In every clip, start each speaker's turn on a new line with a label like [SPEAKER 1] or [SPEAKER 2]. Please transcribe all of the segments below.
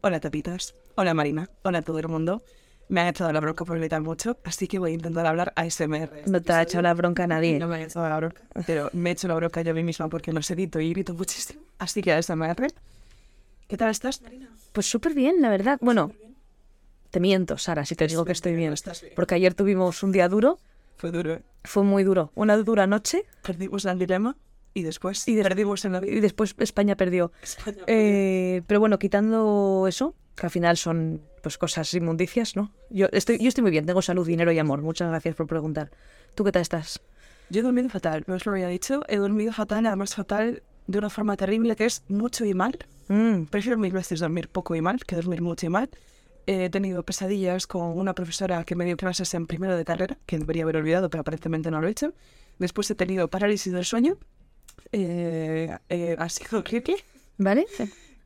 [SPEAKER 1] Hola, tapitas. Hola, Marina. Hola, todo el mundo. Me han echado la bronca por gritar mucho, así que voy a intentar hablar ASMR.
[SPEAKER 2] No te ha hecho la bronca nadie.
[SPEAKER 1] este No me han echado la bronca, pero me he hecho la bronca yo a mí misma porque los edito y grito muchísimo. Así que ASMR. ¿Qué tal estás, Marina?
[SPEAKER 2] Pues súper bien, la verdad. Bueno, te miento, Sara, si te digo que estoy bien.
[SPEAKER 1] Estás bien.
[SPEAKER 2] Porque ayer tuvimos un día duro,
[SPEAKER 1] Fue duro, ¿eh?
[SPEAKER 2] fue muy duro. Una dura noche
[SPEAKER 1] Perdimos el dilema y después
[SPEAKER 2] Y des-
[SPEAKER 1] perdimos en la
[SPEAKER 2] y
[SPEAKER 1] vida.
[SPEAKER 2] después España perdió. Eh, pero bueno, quitando eso, que al final son pues cosas inmundicias, ¿no? Yo estoy, yo estoy muy bien, tengo salud, dinero y amor. Muchas gracias por preguntar. ¿Tú qué tal estás?
[SPEAKER 1] Yo he dormido fatal, no os lo había dicho. He dormido fatal, además fatal de una forma terrible que es mucho y mal.
[SPEAKER 2] Mm,
[SPEAKER 1] Prefiero mil veces dormir poco y mal que dormir mucho y mal. He tenido pesadillas con una profesora que me dio clases en primero de carrera, que debería haber olvidado, pero aparentemente no lo he hecho. Después he tenido parálisis del sueño. Eh, eh, ha sido horrible.
[SPEAKER 2] ¿Vale?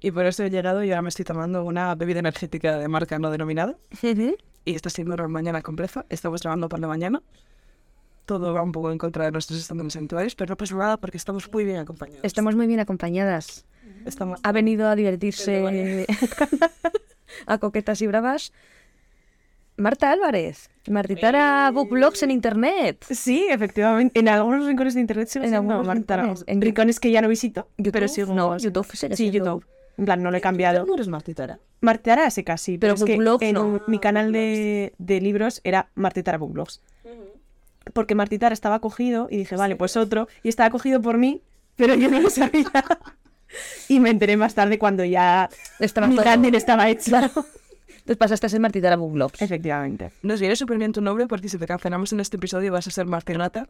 [SPEAKER 1] Y por eso he llegado y ahora me estoy tomando una bebida energética de marca no denominada. y está siendo una mañana compleja. Estamos trabajando por la mañana. Todo va un poco en contra de nuestros estándares actuales, pero no pasa nada porque estamos muy bien acompañados.
[SPEAKER 2] Estamos muy bien acompañadas.
[SPEAKER 1] Estamos-
[SPEAKER 2] Ha venido a divertirse a coquetas y bravas. Marta Álvarez, Martitara Book Blogs en internet.
[SPEAKER 3] Sí, efectivamente. En algunos rincones de internet sigo
[SPEAKER 2] En
[SPEAKER 3] siendo
[SPEAKER 2] algunos
[SPEAKER 3] Marta
[SPEAKER 2] rincones.
[SPEAKER 3] Arauz.
[SPEAKER 2] En
[SPEAKER 3] En rincones que ya no visito, pero sigo.
[SPEAKER 2] no, YouTube sigue
[SPEAKER 3] Sí,
[SPEAKER 2] siendo-
[SPEAKER 3] YouTube. En plan, no lo he cambiado.
[SPEAKER 1] ¿Tú eres Martitara?
[SPEAKER 3] Martetara ese casi,
[SPEAKER 2] Pero
[SPEAKER 3] pero, es que
[SPEAKER 2] bookblogs
[SPEAKER 3] en
[SPEAKER 2] no. Ah,
[SPEAKER 3] mi canal de, de libros era Martetara Bookblogs. Porque Martetara estaba cogido y dije, vale, pues otro. Y estaba cogido por mí, pero yo no lo sabía. y me enteré más tarde cuando ya
[SPEAKER 2] Estaba
[SPEAKER 3] mi
[SPEAKER 2] todo-
[SPEAKER 3] canal estaba hecho.
[SPEAKER 2] Entonces pasaste a ser Martitara Book Blogs.
[SPEAKER 3] Efectivamente.
[SPEAKER 1] Nos viene súper bien tu nombre porque si te cancelamos en este episodio vas a ser Martinata.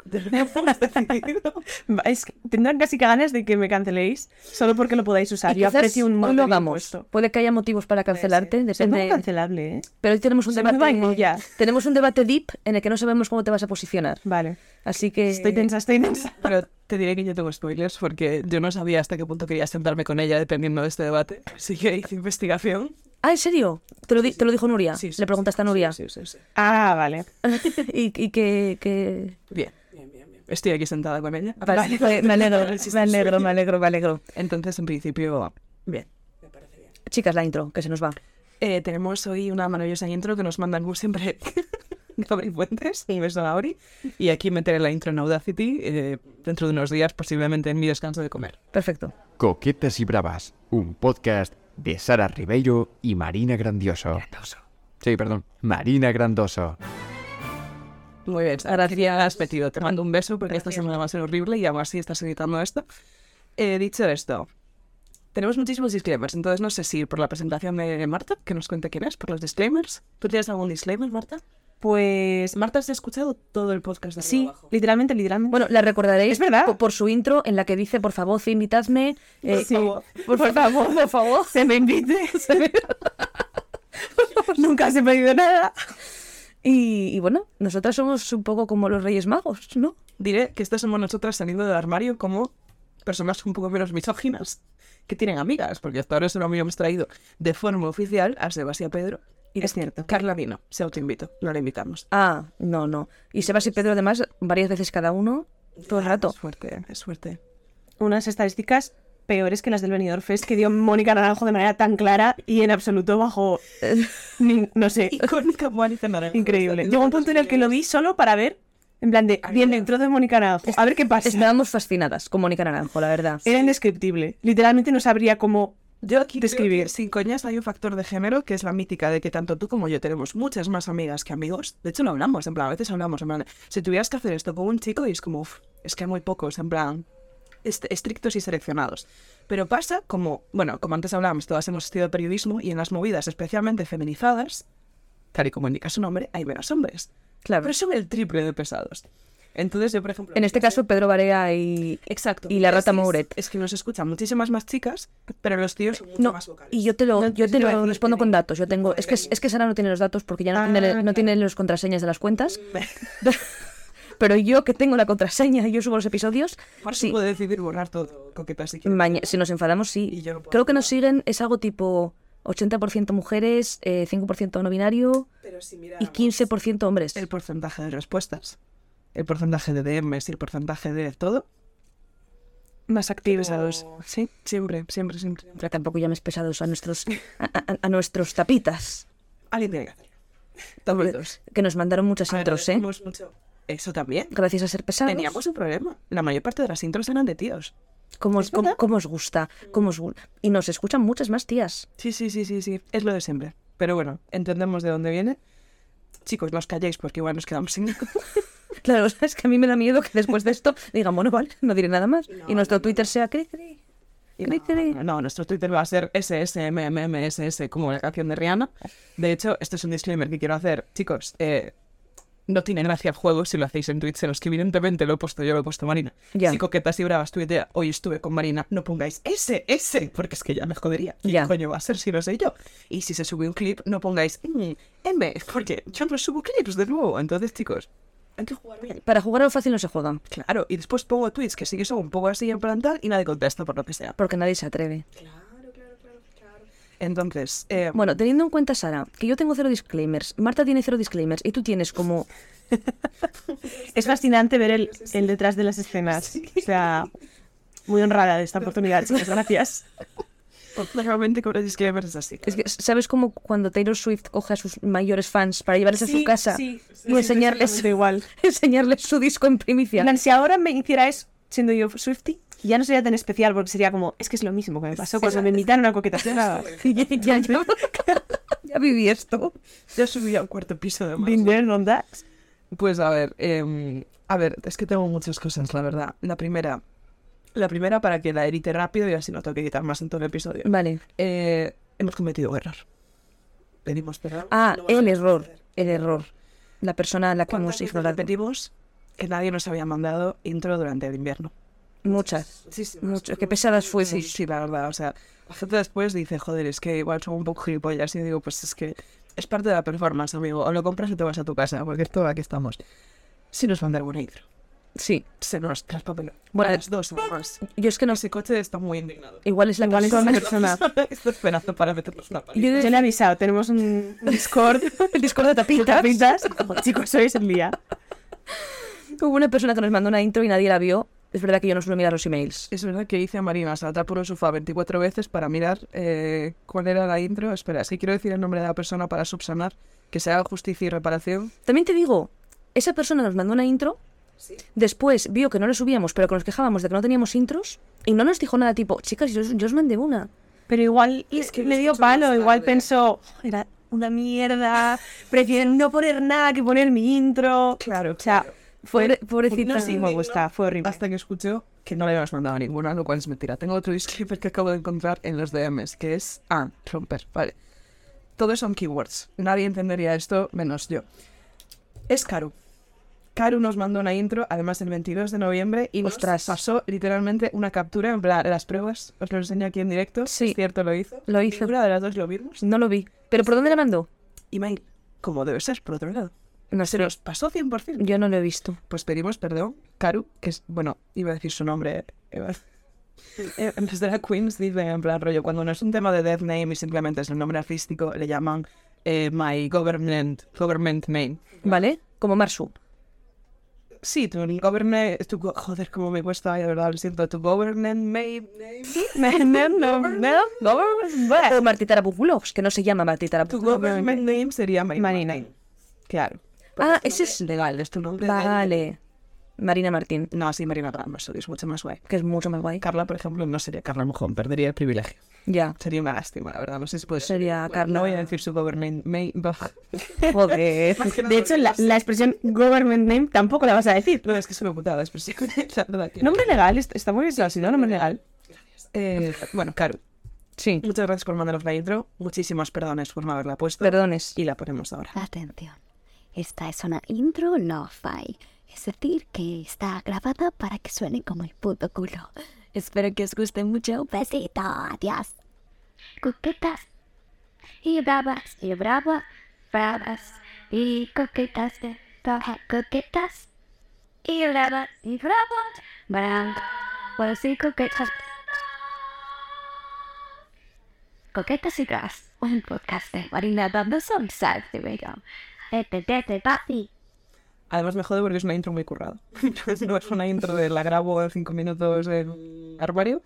[SPEAKER 3] Es que tendrán casi que ganas de que me canceléis solo porque lo podáis usar.
[SPEAKER 2] Y
[SPEAKER 3] Yo
[SPEAKER 2] quizás
[SPEAKER 3] aprecio un
[SPEAKER 2] hoy
[SPEAKER 3] montón
[SPEAKER 2] lo
[SPEAKER 3] de
[SPEAKER 2] hagamos.
[SPEAKER 3] impuesto.
[SPEAKER 2] Puede que haya motivos para cancelarte.
[SPEAKER 3] Es
[SPEAKER 2] depende-
[SPEAKER 3] muy cancelable, ¿eh?
[SPEAKER 2] Pero hoy tenemos un
[SPEAKER 3] Soy muy
[SPEAKER 2] debate.
[SPEAKER 3] vainilla.
[SPEAKER 2] Tenemos un debate deep en el que no sabemos cómo te vas a posicionar.
[SPEAKER 3] Vale.
[SPEAKER 2] Así que.
[SPEAKER 1] Eh,
[SPEAKER 3] Estoy tensa, estoy tensa.
[SPEAKER 1] Pero te diré que yo tengo spoilers porque yo no sabía hasta qué punto quería sentarme con ella dependiendo de este debate. Así que hice investigación.
[SPEAKER 2] Ah, ¿en serio? Te lo, di- te lo dijo Nuria.
[SPEAKER 1] Sí, sí,
[SPEAKER 2] Le preguntaste a
[SPEAKER 1] sí,
[SPEAKER 2] Nuria.
[SPEAKER 1] sí, sí, sí.
[SPEAKER 3] Ah, vale.
[SPEAKER 2] y y que, que-
[SPEAKER 1] Bien. Estoy aquí sentada con
[SPEAKER 3] Ah,
[SPEAKER 1] ella.
[SPEAKER 2] Vale, me alegro, me alegro, me alegro, me alegro.
[SPEAKER 1] Entonces, en principio, bien.
[SPEAKER 2] Chicas, la intro, que se nos va.
[SPEAKER 1] Eh, tenemos hoy una maravillosa intro que nos mandan como siempre Gabriel Fuentes y Beso Lauri. Y aquí meteré la intro en Audacity eh, dentro de unos días, posiblemente en mi descanso de comer.
[SPEAKER 2] Perfecto.
[SPEAKER 4] Coquetas y Bravas, un podcast de Sara Ribeiro y Marina Grandioso. Sí, perdón, Marina Grandoso.
[SPEAKER 1] Muy bien, gracias, Petido. Te mando un beso porque esta semana va a ser horrible y aún así estás editando esto. Eh, dicho esto, tenemos muchísimos disclaimers, entonces no sé si ir por la presentación de Marta, que nos cuente quién es, por los disclaimers. ¿Tú tienes algún disclaimer, Marta?
[SPEAKER 3] Pues.
[SPEAKER 1] Marta, ¿has escuchado todo el podcast de arriba
[SPEAKER 3] Sí,
[SPEAKER 1] abajo?
[SPEAKER 3] literalmente, literalmente.
[SPEAKER 2] Bueno, la recordaréis
[SPEAKER 3] Es verdad.
[SPEAKER 2] po- por, su intro en la que dice, por favor, invitadme. eh,
[SPEAKER 3] Sí.
[SPEAKER 2] Por, favor, por favor.
[SPEAKER 3] se me invite. se me- Nunca se me ha pedido nada.
[SPEAKER 2] Y, y bueno, nosotras somos un poco como los Reyes Magos, ¿no?
[SPEAKER 1] Diré que estas somos nosotras saliendo del armario como personas un poco menos misóginas, que tienen amigas, porque hasta ahora solo habíamos traído de forma oficial a Sebastián Pedro. Y
[SPEAKER 2] Es cierto.
[SPEAKER 1] Carla vino, se autoinvito, no la invitamos.
[SPEAKER 2] Ah, no, no. Y Sebas y Pedro, además, varias veces cada uno, todo el rato.
[SPEAKER 1] Es fuerte, es fuerte.
[SPEAKER 3] Unas estadísticas peores que las del Benidorm Fest que dio Mónica Naranjo de manera tan clara y en absoluto bajo. ni- no sé.
[SPEAKER 1] Icónica Mónica Naranjo.
[SPEAKER 3] Increíble. Llegó un punto en el que lo vi solo para ver. En plan de. Viendo el trozo de Mónica Naranjo. A ver qué pasa.
[SPEAKER 2] Estábamos fascinadas con Mónica Naranjo, la verdad.
[SPEAKER 3] Era indescriptible. Literalmente no sabría cómo.
[SPEAKER 1] Yo aquí
[SPEAKER 3] Describir.
[SPEAKER 1] describir. Sin coñas hay un factor de género que es la mítica de que tanto tú como yo tenemos muchas más amigas que amigos. De hecho, lo hablamos, en plan, a veces hablamos, en plan, si tuvieras que hacer esto con un chico y es como, "Uf, es que hay muy pocos, en plan, est- estrictos y seleccionados. Pero pasa como, bueno, como antes hablábamos, todas hemos estudiado periodismo y en las movidas especialmente feminizadas, tal y como indica su nombre, hay menos hombres.
[SPEAKER 2] Claro.
[SPEAKER 1] Pero son el triple de pesados. Entonces yo, por ejemplo...
[SPEAKER 2] En este caso, Pedro Barea y...
[SPEAKER 1] Exacto.
[SPEAKER 2] y la rata
[SPEAKER 1] Es- es-
[SPEAKER 2] Mouret.
[SPEAKER 1] Es, que nos escuchan muchísimas más chicas, pero los tíos son mucho
[SPEAKER 2] No,
[SPEAKER 1] más vocales.
[SPEAKER 2] y yo te lo,
[SPEAKER 3] No,
[SPEAKER 2] yo
[SPEAKER 3] sí
[SPEAKER 2] te
[SPEAKER 3] te iba a
[SPEAKER 2] lo
[SPEAKER 3] decir,
[SPEAKER 2] respondo
[SPEAKER 3] te
[SPEAKER 2] con
[SPEAKER 3] digo.
[SPEAKER 2] datos. Yo tengo, es que es que Sara no tiene los datos porque ya no,
[SPEAKER 3] Ah,
[SPEAKER 2] tiene, no
[SPEAKER 3] claro.
[SPEAKER 2] tiene los contraseñas de las cuentas. Pero yo que tengo la contraseña, yo subo los episodios.
[SPEAKER 1] Ahora sí
[SPEAKER 2] Sí,
[SPEAKER 1] puede decidir borrar todo, coqueta, si quiere.
[SPEAKER 2] maña- si nos enfadamos,
[SPEAKER 1] Y
[SPEAKER 2] sí.
[SPEAKER 1] yo no puedo
[SPEAKER 2] Creo que nos siguen, es algo tipo 80% mujeres, eh, 5% no binario
[SPEAKER 1] Pero si mira
[SPEAKER 2] y 15% hombres.
[SPEAKER 1] el porcentaje de respuestas, el porcentaje de DMs y el porcentaje de todo, Más activos. Sí, siempre, siempre, siempre.
[SPEAKER 2] Pero tampoco llames pesados a nuestros, a, a- a nuestros tapitas,
[SPEAKER 1] Alguien tiene que hacerlo. Tapitos.
[SPEAKER 2] que nos mandaron muchas intros, ¿eh?
[SPEAKER 1] Agradecemos mucho. Eso también.
[SPEAKER 2] Gracias a ser pesados.
[SPEAKER 1] Teníamos un problema. La mayor parte de las intros eran de tíos.
[SPEAKER 2] ¿Cómo os, cómo- cómo os gusta? cómo os gu- y nos escuchan muchas más tías.
[SPEAKER 1] Sí, sí, sí, sí, sí. Es lo de siempre. Pero bueno, entendemos de dónde viene. Chicos, no os calléis porque igual nos quedamos sin...
[SPEAKER 2] Claro, o sea, es que a mí me da miedo que después de esto digan, bueno, vale, no diré nada más. y nuestro Twitter sea cri, cri, cri, cri.
[SPEAKER 1] No, nuestro Twitter va a ser SSMMMSS, como la canción de Rihanna. De hecho, este es un disclaimer que quiero hacer. Chicos, eh, no tiene gracia el juego si lo hacéis en tweets en los que evidentemente lo he puesto yo, lo he puesto Marina.
[SPEAKER 2] Ya.
[SPEAKER 1] Si coquetas y bravas tu idea, hoy estuve con Marina, no pongáis SS, porque es que ya me jodería. ¿Qué
[SPEAKER 2] Ya.
[SPEAKER 1] coño va a ser si no sé yo? Y si se sube un clip, no pongáis mm, M, porque yo no subo clips de nuevo. Entonces, chicos, hay que jugar bien.
[SPEAKER 2] Para jugar a lo fácil no se juegan,
[SPEAKER 1] Claro, y después pongo tweets que sí que son un poco así en plan tal y nadie contesta por lo que sea.
[SPEAKER 2] porque nadie se atreve.
[SPEAKER 1] Entonces, eh,
[SPEAKER 2] Bueno, teniendo en cuenta, Sara, que yo tengo cero disclaimers, Marta tiene cero disclaimers y tú tienes como...
[SPEAKER 3] Es fascinante ver el, el detrás de las escenas. O sea, muy honrada de esta oportunidad, chicas. Gracias.
[SPEAKER 1] Realmente con los disclaimers es así.
[SPEAKER 2] Es que, ¿sabes cómo cuando Taylor Swift coge a sus mayores fans para llevarles a su casa y enseñarles,
[SPEAKER 3] igual.
[SPEAKER 2] enseñarles su disco en primicia?
[SPEAKER 3] En plan, si ahora me hiciera eso, siendo yo Swifty, ya no sería tan especial porque sería como, es que es lo mismo que me pasó cuando me invitaron a coquetas. bravas.
[SPEAKER 2] Ya, ya, ya, ya viví esto.
[SPEAKER 1] Ya subí al cuarto piso de más.
[SPEAKER 3] Dinner on that.
[SPEAKER 1] Pues a ver, em, a ver, es que tengo muchas cosas, la verdad. La primera, la primera para que la edite rápido y así no tengo que editar más en todo el episodio.
[SPEAKER 2] Vale.
[SPEAKER 1] Eh, hemos cometido un error. Pedimos perdón.
[SPEAKER 2] Ah, el error, el error. La persona a la que hemos
[SPEAKER 1] ¿Cuántas veces
[SPEAKER 2] ignorado.
[SPEAKER 1] repetimos que nadie nos había mandado intro durante el invierno?
[SPEAKER 2] Muchas.
[SPEAKER 1] Muchísimas.
[SPEAKER 2] Mucho, qué pesadas fuimos.
[SPEAKER 1] Pues Sí, sí, la verdad. O sea, la gente después dice, joder, es que igual son un poco gilipollas. Y yo digo, pues es que es parte de la performance, amigo. O lo compras o te vas a tu casa, porque esto aquí estamos. Si nos van a dar buena intro.
[SPEAKER 2] Sí.
[SPEAKER 1] Se nos traspapeló.
[SPEAKER 2] Bueno,
[SPEAKER 1] a las dos más.
[SPEAKER 2] Yo es que no sé.
[SPEAKER 1] Ese coche está muy indignado.
[SPEAKER 2] Igual es la
[SPEAKER 3] Igual es
[SPEAKER 2] persona.
[SPEAKER 3] una persona.
[SPEAKER 1] Está esperando para meternos una paliza.
[SPEAKER 2] Yo
[SPEAKER 3] Yo
[SPEAKER 2] de-
[SPEAKER 3] le he avisado, tenemos un un Discord.
[SPEAKER 2] el Discord de tapitas.
[SPEAKER 3] Pintas. Chicos, hoy es el día.
[SPEAKER 2] Hubo una persona que nos mandó una intro y nadie la vio. Es verdad que yo no suelo mirar los emails.
[SPEAKER 1] Es verdad que hice a Marina saltar por el sofá 24 veces para mirar eh, cuál era la intro. Espera, es que quiero decir el nombre de la persona para subsanar que se haga justicia y reparación.
[SPEAKER 2] También te digo, esa persona nos mandó una intro. Después vio que no la subíamos, pero que nos quejábamos de que no teníamos intros. Y no nos dijo nada tipo, chicas, yo, os- yo os mandé una.
[SPEAKER 3] Pero igual le dio palo, igual pensó, era una mierda, prefiero no poner nada que poner mi intro.
[SPEAKER 1] Claro,
[SPEAKER 3] O sea, fue
[SPEAKER 2] Pobre- pobrecita.
[SPEAKER 3] no, sí, me gusta, fue horrible.
[SPEAKER 1] Hasta que escuchó que no le habíamos mandado ninguna, lo cual es mentira. Tengo otro disclaimer que acabo de encontrar en los DMs, que es ah, romper. Vale. Todos son keywords. Nadie entendería esto menos yo. Es Karu. Karu nos mandó una intro, además el 22 de noviembre, y nos
[SPEAKER 2] Ostras.
[SPEAKER 1] pasó literalmente una captura en plan las pruebas. Os lo enseño aquí en directo.
[SPEAKER 2] Sí.
[SPEAKER 1] Es cierto, lo hizo.
[SPEAKER 2] Lo hizo.
[SPEAKER 1] Ninguna de las dos lo vimos.
[SPEAKER 2] No lo vi. ¿Pero por dónde la mandó?
[SPEAKER 1] Email, como debe ser, por otro lado.
[SPEAKER 2] No sé.
[SPEAKER 1] Nos pasó 100%.
[SPEAKER 2] Yo no lo he visto.
[SPEAKER 1] Pues pedimos perdón. Karu, que es, bueno, iba a decir su nombre. iba a- Eh, En vez de la Queens, dice en plan rollo, cuando no es un tema de death name y simplemente es el nombre artístico, le llaman eh, My Government, Government Name.
[SPEAKER 2] ¿Vale? Como Marsu.
[SPEAKER 1] Sí, tu government, tu, go- joder, cómo me cuesta, ay, de verdad, lo siento, tu government name, name,
[SPEAKER 3] no, no, no, Eh.
[SPEAKER 2] O Martitara Vlogs, que no se llama Martitara
[SPEAKER 1] tu
[SPEAKER 2] Vlogs.
[SPEAKER 1] government name sería My,
[SPEAKER 3] Mani
[SPEAKER 1] Name.
[SPEAKER 3] Nine.
[SPEAKER 1] Claro.
[SPEAKER 2] Ah, ese es.
[SPEAKER 1] Legal, es tu nombre.
[SPEAKER 2] Vale. Marina Martín,
[SPEAKER 1] No, sí, Marina Ramos, es mucho más guay.
[SPEAKER 2] que es mucho más guay.
[SPEAKER 1] Carla, por ejemplo, no sería Carla Mojón, perdería el privilegio.
[SPEAKER 2] Ya.
[SPEAKER 1] Sería una lástima, la verdad, no sé si puede ser.
[SPEAKER 2] Sería
[SPEAKER 1] No
[SPEAKER 2] Carla.
[SPEAKER 1] voy a decir su government name.
[SPEAKER 2] Joder.
[SPEAKER 3] De hecho, la, la expresión government name tampoco la vas a decir.
[SPEAKER 1] No, es que es una putada la expresión. la verdad que no.
[SPEAKER 3] Nombre legal, est- está muy bien traducido, nombre legal.
[SPEAKER 1] Eh, bueno, Caro,
[SPEAKER 2] Sí.
[SPEAKER 1] muchas gracias por mandarnos la intro. Muchísimos perdones por no haberla puesto.
[SPEAKER 2] Perdones.
[SPEAKER 1] Y la ponemos ahora.
[SPEAKER 5] Atención, esta es una intro no-fi, es decir, que está grabada para que suene como el puto culo. Espero que os guste mucho. Besito, adiós. Coquetas y bravas y bravas, bravas y coquetas, bravas, coquetas y bravas y bravas, bravas y coquetas. Coquetas y Gras, un podcast de Marina dando son sal de bello. Tete, tete, papi.
[SPEAKER 1] Además me jode porque es una intro muy currada. no es una intro de la grabo en cinco minutos en armario.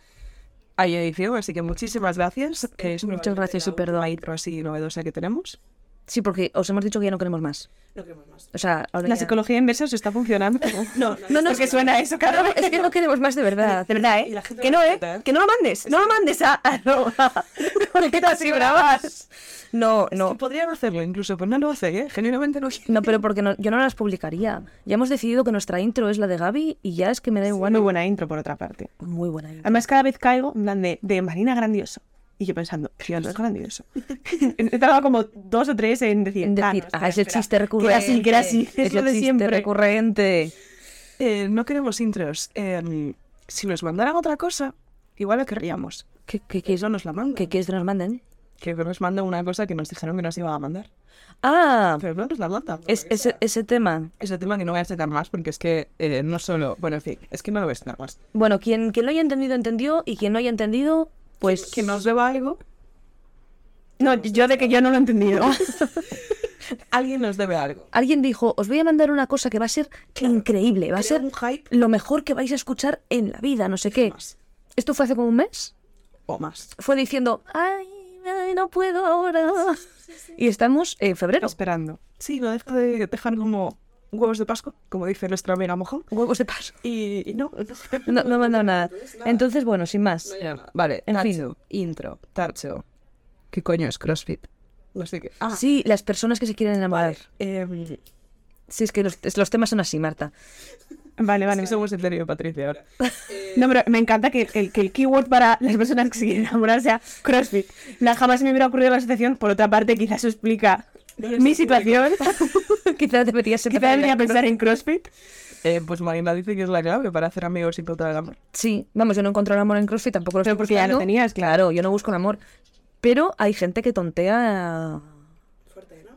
[SPEAKER 1] Hay edición, así que muchísimas gracias. que es
[SPEAKER 2] Muchas
[SPEAKER 1] probablemente
[SPEAKER 2] gracias,
[SPEAKER 1] la
[SPEAKER 2] súper
[SPEAKER 1] última
[SPEAKER 2] doc.
[SPEAKER 1] intro así novedosa que tenemos.
[SPEAKER 2] Sí, porque os hemos dicho que ya no queremos más.
[SPEAKER 1] No queremos más.
[SPEAKER 2] O sea, ahora
[SPEAKER 3] La
[SPEAKER 2] ya-
[SPEAKER 3] psicología inversa os está funcionando. No,
[SPEAKER 2] No, no,
[SPEAKER 3] porque
[SPEAKER 2] es-
[SPEAKER 3] suena eso cada vez.
[SPEAKER 2] Es que no queremos más de verdad.
[SPEAKER 3] De verdad, ¿eh?
[SPEAKER 1] Y la gente
[SPEAKER 3] que
[SPEAKER 1] lo
[SPEAKER 3] no, ¿eh?
[SPEAKER 1] respeta, ¿eh?
[SPEAKER 3] Que no lo mandes. No lo mandes a... a- no, a- ¿Por qué estás así bravas?
[SPEAKER 2] No, no.
[SPEAKER 1] No. Podrían hacerlo incluso, pero no lo hace, ¿eh? Genuinamente no
[SPEAKER 2] No, pero porque no- yo no las publicaría. Ya hemos decidido que nuestra intro es la de Gaby y ya es que me da igual.
[SPEAKER 3] Muy buena intro, por otra parte.
[SPEAKER 2] Muy buena intro.
[SPEAKER 3] Además, cada vez caigo en plan de, de Marina Grandioso. Y yo pensando, tío, no es grandioso. He tardado como dos o tres en decir,
[SPEAKER 2] En
[SPEAKER 3] ah, no,
[SPEAKER 2] decir,
[SPEAKER 3] espera,
[SPEAKER 2] ah, es el
[SPEAKER 3] espera,
[SPEAKER 2] chiste
[SPEAKER 3] que
[SPEAKER 2] recurrente.
[SPEAKER 3] era así, que era así, es
[SPEAKER 2] el
[SPEAKER 3] lo de
[SPEAKER 2] chiste
[SPEAKER 3] siempre.
[SPEAKER 2] recurrente.
[SPEAKER 1] Eh, no queremos intros. Eh, si nos mandaran otra cosa, igual la querríamos.
[SPEAKER 2] ¿Qué,
[SPEAKER 1] Que no nos la manden. Que,
[SPEAKER 2] quieres que nos manden?
[SPEAKER 1] nos manden una cosa que nos dijeron que nos iban a mandar.
[SPEAKER 2] Ah,
[SPEAKER 1] Pero no nos la mandan.
[SPEAKER 2] es, ese, ese tema.
[SPEAKER 1] Ese tema que no voy a sacar más porque es que eh, no solo... Bueno, en fin, es que no lo voy a sacar más.
[SPEAKER 2] Bueno, quien, quien lo haya entendido, entendió. Y quien no haya entendido, pues...
[SPEAKER 1] Que nos deba algo.
[SPEAKER 3] No, yo de que yo no lo he entendido.
[SPEAKER 1] Alguien nos debe algo.
[SPEAKER 2] Alguien dijo, os voy a mandar una cosa que va a ser increíble. Va a
[SPEAKER 1] Crea
[SPEAKER 2] ser
[SPEAKER 1] un hype
[SPEAKER 2] lo mejor que vais a escuchar en la vida, no sé qué.
[SPEAKER 1] Más.
[SPEAKER 2] Esto fue hace como un mes.
[SPEAKER 1] o más.
[SPEAKER 2] Fue diciendo, ay, ay, no puedo ahora. Y estamos en febrero.
[SPEAKER 3] Esperando.
[SPEAKER 1] Sí, no deja de dejar como huevos de pascua, como dice nuestra amiga Mojo.
[SPEAKER 2] Huevos de paso.
[SPEAKER 1] Y, y no,
[SPEAKER 2] No, no me han dado nada. Entonces, bueno, sin más.
[SPEAKER 1] Vale,
[SPEAKER 2] En fin.
[SPEAKER 1] Nacho, intro, Tacho. ¿Qué coño es CrossFit? No sé qué. Ah,
[SPEAKER 2] Sí, las personas que se quieren enamorar.
[SPEAKER 1] em,
[SPEAKER 2] Sí, es que los, es- los temas son así, Marta.
[SPEAKER 3] Vale,
[SPEAKER 1] Sí,
[SPEAKER 3] vale.
[SPEAKER 1] somos Eterio y Patricia ahora.
[SPEAKER 3] No, pero me encanta que el, que el keyword para las personas que se quieren enamorar sea CrossFit. La, jamás se me hubiera ocurrido la asociación. Por otra parte, quizás eso explica mi situación.
[SPEAKER 2] Quizás deberías ser...
[SPEAKER 3] quizás debería pensar en CrossFit.
[SPEAKER 1] Eh, pues Marina dice que es la clave para hacer amigos sin total el amor.
[SPEAKER 2] Sí, vamos, yo no encontré el amor en CrossFit, tampoco lo
[SPEAKER 3] Pero
[SPEAKER 2] estoy
[SPEAKER 3] porque ya lo
[SPEAKER 2] buscando.
[SPEAKER 3] tenías, claro.
[SPEAKER 2] Claro, yo no busco el amor. Pero hay gente que tontea...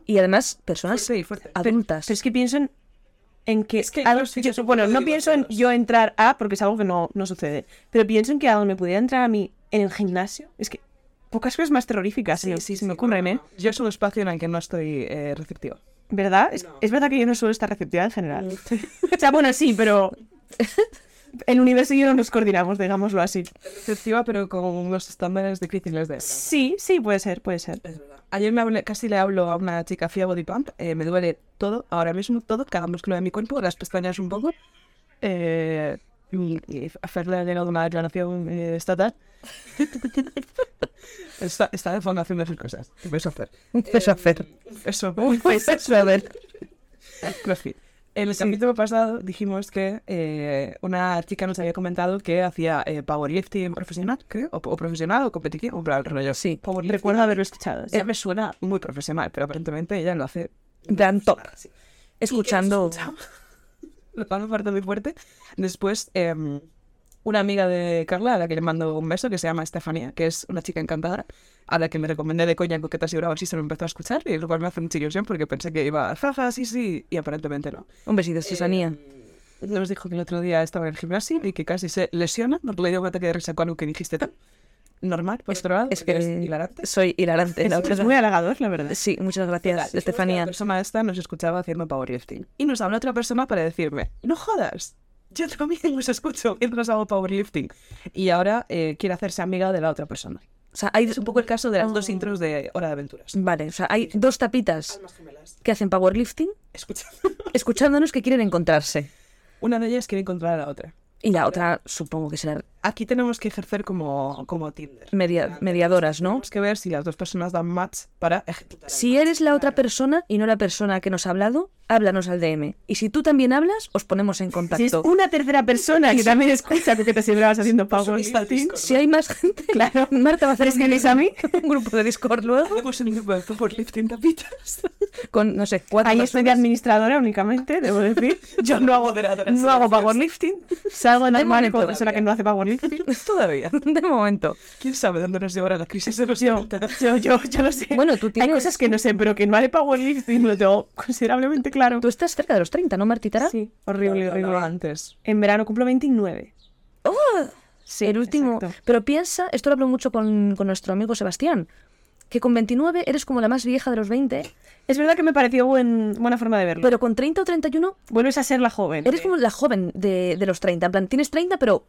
[SPEAKER 2] Y además, personas
[SPEAKER 1] Fuerte y fuerte.
[SPEAKER 2] adultas.
[SPEAKER 3] Pero es que pienso en, en que...
[SPEAKER 1] Es que
[SPEAKER 3] algo-
[SPEAKER 1] CrossFit
[SPEAKER 3] yo-
[SPEAKER 1] es un
[SPEAKER 3] bueno,
[SPEAKER 1] poco
[SPEAKER 3] no pienso en
[SPEAKER 1] divertidos.
[SPEAKER 3] yo entrar a, porque es algo que no, no sucede, pero pienso en que algo me pudiera entrar a mí en el gimnasio. Es que pocas cosas más terroríficas se- se me ocurren, ¿eh?
[SPEAKER 1] Yo es un espacio en el que no estoy eh, receptivo.
[SPEAKER 3] ¿Verdad? Es, es verdad que yo no suelo estar receptiva en general. o sea, bueno, sí, pero... El universo y yo no nos coordinamos, digámoslo así.
[SPEAKER 1] Receptiva, pero con unos estándares difíciles de...
[SPEAKER 3] Sí, sí, puede ser, puede ser.
[SPEAKER 1] Ayer me hablé- casi le hablo a una chica fía body pump. eh, me duele todo, ahora mismo todo, cada músculo de mi cuerpo, las pestañas un poco. Eh, y y hacerle de una declaración eh, estatal. está, está de fondo haciendo esas cosas. ¿Qué vais a hacer?
[SPEAKER 2] Empezó a
[SPEAKER 1] em,
[SPEAKER 2] hacer.
[SPEAKER 1] Eso,
[SPEAKER 2] Empezó a ver.
[SPEAKER 1] CrossFit. En el capítulo pasado dijimos que eh, una chica nos había comentado que hacía eh, powerlifting profesional, creo, o, o profesional o competitivo, pero al rollo.
[SPEAKER 2] Sí.
[SPEAKER 1] powerlifting.
[SPEAKER 3] Recuerdo haberlo escuchado. sí.
[SPEAKER 1] Ella me suena muy profesional, pero aparentemente ella lo hace
[SPEAKER 2] Dan top. Escuchando...
[SPEAKER 1] lo hace una parte muy fuerte. Después, em, una amiga de Carla, a la que le mando un beso, que se llama Estefanía, que es una chica encantadora, a la que me recomendé de coña en Coquetas y Bravas y se lo empezó a escuchar, y lo cual me hace mucha ilusión porque pensé que iba, jaja, sí, sí, y aparentemente no.
[SPEAKER 2] Un besito, Susanía.
[SPEAKER 1] Nos dijo que el otro día estaba en el gimnasio y que casi se lesiona. No le dio un ataque de risa con algo que dijiste tan normal, por otro lado.
[SPEAKER 2] Es
[SPEAKER 1] porque eres
[SPEAKER 2] que
[SPEAKER 1] hilarante.
[SPEAKER 2] soy hilarante. la
[SPEAKER 3] Es
[SPEAKER 2] verdad.
[SPEAKER 3] muy halagador, la verdad.
[SPEAKER 2] Sí, muchas gracias,
[SPEAKER 1] La
[SPEAKER 2] Estefanía.
[SPEAKER 1] persona esta nos escuchaba haciendo powerlifting. Y nos habló otra persona para decirme, no jodas, yo también os escucho mientras hago powerlifting. Y ahora eh, quiere hacerse amiga de la otra persona.
[SPEAKER 2] O sea, hay
[SPEAKER 1] Es un poco el caso de las dos intros de Hora de Aventuras.
[SPEAKER 2] Vale, o sea, hay dos tapitas que hacen powerlifting
[SPEAKER 1] Escucha.
[SPEAKER 2] escuchándonos que quieren encontrarse.
[SPEAKER 1] Una de ellas quiere encontrar a la otra.
[SPEAKER 2] Y la otra, supongo que será
[SPEAKER 1] Aquí tenemos que ejercer como, como Tinder.
[SPEAKER 2] media- mediadoras, ¿no?
[SPEAKER 1] Tenemos que ver si las dos personas dan match para ejecutar. el
[SPEAKER 2] Si eres la otra persona y no la persona que nos ha hablado, háblanos al DM. Y si tú también hablas, os ponemos en
[SPEAKER 3] Si es
[SPEAKER 2] contacto.
[SPEAKER 3] una tercera persona que también escucha que te sembrabas haciendo pago
[SPEAKER 1] listas,
[SPEAKER 2] Si hay más gente, claro. Marta va a hacer
[SPEAKER 3] ¿Tres que a mí?
[SPEAKER 2] un grupo de Discord luego
[SPEAKER 1] Hacemos un grupo de powerlifting tapitas.
[SPEAKER 2] con, no sé, cuatro.
[SPEAKER 3] Ahí
[SPEAKER 2] personas.
[SPEAKER 3] estoy de administradora únicamente, debo decir.
[SPEAKER 1] Yo no hago moderadora.
[SPEAKER 3] No hago powerlifting. Salgo normal
[SPEAKER 2] momento,
[SPEAKER 3] como persona que no hace powerlifting.
[SPEAKER 1] Todavía.
[SPEAKER 2] De momento.
[SPEAKER 1] ¿Quién sabe dónde nos llevará la crisis de los
[SPEAKER 3] Yo, yo, yo, yo lo sé.
[SPEAKER 2] Bueno, tú tienes-
[SPEAKER 3] Hay cosas que no sé, pero que no hace powerlifting lo tengo considerablemente claro.
[SPEAKER 2] Tú estás cerca de los 30, ¿no, Martitara?
[SPEAKER 3] Sí, horrible, horrible.
[SPEAKER 1] antes.
[SPEAKER 3] En verano cumplo 29.
[SPEAKER 2] el último.
[SPEAKER 3] exacto.
[SPEAKER 2] Pero piensa, esto lo hablo mucho con, con nuestro amigo Sebastián, que con 29 eres como la más vieja de los 20,
[SPEAKER 3] Es verdad que me pareció buen- buena forma de verlo.
[SPEAKER 2] pero con 30 o 31
[SPEAKER 3] Vuelves a ser la joven.
[SPEAKER 2] eres como la joven de, de los 30. En plan, tienes 30, pero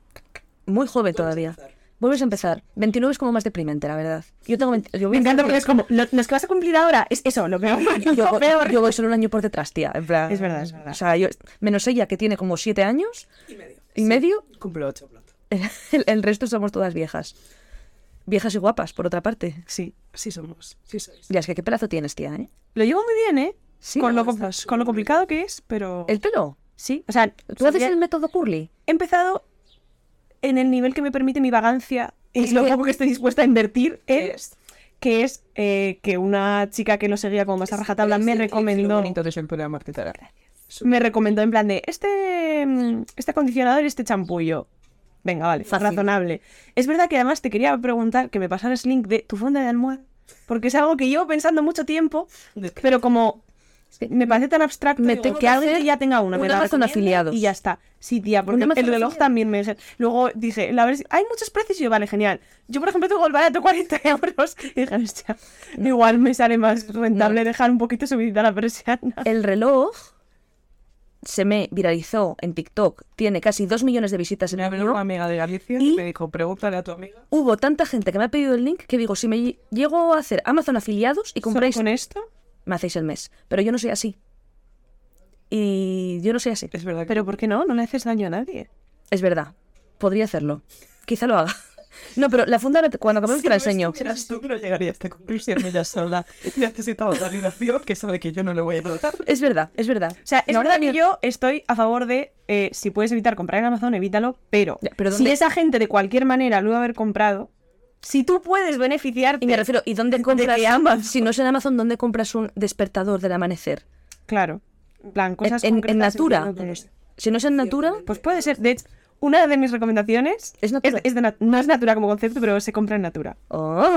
[SPEAKER 2] muy joven todavía. Vuelves a empezar. 29 es como más deprimente, la verdad. Yo tengo 20 yo voy
[SPEAKER 3] Me
[SPEAKER 2] a-
[SPEAKER 3] encanta porque es como, lo, los que vas a cumplir ahora es eso, lo peor.
[SPEAKER 2] Yo,
[SPEAKER 3] lo
[SPEAKER 2] voy-
[SPEAKER 3] peor.
[SPEAKER 2] yo voy solo un año por detrás, tía. En plan,
[SPEAKER 3] Es verdad, es verdad.
[SPEAKER 2] O sea, yo, menos ella, que tiene como 7 años
[SPEAKER 1] Y medio.
[SPEAKER 2] y medio,
[SPEAKER 1] Cumple ocho pronto.
[SPEAKER 2] el, el resto somos todas viejas. Viejas y guapas, por otra parte.
[SPEAKER 3] Sí.
[SPEAKER 1] Sí somos, sí sois.
[SPEAKER 2] Ya, es que qué pelazo tienes, tía, ¿eh?
[SPEAKER 3] Lo llevo muy bien, ¿eh?
[SPEAKER 2] Sí,
[SPEAKER 3] con,
[SPEAKER 2] no,
[SPEAKER 3] lo, com-
[SPEAKER 1] está
[SPEAKER 3] con lo
[SPEAKER 1] súper
[SPEAKER 3] complicado que es, pero...
[SPEAKER 2] ¿El pelo?
[SPEAKER 3] Oh. Sí, o sea,
[SPEAKER 2] ¿Tú haces
[SPEAKER 3] ya
[SPEAKER 2] el método curly?
[SPEAKER 3] he empezado en el nivel que me permite mi vagancia y
[SPEAKER 2] Es
[SPEAKER 3] lo
[SPEAKER 2] que-
[SPEAKER 3] poco que estoy dispuesta a invertir en,
[SPEAKER 1] Es-
[SPEAKER 3] que es eh, que una chica que lo seguía como más a rajatabla me recomendó...
[SPEAKER 1] de siempre la marquetera.
[SPEAKER 3] me recomendó en plan de este, mm, este acondicionador y este champú. Y yo, venga, vale,
[SPEAKER 2] Fácil.
[SPEAKER 3] razonable. Es verdad que además te quería preguntar que me pasaras link de tu fonda de almohada, porque es algo que llevo pensando mucho tiempo, pero como me parece tan abstracto
[SPEAKER 2] Me
[SPEAKER 3] digo,
[SPEAKER 2] tengo
[SPEAKER 3] que
[SPEAKER 2] que
[SPEAKER 3] alguien
[SPEAKER 2] hacer
[SPEAKER 3] ya tenga una, me
[SPEAKER 2] un
[SPEAKER 3] la
[SPEAKER 2] Amazon
[SPEAKER 3] recomiende
[SPEAKER 2] afiliados.
[SPEAKER 3] y ya está. Sí, tía, porque
[SPEAKER 2] Amazon
[SPEAKER 3] el reloj
[SPEAKER 2] afiliados.
[SPEAKER 3] también me... Luego dije, la verdad, es- hay muchos precios y yo, vale, genial. Yo, por ejemplo, tengo el barato 40 euros. Y dije, hostia, igual me sale más rentable dejar un poquito subida la persiana.
[SPEAKER 2] El reloj se me viralizó en TikTok. Tiene casi 2 millones de visitas en
[SPEAKER 1] Me
[SPEAKER 2] el
[SPEAKER 1] habló una
[SPEAKER 2] vídeo.
[SPEAKER 1] amiga de Galicia
[SPEAKER 2] Y-
[SPEAKER 1] y me dijo, pregúntale a tu amiga.
[SPEAKER 2] Hubo tanta gente que me ha pedido el link que digo, si me ll- llego a hacer Amazon afiliados y compráis,
[SPEAKER 3] ¿Con esto?
[SPEAKER 2] me hacéis el mes. Pero yo no soy así. Y yo no soy así.
[SPEAKER 1] Es verdad que...
[SPEAKER 3] Pero ¿por qué no? No le haces daño a nadie.
[SPEAKER 2] Es verdad. Podría hacerlo. Quizá lo haga. No, pero la funda, ahora te- cuando acabemos
[SPEAKER 1] Si
[SPEAKER 2] te la
[SPEAKER 1] no
[SPEAKER 2] enseño.
[SPEAKER 1] estuvieras tú, no llegaría a esta conclusión ella sola. Necesitaba validación que sabe que yo no le voy a dar.
[SPEAKER 2] Es verdad, es verdad.
[SPEAKER 3] O sea, es
[SPEAKER 2] No,
[SPEAKER 3] verdad
[SPEAKER 2] Daniel.
[SPEAKER 3] que yo estoy a favor de eh, si puedes evitar comprar en Amazon, evítalo, pero,
[SPEAKER 2] Ya, pero
[SPEAKER 3] si
[SPEAKER 2] ¿dónde-
[SPEAKER 3] esa gente de cualquier manera lo iba a haber comprado, si tú puedes beneficiarte.
[SPEAKER 2] Y me refiero, ¿y dónde compras?
[SPEAKER 3] que Amazon.
[SPEAKER 2] Si no es en Amazon, ¿dónde compras un despertador del amanecer?
[SPEAKER 3] Claro. En plan, cosas
[SPEAKER 2] en, en
[SPEAKER 3] concretas,
[SPEAKER 2] Natura.
[SPEAKER 3] entiendo que-
[SPEAKER 2] Si no es en Natura,
[SPEAKER 3] Pues puede ser. De hecho, una de mis recomendaciones
[SPEAKER 2] Es Natura.
[SPEAKER 3] de nat- no es Natura como concepto, pero se compra en Natura.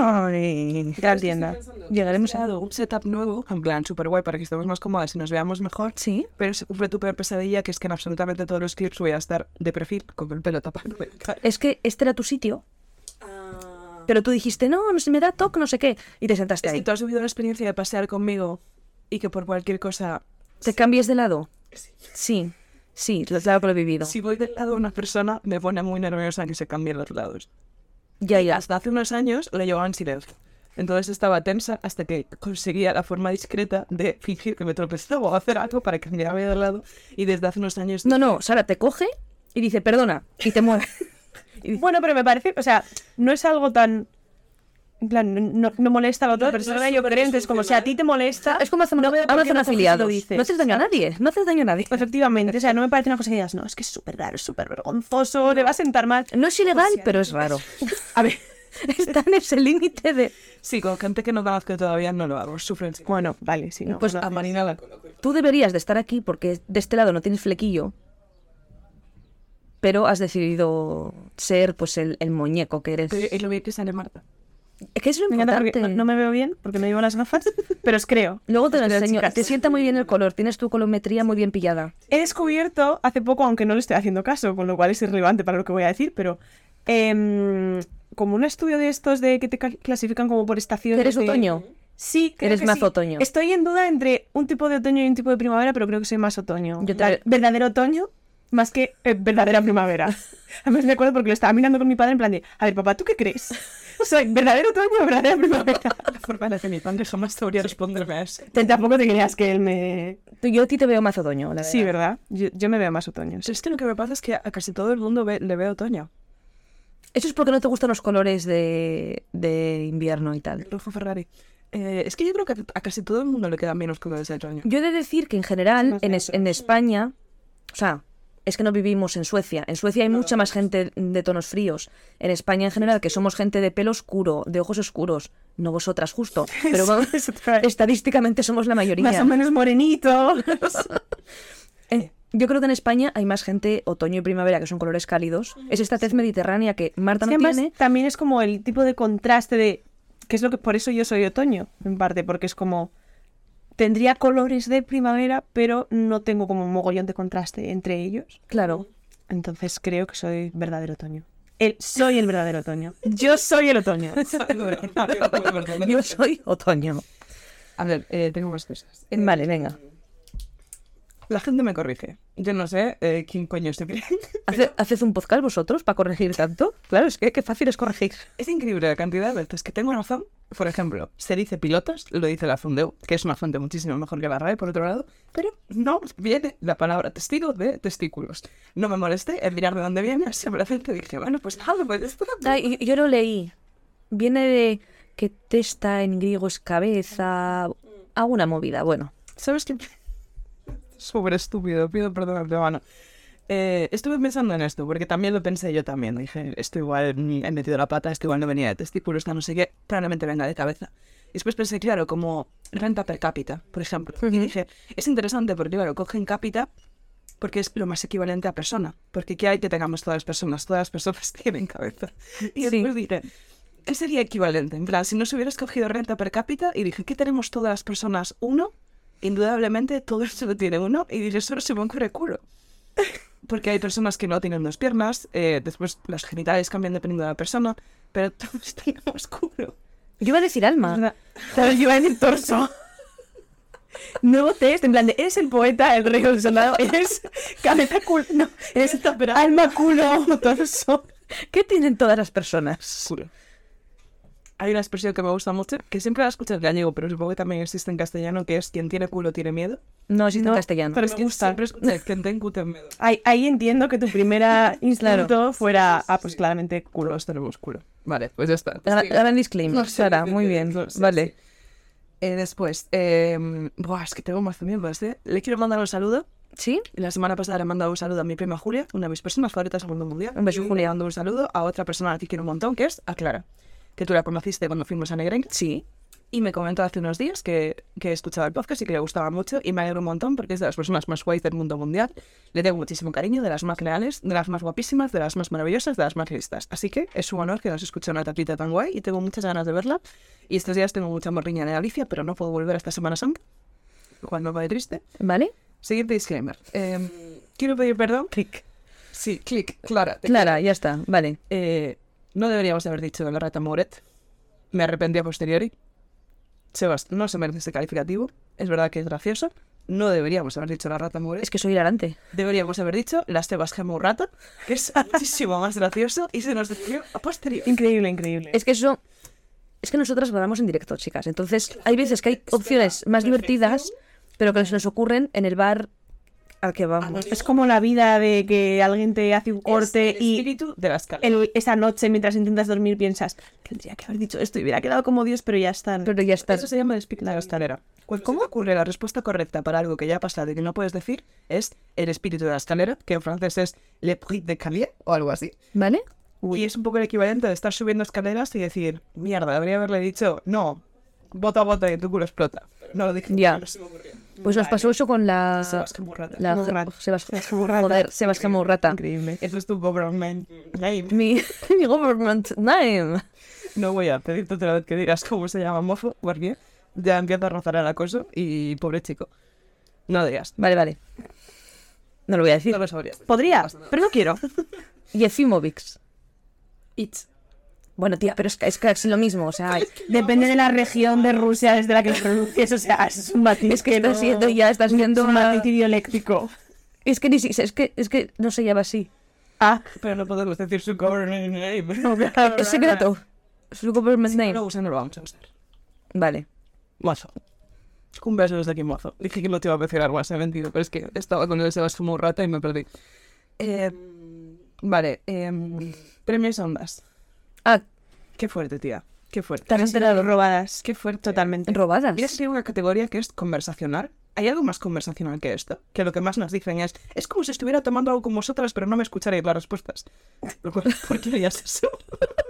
[SPEAKER 2] ¡Ay!
[SPEAKER 3] Gran
[SPEAKER 1] Pues
[SPEAKER 3] tienda.
[SPEAKER 2] llegaremos a...
[SPEAKER 1] creado un setup nuevo, en plan súper guay, para que estemos más cómodas y nos veamos mejor.
[SPEAKER 2] Sí.
[SPEAKER 1] Pero se cumple tu peor pesadilla, que es que en absolutamente todos los clips voy a estar de perfil con el pelo tapado.
[SPEAKER 2] Es que este era tu sitio.
[SPEAKER 3] Ah.
[SPEAKER 2] Pero tú dijiste, no, no se me da toque, no sé qué. Y te sentaste
[SPEAKER 1] Es que
[SPEAKER 2] ahí.
[SPEAKER 1] tú has vivido la experiencia de pasear conmigo y que por cualquier cosa,
[SPEAKER 2] ¿Te cambies de lado? Sí. Sí, lo- claro que lo he vivido.
[SPEAKER 1] si voy del lado de una persona, me pone muy nerviosa que se cambien los lados.
[SPEAKER 2] Ya, ya.
[SPEAKER 1] Hasta hace unos años le llevaba en silencio. Entonces estaba tensa hasta que conseguía la forma discreta de fingir que me tropezaba o hacer algo para cambiarme de lado. Y desde hace unos años...
[SPEAKER 2] No, no, Sara te coge y dice, perdona, y te mueve.
[SPEAKER 3] Bueno, pero me parece, o sea, no es algo tan. En plan, no- no, no molesta a la otra
[SPEAKER 1] No- no es
[SPEAKER 3] persona, yo creo. Entonces, como si a ti te molesta.
[SPEAKER 2] Es como hacemos
[SPEAKER 3] no veo por qué
[SPEAKER 2] Amazon
[SPEAKER 3] no coges y lo
[SPEAKER 2] afiliados.
[SPEAKER 3] dices.
[SPEAKER 2] No haces daño a nadie. No haces daño a nadie.
[SPEAKER 3] Efectivamente, o sea, no me parece una cosa que digas, no, es que es súper raro, es súper vergonzoso, le va a sentar mal.
[SPEAKER 2] No es ilegal, pero es raro.
[SPEAKER 3] A ver,
[SPEAKER 2] Está en ese límite de...
[SPEAKER 1] Sí, con gente que no conozco todavía no lo hago, sufren.
[SPEAKER 3] bueno, vale, sí, no.
[SPEAKER 2] Pues
[SPEAKER 3] no.
[SPEAKER 2] a
[SPEAKER 1] Marina la coloco.
[SPEAKER 2] Tú deberías de estar aquí porque de este lado no tienes flequillo, pero has decidido ser pues el, el muñeco que eres.
[SPEAKER 1] Pero es lo bien que sale Marta.
[SPEAKER 2] Es que es lo
[SPEAKER 3] me encanta
[SPEAKER 2] importante.
[SPEAKER 3] porque no, no me veo bien porque no llevo las gafas, pero os creo.
[SPEAKER 2] Luego te lo
[SPEAKER 3] Espera,
[SPEAKER 2] enseño.
[SPEAKER 3] chicas.
[SPEAKER 2] Te sienta muy bien el color. Tienes tu colometría muy bien pillada.
[SPEAKER 3] He descubierto hace poco, aunque no le estoy haciendo caso, con lo cual es irrelevante para lo que voy a decir, pero em, como un estudio de estos de que te ca- clasifican como por estaciones.
[SPEAKER 2] ¿Eres
[SPEAKER 3] de-
[SPEAKER 2] otoño?
[SPEAKER 3] Sí, creo
[SPEAKER 2] Eres
[SPEAKER 3] que
[SPEAKER 2] más
[SPEAKER 3] sí.
[SPEAKER 2] otoño.
[SPEAKER 3] Estoy en duda entre un tipo de otoño y un tipo de primavera, pero creo que soy más otoño.
[SPEAKER 2] Yo
[SPEAKER 3] En plan,
[SPEAKER 2] también.
[SPEAKER 3] Verdadero otoño más que eh, verdadera primavera. Además me acuerdo porque lo estaba mirando con mi padre en plan de, a ver papá, ¿tú qué crees? ¿Soy verdadero otoño o verdadera primavera?
[SPEAKER 1] La forma en la que mi padre jamás sabría responderme a eso.
[SPEAKER 3] Te- Tampoco te creas que él me...
[SPEAKER 2] Tú- Yo a ti te veo más otoño, la
[SPEAKER 3] Sí,
[SPEAKER 2] verdad.
[SPEAKER 3] ¿verdad? Yo, yo me veo más otoño.
[SPEAKER 1] O sea, Pues es que lo que me pasa es que a casi todo el mundo ve- le veo otoño.
[SPEAKER 2] Eso es porque no te gustan los colores de, de invierno y tal.
[SPEAKER 1] El rojo Ferrari. Eh, es que yo creo que a casi todo el mundo le quedan menos colores de otoño.
[SPEAKER 2] Yo he de decir que en general, en, es- en España, o sea, es que no vivimos en Suecia. En Suecia hay mucha más gente de tonos fríos. En España, en general, que somos gente de pelo oscuro, de ojos oscuros. No vosotras, justo. Pero vamos,
[SPEAKER 3] Eso otra vez.
[SPEAKER 2] estadísticamente somos la mayoría.
[SPEAKER 3] Más o menos morenito.
[SPEAKER 2] Eh, Yo creo que en España hay más gente otoño y primavera, que son colores cálidos. Es esta tez mediterránea que Marta
[SPEAKER 3] Es que
[SPEAKER 2] no
[SPEAKER 3] además,
[SPEAKER 2] tiene.
[SPEAKER 3] También es como el tipo de contraste de. que es lo que. Por eso yo soy otoño, en parte, porque es como. Tendría colores de primavera, pero no tengo como un mogollón de contraste entre ellos.
[SPEAKER 2] Claro.
[SPEAKER 3] Entonces creo que soy verdadero otoño. El, soy el verdadero otoño.
[SPEAKER 1] Yo soy el otoño.
[SPEAKER 2] Yo soy otoño.
[SPEAKER 1] A ver, eh, tengo más cosas. Eh,
[SPEAKER 2] Vale, venga.
[SPEAKER 1] La gente me corrige. Yo no sé eh, quién coño se cree.
[SPEAKER 2] ¿Hace- ¿Haced un podcast vosotros para corregir tanto? Claro, es que qué fácil es corregir.
[SPEAKER 1] Es increíble la cantidad de veces que tengo razón. Por ejemplo, se dice pilotos, lo dice la Fundeu, que es una fuente muchísimo mejor que la RAE, por otro lado, pero no viene la palabra testigo de testículos. No me molesté en mirar de dónde viene, simplemente dije, bueno, pues nada, pues esto
[SPEAKER 2] Ay, Ah, yo lo leí. Viene de que testa en griego es cabeza. Hago una movida, bueno.
[SPEAKER 1] ¿Sabes qué? Súper estúpido, pido perdón de antemano. Eh, estuve pensando en esto, porque también lo pensé yo también. Dije, esto igual mm, he metido la pata, esto igual no venía de testículos, esta no sé qué, probablemente venga de cabeza. Y después pensé, claro, como renta per cápita, por ejemplo. Y dije, es interesante porque, claro, cogen cápita porque es lo más equivalente a persona. Porque ¿qué hay que tengamos todas las personas? Todas las personas tienen cabeza. Y
[SPEAKER 2] Sí.
[SPEAKER 1] después dije, ¿qué sería equivalente? En plan, si no se hubiera escogido renta per cápita y dije, ¿qué tenemos todas las personas? Uno, indudablemente todo esto lo tiene uno y dije, solo se me ocurre culo. Porque hay personas que no tienen dos piernas, eh, después las genitales cambian dependiendo de la persona, pero todos tenemos culo.
[SPEAKER 2] Yo iba a decir alma.
[SPEAKER 1] Ah,
[SPEAKER 3] Claro, yo iba en el torso. Nuevo test, en plan de, eres el poeta, el rey del soldado, eres cabeza culo, no, eres alma culo, torso.
[SPEAKER 2] ¿Qué tienen todas las personas?
[SPEAKER 1] Culo. Hay una expresión que me gusta mucho, que siempre la escucho en gallego, pero supongo que también existe en castellano, que es quien tiene culo tiene miedo.
[SPEAKER 2] No, existe en castellano.
[SPEAKER 1] Pero es que siempre escuché quien tiene culo tiene miedo.
[SPEAKER 3] Ahí, ahí entiendo que tu primera instinto fuera, ah, pues claramente culo.
[SPEAKER 1] Todos tenemos culo. Vale, pues ya está.
[SPEAKER 2] Gran,
[SPEAKER 1] Sí.
[SPEAKER 2] gran disclaimer,
[SPEAKER 1] No sé,
[SPEAKER 2] Sara,
[SPEAKER 1] sí,
[SPEAKER 2] muy
[SPEAKER 1] sí,
[SPEAKER 2] bien.
[SPEAKER 1] no sé,
[SPEAKER 2] vale.
[SPEAKER 1] Eh, después, eh, buah, es que tengo más miembros, ¿eh? Le quiero mandar un saludo.
[SPEAKER 2] ¿Sí?
[SPEAKER 1] La semana pasada le he mandado un saludo a mi prima Julia, una de mis personas favoritas del mundo mundial.
[SPEAKER 2] Un beso,
[SPEAKER 1] Y
[SPEAKER 2] Julia.
[SPEAKER 1] Le mando un saludo a otra persona que quiero un montón, que es a Clara, que tú la conociste cuando fuimos a Negren.
[SPEAKER 2] Sí.
[SPEAKER 1] Y me comentó hace unos días que, que escuchaba el podcast y que le gustaba mucho. Y me alegro un montón porque es de las personas más guays del mundo mundial. Le tengo muchísimo cariño, de las más reales, de las más guapísimas, de las más maravillosas, de las más listas. Así que es un honor que nos escuche una tatlita tan guay y tengo muchas ganas de verla. Y estos días tengo mucha morriña en Galicia, pero no puedo volver esta Semana Santa, lo cual me pone triste.
[SPEAKER 2] ¿Vale?
[SPEAKER 1] Siguiente disclaimer. Eh, quiero pedir perdón. Clic. Sí, clic, Clara. te-
[SPEAKER 2] Clara, ya está. Vale.
[SPEAKER 1] Eh, no deberíamos haber dicho la rata Moret. Me arrepentí a posteriori. Sebas, no se merece este calificativo. Es verdad que es gracioso. No deberíamos haber dicho la rata Moret.
[SPEAKER 2] Es que soy hilarante.
[SPEAKER 1] Deberíamos haber dicho la Sebas Gemo Rata, que es muchísimo más gracioso y se nos decidió a posteriori.
[SPEAKER 3] Increíble, increíble.
[SPEAKER 2] Es que eso. Es que nosotras grabamos en directo, chicas. Entonces, hay veces que hay opciones más divertidas, pero que se nos ocurren en el bar al que vamos.
[SPEAKER 3] Es como la vida de que alguien te hace un corte y
[SPEAKER 1] Este espíritu de la escala.
[SPEAKER 3] el- esa noche mientras intentas dormir piensas, tendría que haber dicho esto y hubiera quedado como Dios, pero ya están.
[SPEAKER 2] Pero ya está.
[SPEAKER 1] Eso se llama espíritu de la escalera. ¿Cómo ocurre la respuesta correcta para algo que ya ha pasado y que no puedes decir? Es el espíritu de la escalera, que en francés es le prix de calier o algo así.
[SPEAKER 2] ¿Vale?
[SPEAKER 1] Y es un poco el equivalente de estar subiendo escaleras y decir, mierda, debería haberle dicho, no, bota a bota y tu culo explota. No lo dije.
[SPEAKER 2] Ya.
[SPEAKER 1] pero se me ocurrió.
[SPEAKER 2] Pues nos pasó eso con la.
[SPEAKER 1] Sebas Gemurrata.
[SPEAKER 2] La
[SPEAKER 3] Gemurrata.
[SPEAKER 2] Sebas
[SPEAKER 3] Gemurrata.
[SPEAKER 2] Joder, Sebas Gemurrata.
[SPEAKER 3] Increíble.
[SPEAKER 1] Eso es tu government name.
[SPEAKER 2] Mi, mi government name.
[SPEAKER 1] No voy a pedirte otra vez que digas cómo se llama mofo, porque ya empieza a rozar el acoso y pobre chico. No digas.
[SPEAKER 2] Vale, vale. No lo voy a decir.
[SPEAKER 1] No lo sabrías.
[SPEAKER 3] Podría, pero no quiero.
[SPEAKER 2] Yefimovix.
[SPEAKER 1] It's.
[SPEAKER 2] Bueno, tía, pero es que es, que es lo mismo. O sea,
[SPEAKER 3] Depende de la región de Rusia desde la que lo pronuncies, o sea, es un matiz.
[SPEAKER 2] es que estás siendo ya, estás siendo
[SPEAKER 3] un
[SPEAKER 2] una...
[SPEAKER 3] matiz idioléctrico.
[SPEAKER 2] Es que, ni si- es que es que no se llama así.
[SPEAKER 3] Ah,
[SPEAKER 1] Pero no podemos decir su government name.
[SPEAKER 2] Es secreto. Su government
[SPEAKER 1] No
[SPEAKER 2] name.
[SPEAKER 1] lo usan, no lo vamos a usar.
[SPEAKER 2] Vale.
[SPEAKER 1] Mozo. Un beso desde aquí, mozo. Dije que no te iba a mencionar más, he mentido, pero es que estaba con el Sebas como rata y me perdí. Eh, vale, eh, premios Ondas.
[SPEAKER 2] Ah,
[SPEAKER 1] Qué fuerte, tía. Qué fuerte.
[SPEAKER 3] también te las robadas.
[SPEAKER 1] Qué fuerte.
[SPEAKER 3] Totalmente.
[SPEAKER 2] robadas.
[SPEAKER 1] Mira, si hay una categoría que es conversacional. ¿Hay algo más conversacional que esto? Que lo que más nos dicen es, es como si estuviera tomando algo con vosotras, pero no me escucharéis las respuestas. Lo cual, ¿por qué harías eso?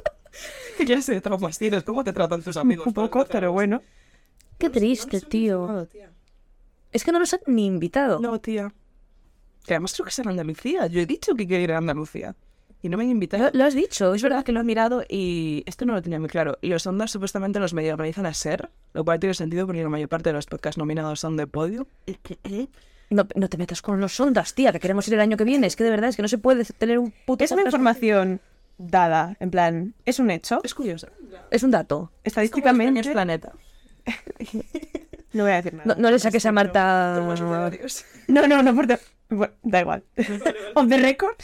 [SPEAKER 1] ¿Qué clase de traumas tienes? ¿Cómo te tratan tus amigos?
[SPEAKER 3] Un poco, pero bueno.
[SPEAKER 2] Qué triste, tío.
[SPEAKER 1] tía.
[SPEAKER 2] Es que no los han ni invitado.
[SPEAKER 1] No, tía. Que además creo que es en Andalucía. Yo he dicho que quería ir a Andalucía. Y no me han invitado.
[SPEAKER 2] Lo, lo has dicho, es
[SPEAKER 1] Es
[SPEAKER 2] verdad.
[SPEAKER 1] verdad que lo he mirado y esto no lo tenía muy claro. Y los ondas supuestamente los medio organizan a ser, lo cual tiene sentido porque la mayor parte de los podcasts nominados son de podio.
[SPEAKER 2] No, no te metas con los ondas, tía, que queremos ir el año que viene. Es que de verdad, es que no se puede tener un puto...
[SPEAKER 3] Es
[SPEAKER 2] podcast-
[SPEAKER 3] una información dada, en plan, es un hecho,
[SPEAKER 1] Es curioso.
[SPEAKER 2] Es un dato.
[SPEAKER 3] estadísticamente,
[SPEAKER 1] planeta.
[SPEAKER 3] no voy a decir
[SPEAKER 2] No,
[SPEAKER 3] nada.
[SPEAKER 2] no le saques a Marta.
[SPEAKER 3] No, no, no, por te- bueno, da igual. On the record,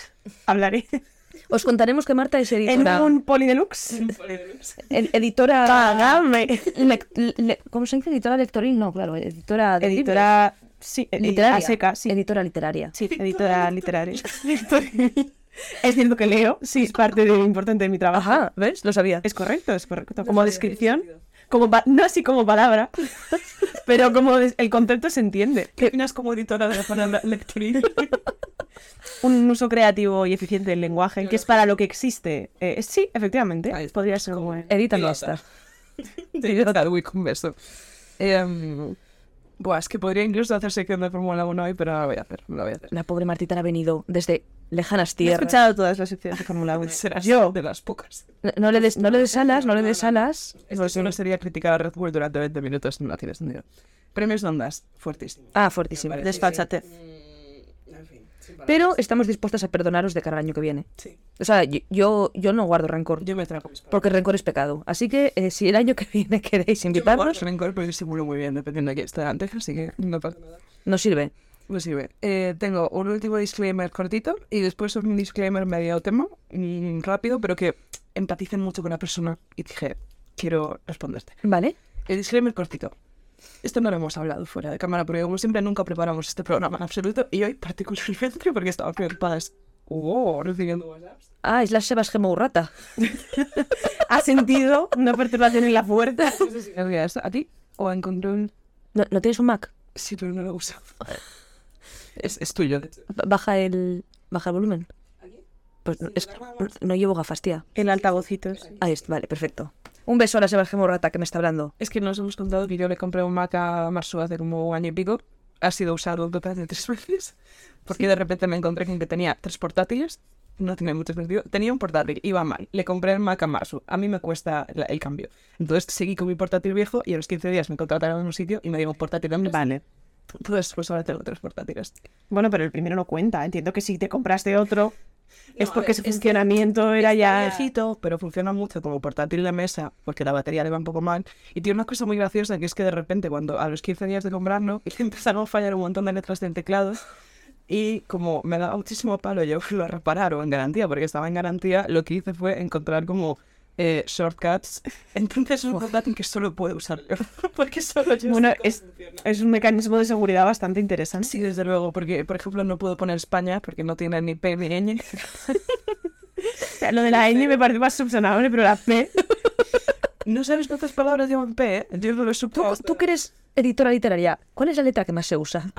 [SPEAKER 3] hablaré.
[SPEAKER 2] Os contaremos que Marta es
[SPEAKER 3] En
[SPEAKER 2] editora.
[SPEAKER 3] un Ah. polidelux,
[SPEAKER 2] ed- editora.
[SPEAKER 3] pagame.
[SPEAKER 2] lec- le- ¿Cómo se dice? Editora lectoril. No, claro, editora. de
[SPEAKER 3] Editora, sí,
[SPEAKER 2] libros.
[SPEAKER 3] edi-
[SPEAKER 2] literaria.
[SPEAKER 3] a seca, sí.
[SPEAKER 2] Editora literaria.
[SPEAKER 3] Sí, editora literaria. es cierto que leo, sí, es parte de, importante de mi trabajo.
[SPEAKER 2] Ajá, ¿ves? Lo sabía.
[SPEAKER 3] Es correcto, es correcto. Como descripción, como pa- no así como palabra, pero como des- el concepto se entiende.
[SPEAKER 1] ¿Qué opinas como editora de la palabra lectoril?
[SPEAKER 3] Un uso creativo y eficiente del lenguaje, que es para lo que existe. Eh, sí, efectivamente,
[SPEAKER 1] Ahí está.
[SPEAKER 3] podría ser como...
[SPEAKER 2] Edítalo esta.
[SPEAKER 1] Editora uy, con beso. Em, buah, es que podría incluso hacer sección de Fórmula 1 hoy, pero no la voy a hacer. No la voy a hacer.
[SPEAKER 2] La pobre Martita ha venido desde lejanas
[SPEAKER 3] He
[SPEAKER 2] tierras.
[SPEAKER 3] escuchado todas las secciones de Fórmula 1.
[SPEAKER 1] Serás
[SPEAKER 3] Yo,
[SPEAKER 1] de las pocas.
[SPEAKER 2] No, no le des, no le des alas, no le des alas.
[SPEAKER 1] Es que si no sería criticar a Red Bull durante 20 minutos, no tiene sentido. Premios de ondas, fuertísimo.
[SPEAKER 2] Ah, fuertísimo.
[SPEAKER 3] desfachatez.
[SPEAKER 2] Pero estamos dispuestas a perdonaros de cara al año que viene.
[SPEAKER 1] Sí.
[SPEAKER 2] O sea, yo- yo, yo no guardo rencor,
[SPEAKER 1] Yo me trago mis palabras.
[SPEAKER 2] porque el rencor es pecado. Así que eh, si el año que viene queréis invitarnos,
[SPEAKER 1] Yo me guardo rencor, pero disimulo muy bien, dependiendo de quién está antes, así que no pasa nada.
[SPEAKER 2] nos sirve.
[SPEAKER 1] Pues sí, ve. Eh, tengo un último disclaimer cortito y después un disclaimer medio tema, mm, rápido, pero que empaticen mucho con la persona y dije, quiero responderte.
[SPEAKER 2] ¿Vale?
[SPEAKER 1] El disclaimer cortito. Esto no lo hemos hablado fuera de cámara, porque como siempre nunca preparamos este programa en absoluto y hoy particularmente porque estamos preocupadas. Oh, recibiendo WhatsApps.
[SPEAKER 2] Ah, es la Sebas Gemourrata.
[SPEAKER 3] ¿Has sentido una perturbación en la fuerza?
[SPEAKER 1] No sé si me voy a esto a ti o encontré un...
[SPEAKER 2] ¿No, no tienes un Mac?
[SPEAKER 1] Si tú no lo usas. Es, es tuyo. de hecho.
[SPEAKER 2] B- Baja el, baja el volumen. Pues no- es- no llevo gafas, tía.
[SPEAKER 3] En altavocitos.
[SPEAKER 2] Ahí está, vale, perfecto. Un beso a la Sebas Gemourrata que me está hablando.
[SPEAKER 1] Es que nos hemos contado que yo le compré un Mac a Marsu hace como un año y pico. Ha sido usado un total de tres veces. Porque de repente me encontré con que tenía tres portátiles. No tiene mucho sentido. Tenía un portátil, iba mal. Le compré el Mac a Marsu. A mí me cuesta la- el cambio. Entonces seguí con mi portátil viejo y a los 15 días me contrataron en un sitio y me dieron un portátil de Vale. Entonces, pues ahora tengo tres portátiles.
[SPEAKER 3] Bueno, pero el primero no cuenta. Entiendo que si te compraste otro, es
[SPEAKER 1] a
[SPEAKER 3] porque
[SPEAKER 1] ver,
[SPEAKER 3] su
[SPEAKER 1] es que-
[SPEAKER 3] funcionamiento era ya...
[SPEAKER 1] viejito, pero funciona mucho como portátil de mesa, porque la batería le va un poco mal. Y tiene una cosa muy graciosa, que es que de repente, cuando a los 15 días de comprarlo, le empezaron a fallar un montón de letras del teclado. Y como me daba muchísimo palo yo lo repararon en garantía, porque estaba en garantía, lo que hice fue encontrar como eh, shortcuts. Entonces es un portátil que solo puedo usar yo, porque solo yo sé
[SPEAKER 3] Bueno,
[SPEAKER 1] cómo
[SPEAKER 3] es,
[SPEAKER 1] funciona.
[SPEAKER 3] es un mecanismo de seguridad bastante interesante.
[SPEAKER 1] Sí, desde luego, porque por ejemplo no puedo poner España porque no tiene ni P ni ñ.
[SPEAKER 3] O sea, lo de la N me parece más subsanable, pero la P...
[SPEAKER 1] No sabes cuántas palabras llevan P, ¿eh? Yo no lo he
[SPEAKER 2] Tú, tú que eres editora literaria, ¿cuál es la letra que más se usa?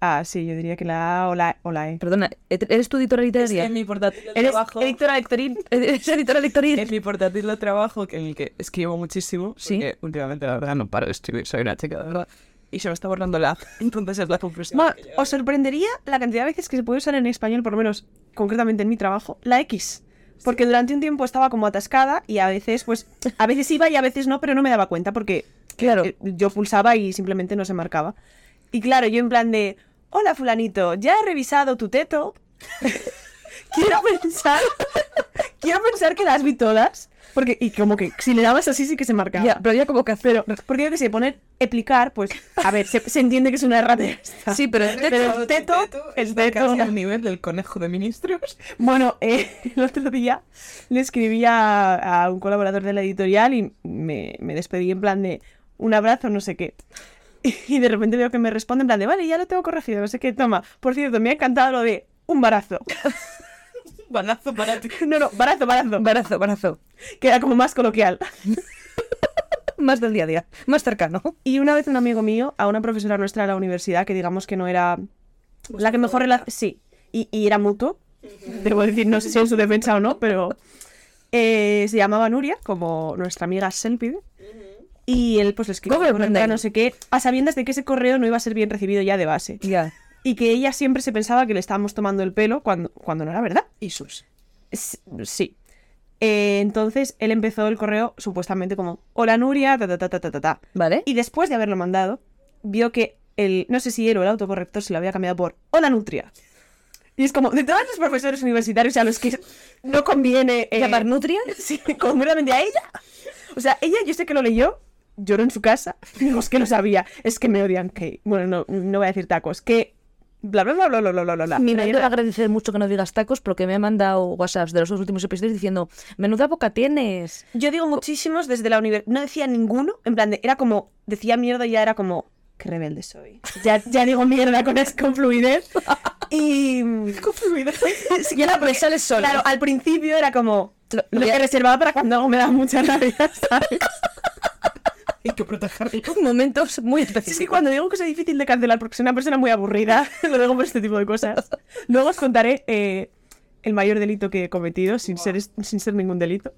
[SPEAKER 3] Ah, sí, yo diría que la A o la, o la E.
[SPEAKER 2] Perdona, ¿et- ¿eres tu editora literaria?
[SPEAKER 1] en mi portátil de
[SPEAKER 3] Eres
[SPEAKER 1] trabajo.
[SPEAKER 3] editora Hectorín.
[SPEAKER 2] ¿Eres editora lectoril?
[SPEAKER 1] En mi portátil de trabajo, que- en el que escribo muchísimo,
[SPEAKER 2] Sí.
[SPEAKER 1] porque últimamente la verdad no paro de escribir, soy una chica de verdad, y se me está borrando la app, entonces es la conclusión.
[SPEAKER 3] Ma, os sorprendería la cantidad de veces que se puede usar en español, por lo menos concretamente en mi trabajo, la X. Porque durante un tiempo estaba como atascada y a veces, pues, a veces iba y a veces no, pero no me daba cuenta porque
[SPEAKER 2] Claro.
[SPEAKER 3] eh, yo pulsaba y simplemente no se marcaba. Y claro, yo en plan de, hola fulanito, ya he revisado tu teto. quiero pensar, quiero pensar que las vi todas. Porque, y como que si le dabas así sí que se marcaba.
[SPEAKER 2] Ya, pero ya como que hace-
[SPEAKER 3] Pero, porque yo que sé, poner aplicar, pues, a ver, se, se entiende que es una errata.
[SPEAKER 2] Sí, pero el
[SPEAKER 3] Pero el teto, el
[SPEAKER 1] es de
[SPEAKER 3] teto.
[SPEAKER 1] casi al nivel del conejo de ministros.
[SPEAKER 3] Bueno, eh, el otro día le escribí a, a un colaborador de la editorial y me, me despedí en plan de un abrazo, no sé qué. Y de repente veo que me responde en plan de, vale, ya lo tengo corregido, no sé qué, toma. Por cierto, me ha encantado lo de un barazo.
[SPEAKER 1] Balazo para ti.
[SPEAKER 3] No, no, barazo, barazo.
[SPEAKER 2] Barazo, barazo.
[SPEAKER 3] Que era como más coloquial.
[SPEAKER 2] Más del día a día, más cercano.
[SPEAKER 3] Y una vez un amigo mío, a una profesora nuestra de la universidad, que digamos que no era la que mejor relación... Sí, y, y era mutuo. Debo decir, no sé si en su defensa o no, pero eh, se llamaba Nuria, como nuestra amiga Selpide. Y él pues le escribió
[SPEAKER 2] Google
[SPEAKER 3] un correo,
[SPEAKER 2] Monday.
[SPEAKER 3] no sé qué, a sabiendas de que ese correo no iba a ser bien recibido ya de base.
[SPEAKER 2] Ya.
[SPEAKER 3] Y que ella siempre se pensaba que le estábamos tomando el pelo cuando, cuando no era verdad.
[SPEAKER 1] Y sus.
[SPEAKER 3] S- Sí. Eh, entonces él empezó el correo supuestamente como, hola Nuria, ta ta ta ta ta ta ta.
[SPEAKER 2] ¿Vale?
[SPEAKER 3] Y después de haberlo mandado, vio que el, no sé si él o el autocorrector se lo había cambiado por Hola Nutria. Y es como, de todos los profesores universitarios a los que no conviene eh,
[SPEAKER 2] ¿Llamar nutria?
[SPEAKER 3] Sí, completamente a ella. O sea, ella, yo sé que lo leyó, lloró en su casa. Digo, es que lo sabía. Es que me odian, que. Bueno, no, no voy a decir tacos. Que. Bla, bla, bla, bla, bla, bla, bla, bla.
[SPEAKER 2] Mira, yo le
[SPEAKER 3] Mierda.
[SPEAKER 2] agradecer mucho que no digas tacos porque me ha mandado WhatsApps de los dos últimos episodios diciendo, menuda boca tienes.
[SPEAKER 3] Yo digo muchísimos desde la universidad. No decía ninguno. En plan, de- era como. Decía mierda y ya era como. Qué rebelde soy. Ya, ya digo mierda con, es- con fluidez. Y. Con fluidez.
[SPEAKER 2] Y ahora me sale sola.
[SPEAKER 3] Claro, al principio era como. Lo,
[SPEAKER 2] Lo- lo-
[SPEAKER 3] que reservaba para cuando algo me da mucha rabia, ¿sabes?
[SPEAKER 1] Hay que protegerme.
[SPEAKER 2] Momentos muy
[SPEAKER 3] Es
[SPEAKER 2] específicos.
[SPEAKER 3] que cuando digo que soy difícil de cancelar porque soy una persona muy aburrida, lo digo por este tipo de cosas. Luego os contaré eh, el mayor delito que he cometido, sin, ser, es- sin ser ningún delito.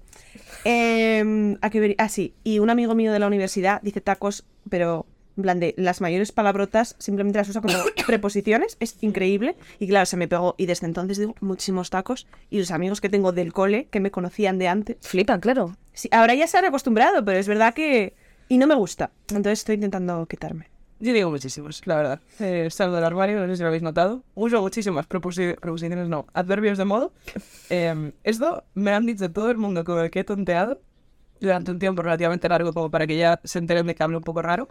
[SPEAKER 3] Eh, ¿a qué veni- ah, sí. Y un amigo mío de la universidad dice tacos, pero en plan de las mayores palabrotas simplemente las usa como preposiciones. Es increíble. Y claro, se me pegó. Y desde entonces digo muchísimos tacos. Y los amigos que tengo del cole, que me conocían de antes,
[SPEAKER 2] Flipan, claro.
[SPEAKER 3] sí, ahora ya se han acostumbrado, pero es verdad que... Y no me gusta. Entonces estoy intentando quitarme.
[SPEAKER 1] Yo digo muchísimos, la verdad. Eh, salgo del armario, no sé si lo habéis notado. Uso muchísimas proposi- proposiciones, no, adverbios de modo. Eh, esto me han dicho todo el mundo con el que he tonteado durante un tiempo relativamente largo, como para que ya se enteren de que hablo un poco raro.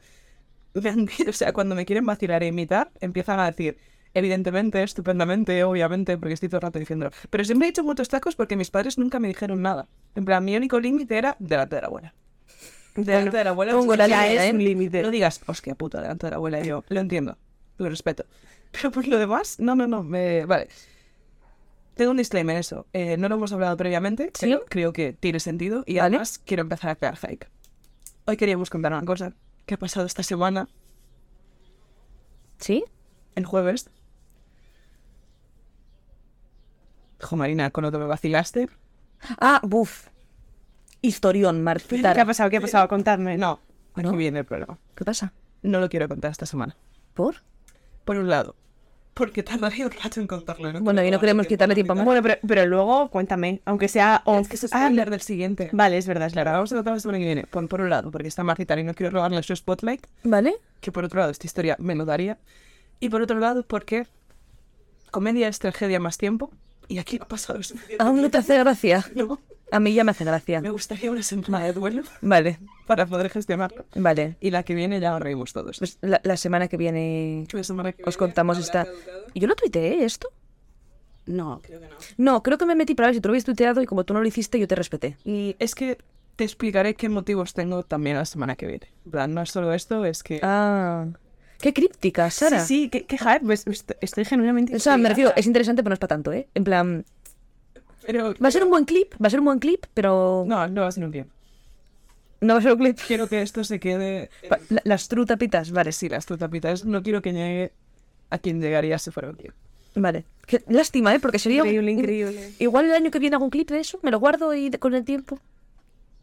[SPEAKER 1] Me han- o sea, cuando me quieren vacilar e imitar, empiezan a decir, evidentemente, estupendamente, obviamente, porque estoy todo el rato diciendo. Pero siempre he hecho muchos tacos porque mis padres nunca me dijeron nada. En plan, mi único límite era delante de la abuela. Delante de la abuela
[SPEAKER 2] pongo la
[SPEAKER 1] ya
[SPEAKER 2] línea,
[SPEAKER 1] es
[SPEAKER 2] ¿eh?
[SPEAKER 1] un límite. No digas, hostia puta, delante de la abuela. Yo lo entiendo, lo respeto. Pero por lo demás, no, no, no. me- Vale. Tengo un disclaimer, eso. Eh, no lo hemos hablado previamente.
[SPEAKER 2] ¿Sí?
[SPEAKER 1] pero creo que tiene sentido. Y
[SPEAKER 2] Vale.
[SPEAKER 1] además quiero empezar a crear fake. Hoy queríamos contar una cosa que ha pasado esta semana,
[SPEAKER 2] ¿Sí?
[SPEAKER 1] el jueves. Jo, Marina, con lo que me vacilaste.
[SPEAKER 2] Ah, buf. Historión, Martita.
[SPEAKER 3] ¿Qué ha pasado? ¿Qué ha pasado? Contadme.
[SPEAKER 1] Eh, No,
[SPEAKER 2] No.
[SPEAKER 1] aquí viene el problema.
[SPEAKER 2] ¿Qué pasa?
[SPEAKER 1] No lo quiero contar esta semana.
[SPEAKER 2] ¿Por?
[SPEAKER 1] Por un lado, porque tardaría un rato en contarlo. ¿no?
[SPEAKER 2] Bueno, y no queremos quitarle tiempo a Mar.
[SPEAKER 3] Bueno, pero, pero luego cuéntame, aunque sea... o-
[SPEAKER 1] Es que eso es
[SPEAKER 3] Ah,
[SPEAKER 1] hablar del siguiente.
[SPEAKER 3] vale, es verdad, es
[SPEAKER 1] Claro,
[SPEAKER 3] verdad.
[SPEAKER 1] vamos a tratar la semana que viene. Por, por un lado, porque está Marcita y no quiero robarle su spotlight.
[SPEAKER 2] ¿Vale?
[SPEAKER 1] Que por otro lado, esta historia me lo daría. Y por otro lado, porque comedia es tragedia más tiempo. Y aquí no ha pasado eso.
[SPEAKER 2] Aún no te hace gracia.
[SPEAKER 1] No,
[SPEAKER 2] A mí ya me hace gracia.
[SPEAKER 1] me gustaría una semana de duelo
[SPEAKER 2] Vale,
[SPEAKER 1] para poder gestionarlo.
[SPEAKER 2] vale.
[SPEAKER 1] Y la que viene ya nos reímos todos.
[SPEAKER 2] Pues la, la semana que viene
[SPEAKER 1] La semana que
[SPEAKER 2] os
[SPEAKER 1] viene
[SPEAKER 2] contamos
[SPEAKER 1] habrá
[SPEAKER 2] esta...
[SPEAKER 1] caducado.
[SPEAKER 2] ¿Yo lo tuiteé esto?
[SPEAKER 5] No,
[SPEAKER 2] No, creo que me metí para ver si tú lo habías tuiteado y como tú no lo hiciste, yo te respeté.
[SPEAKER 1] Y es que te explicaré qué motivos tengo también la semana que viene. En plan, no es solo esto, es que.
[SPEAKER 2] Ah. Qué críptica, Sara.
[SPEAKER 3] Sí, sí, qué, qué hype, pues, est- estoy genuinamente...
[SPEAKER 2] O sea, me
[SPEAKER 3] intrigada.
[SPEAKER 2] refiero, es interesante, pero no es para tanto, ¿eh? En plan,
[SPEAKER 1] Pero.
[SPEAKER 2] va a ser un buen clip, va a ser un buen clip, pero no,
[SPEAKER 1] No, no va a ser un tiempo.
[SPEAKER 2] va a ser un clip.
[SPEAKER 1] Quiero que esto se quede.
[SPEAKER 2] Pa- la- Las trutapitas, vale,
[SPEAKER 1] Vale, sí, las trutapitas. No quiero que llegue a quien llegaría si fuera un tío.
[SPEAKER 2] vale. Qué lástima, ¿eh? Porque sería... un-
[SPEAKER 3] Increíble, increíble.
[SPEAKER 2] Igual el año que viene hago un clip de eso, me lo guardo y de- con el tiempo.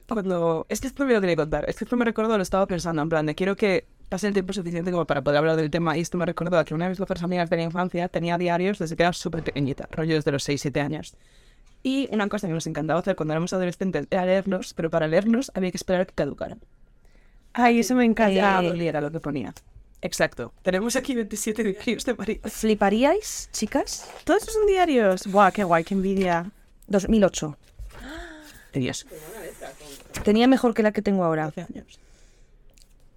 [SPEAKER 1] Cuando... Es que esto me lo quería contar. Es que esto me recuerdo, lo estaba pensando, en plan, de quiero que pase el tiempo suficiente como para poder hablar del tema. Y esto me recordó que una de mis mejores amigas de la infancia tenía diarios desde que era súper pequeñita, rollo desde los 6-7 años. Y una cosa que nos encantaba hacer cuando éramos adolescentes era leerlos, pero para leerlos había que esperar a que caducaran.
[SPEAKER 3] Ay, eso me encanta. Ah,
[SPEAKER 1] Ya doliera lo que ponía. Exacto. Tenemos aquí 27 diarios de María.
[SPEAKER 2] ¿Fliparíais, chicas?
[SPEAKER 3] ¿Todos esos son diarios? Guau, qué guay, qué envidia.
[SPEAKER 2] 2008.
[SPEAKER 1] Dios.
[SPEAKER 2] Tenía mejor que la que tengo ahora.
[SPEAKER 1] 12 años.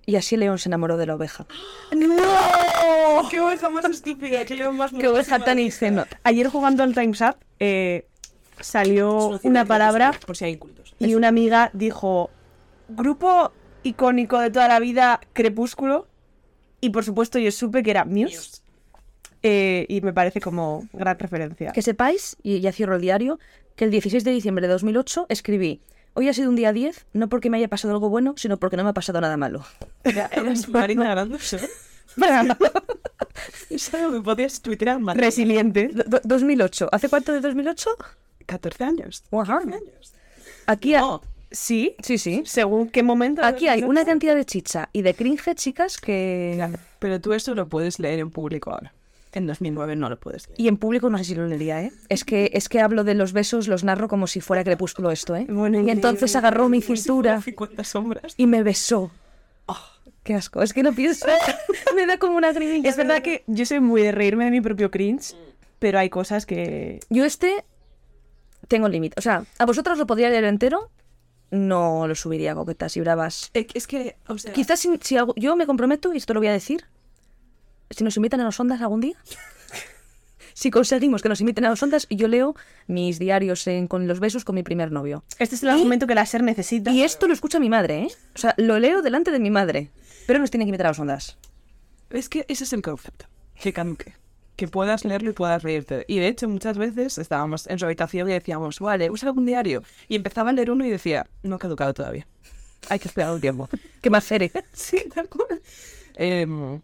[SPEAKER 2] Y así León se enamoró de la oveja.
[SPEAKER 1] ¡No! ¡Qué oveja más estúpida! ¡Qué yo más
[SPEAKER 2] ¡Qué oveja tan ingenua!
[SPEAKER 3] Ayer jugando al Time's Up eh, salió una palabra
[SPEAKER 1] Por si hay incultos.
[SPEAKER 3] y una amiga dijo, grupo icónico de toda la vida, Crepúsculo. Y por supuesto yo supe que era Muse. Eh, y me parece como gran referencia.
[SPEAKER 2] Que sepáis, y ya cierro el diario, que el 16 de diciembre de 2008 escribí Hoy ha sido un día 10, no porque me haya pasado algo bueno, sino porque no me ha pasado nada malo.
[SPEAKER 1] Eras Marina Grandioso. Solo me podías tuitear más.
[SPEAKER 3] Resiliente.
[SPEAKER 2] Do- do- 2008. ¿Hace cuánto de 2008?
[SPEAKER 1] 14 años. Oh,
[SPEAKER 2] Ajá. Aquí, ha-
[SPEAKER 1] No.
[SPEAKER 3] Sí,
[SPEAKER 2] sí, sí.
[SPEAKER 3] según qué momento.
[SPEAKER 2] Aquí hay una cantidad de chicha y de cringe, chicas, que...
[SPEAKER 1] Pero tú esto lo puedes leer en público ahora. En 2009 no lo puedes leer.
[SPEAKER 2] Y en público no sé si lo leería, ¿eh? Es que, es que hablo de los besos, los narro como si fuera crepúsculo esto, ¿eh?
[SPEAKER 3] Bueno,
[SPEAKER 2] y entonces agarró mi cintura
[SPEAKER 1] 50 sombras.
[SPEAKER 2] y me besó. Oh, ¡Qué asco! Es que lo pienso. me da como una grimilla.
[SPEAKER 3] Es verdad que yo soy muy de reírme de mi propio cringe, pero hay cosas que...
[SPEAKER 2] Yo este tengo límite. O sea, a vosotros lo podría leer entero, no lo subiría a coquetas y bravas.
[SPEAKER 1] Eh, Es que, o sea,
[SPEAKER 2] Quizás si, si algo- yo me comprometo, y esto lo voy a decir, si nos invitan a las ondas algún día, si conseguimos que nos inviten a las ondas, yo leo mis diarios en- con los besos con mi primer novio.
[SPEAKER 3] Este es el argumento que la SER necesita.
[SPEAKER 2] Y esto lo escucha mi madre, ¿eh? O sea, lo leo delante de mi madre, pero nos tiene que invitar a las ondas.
[SPEAKER 1] es que ese es el concepto. Que caduque. Que puedas leerlo y puedas reírte. Y de hecho, muchas veces estábamos en su habitación y decíamos, vale, usa algún diario. Y empezaba a leer uno y decía, no ha caducado todavía. Hay que esperar un tiempo.
[SPEAKER 2] ¿Qué más eres?
[SPEAKER 1] Sí, tal cual. Em,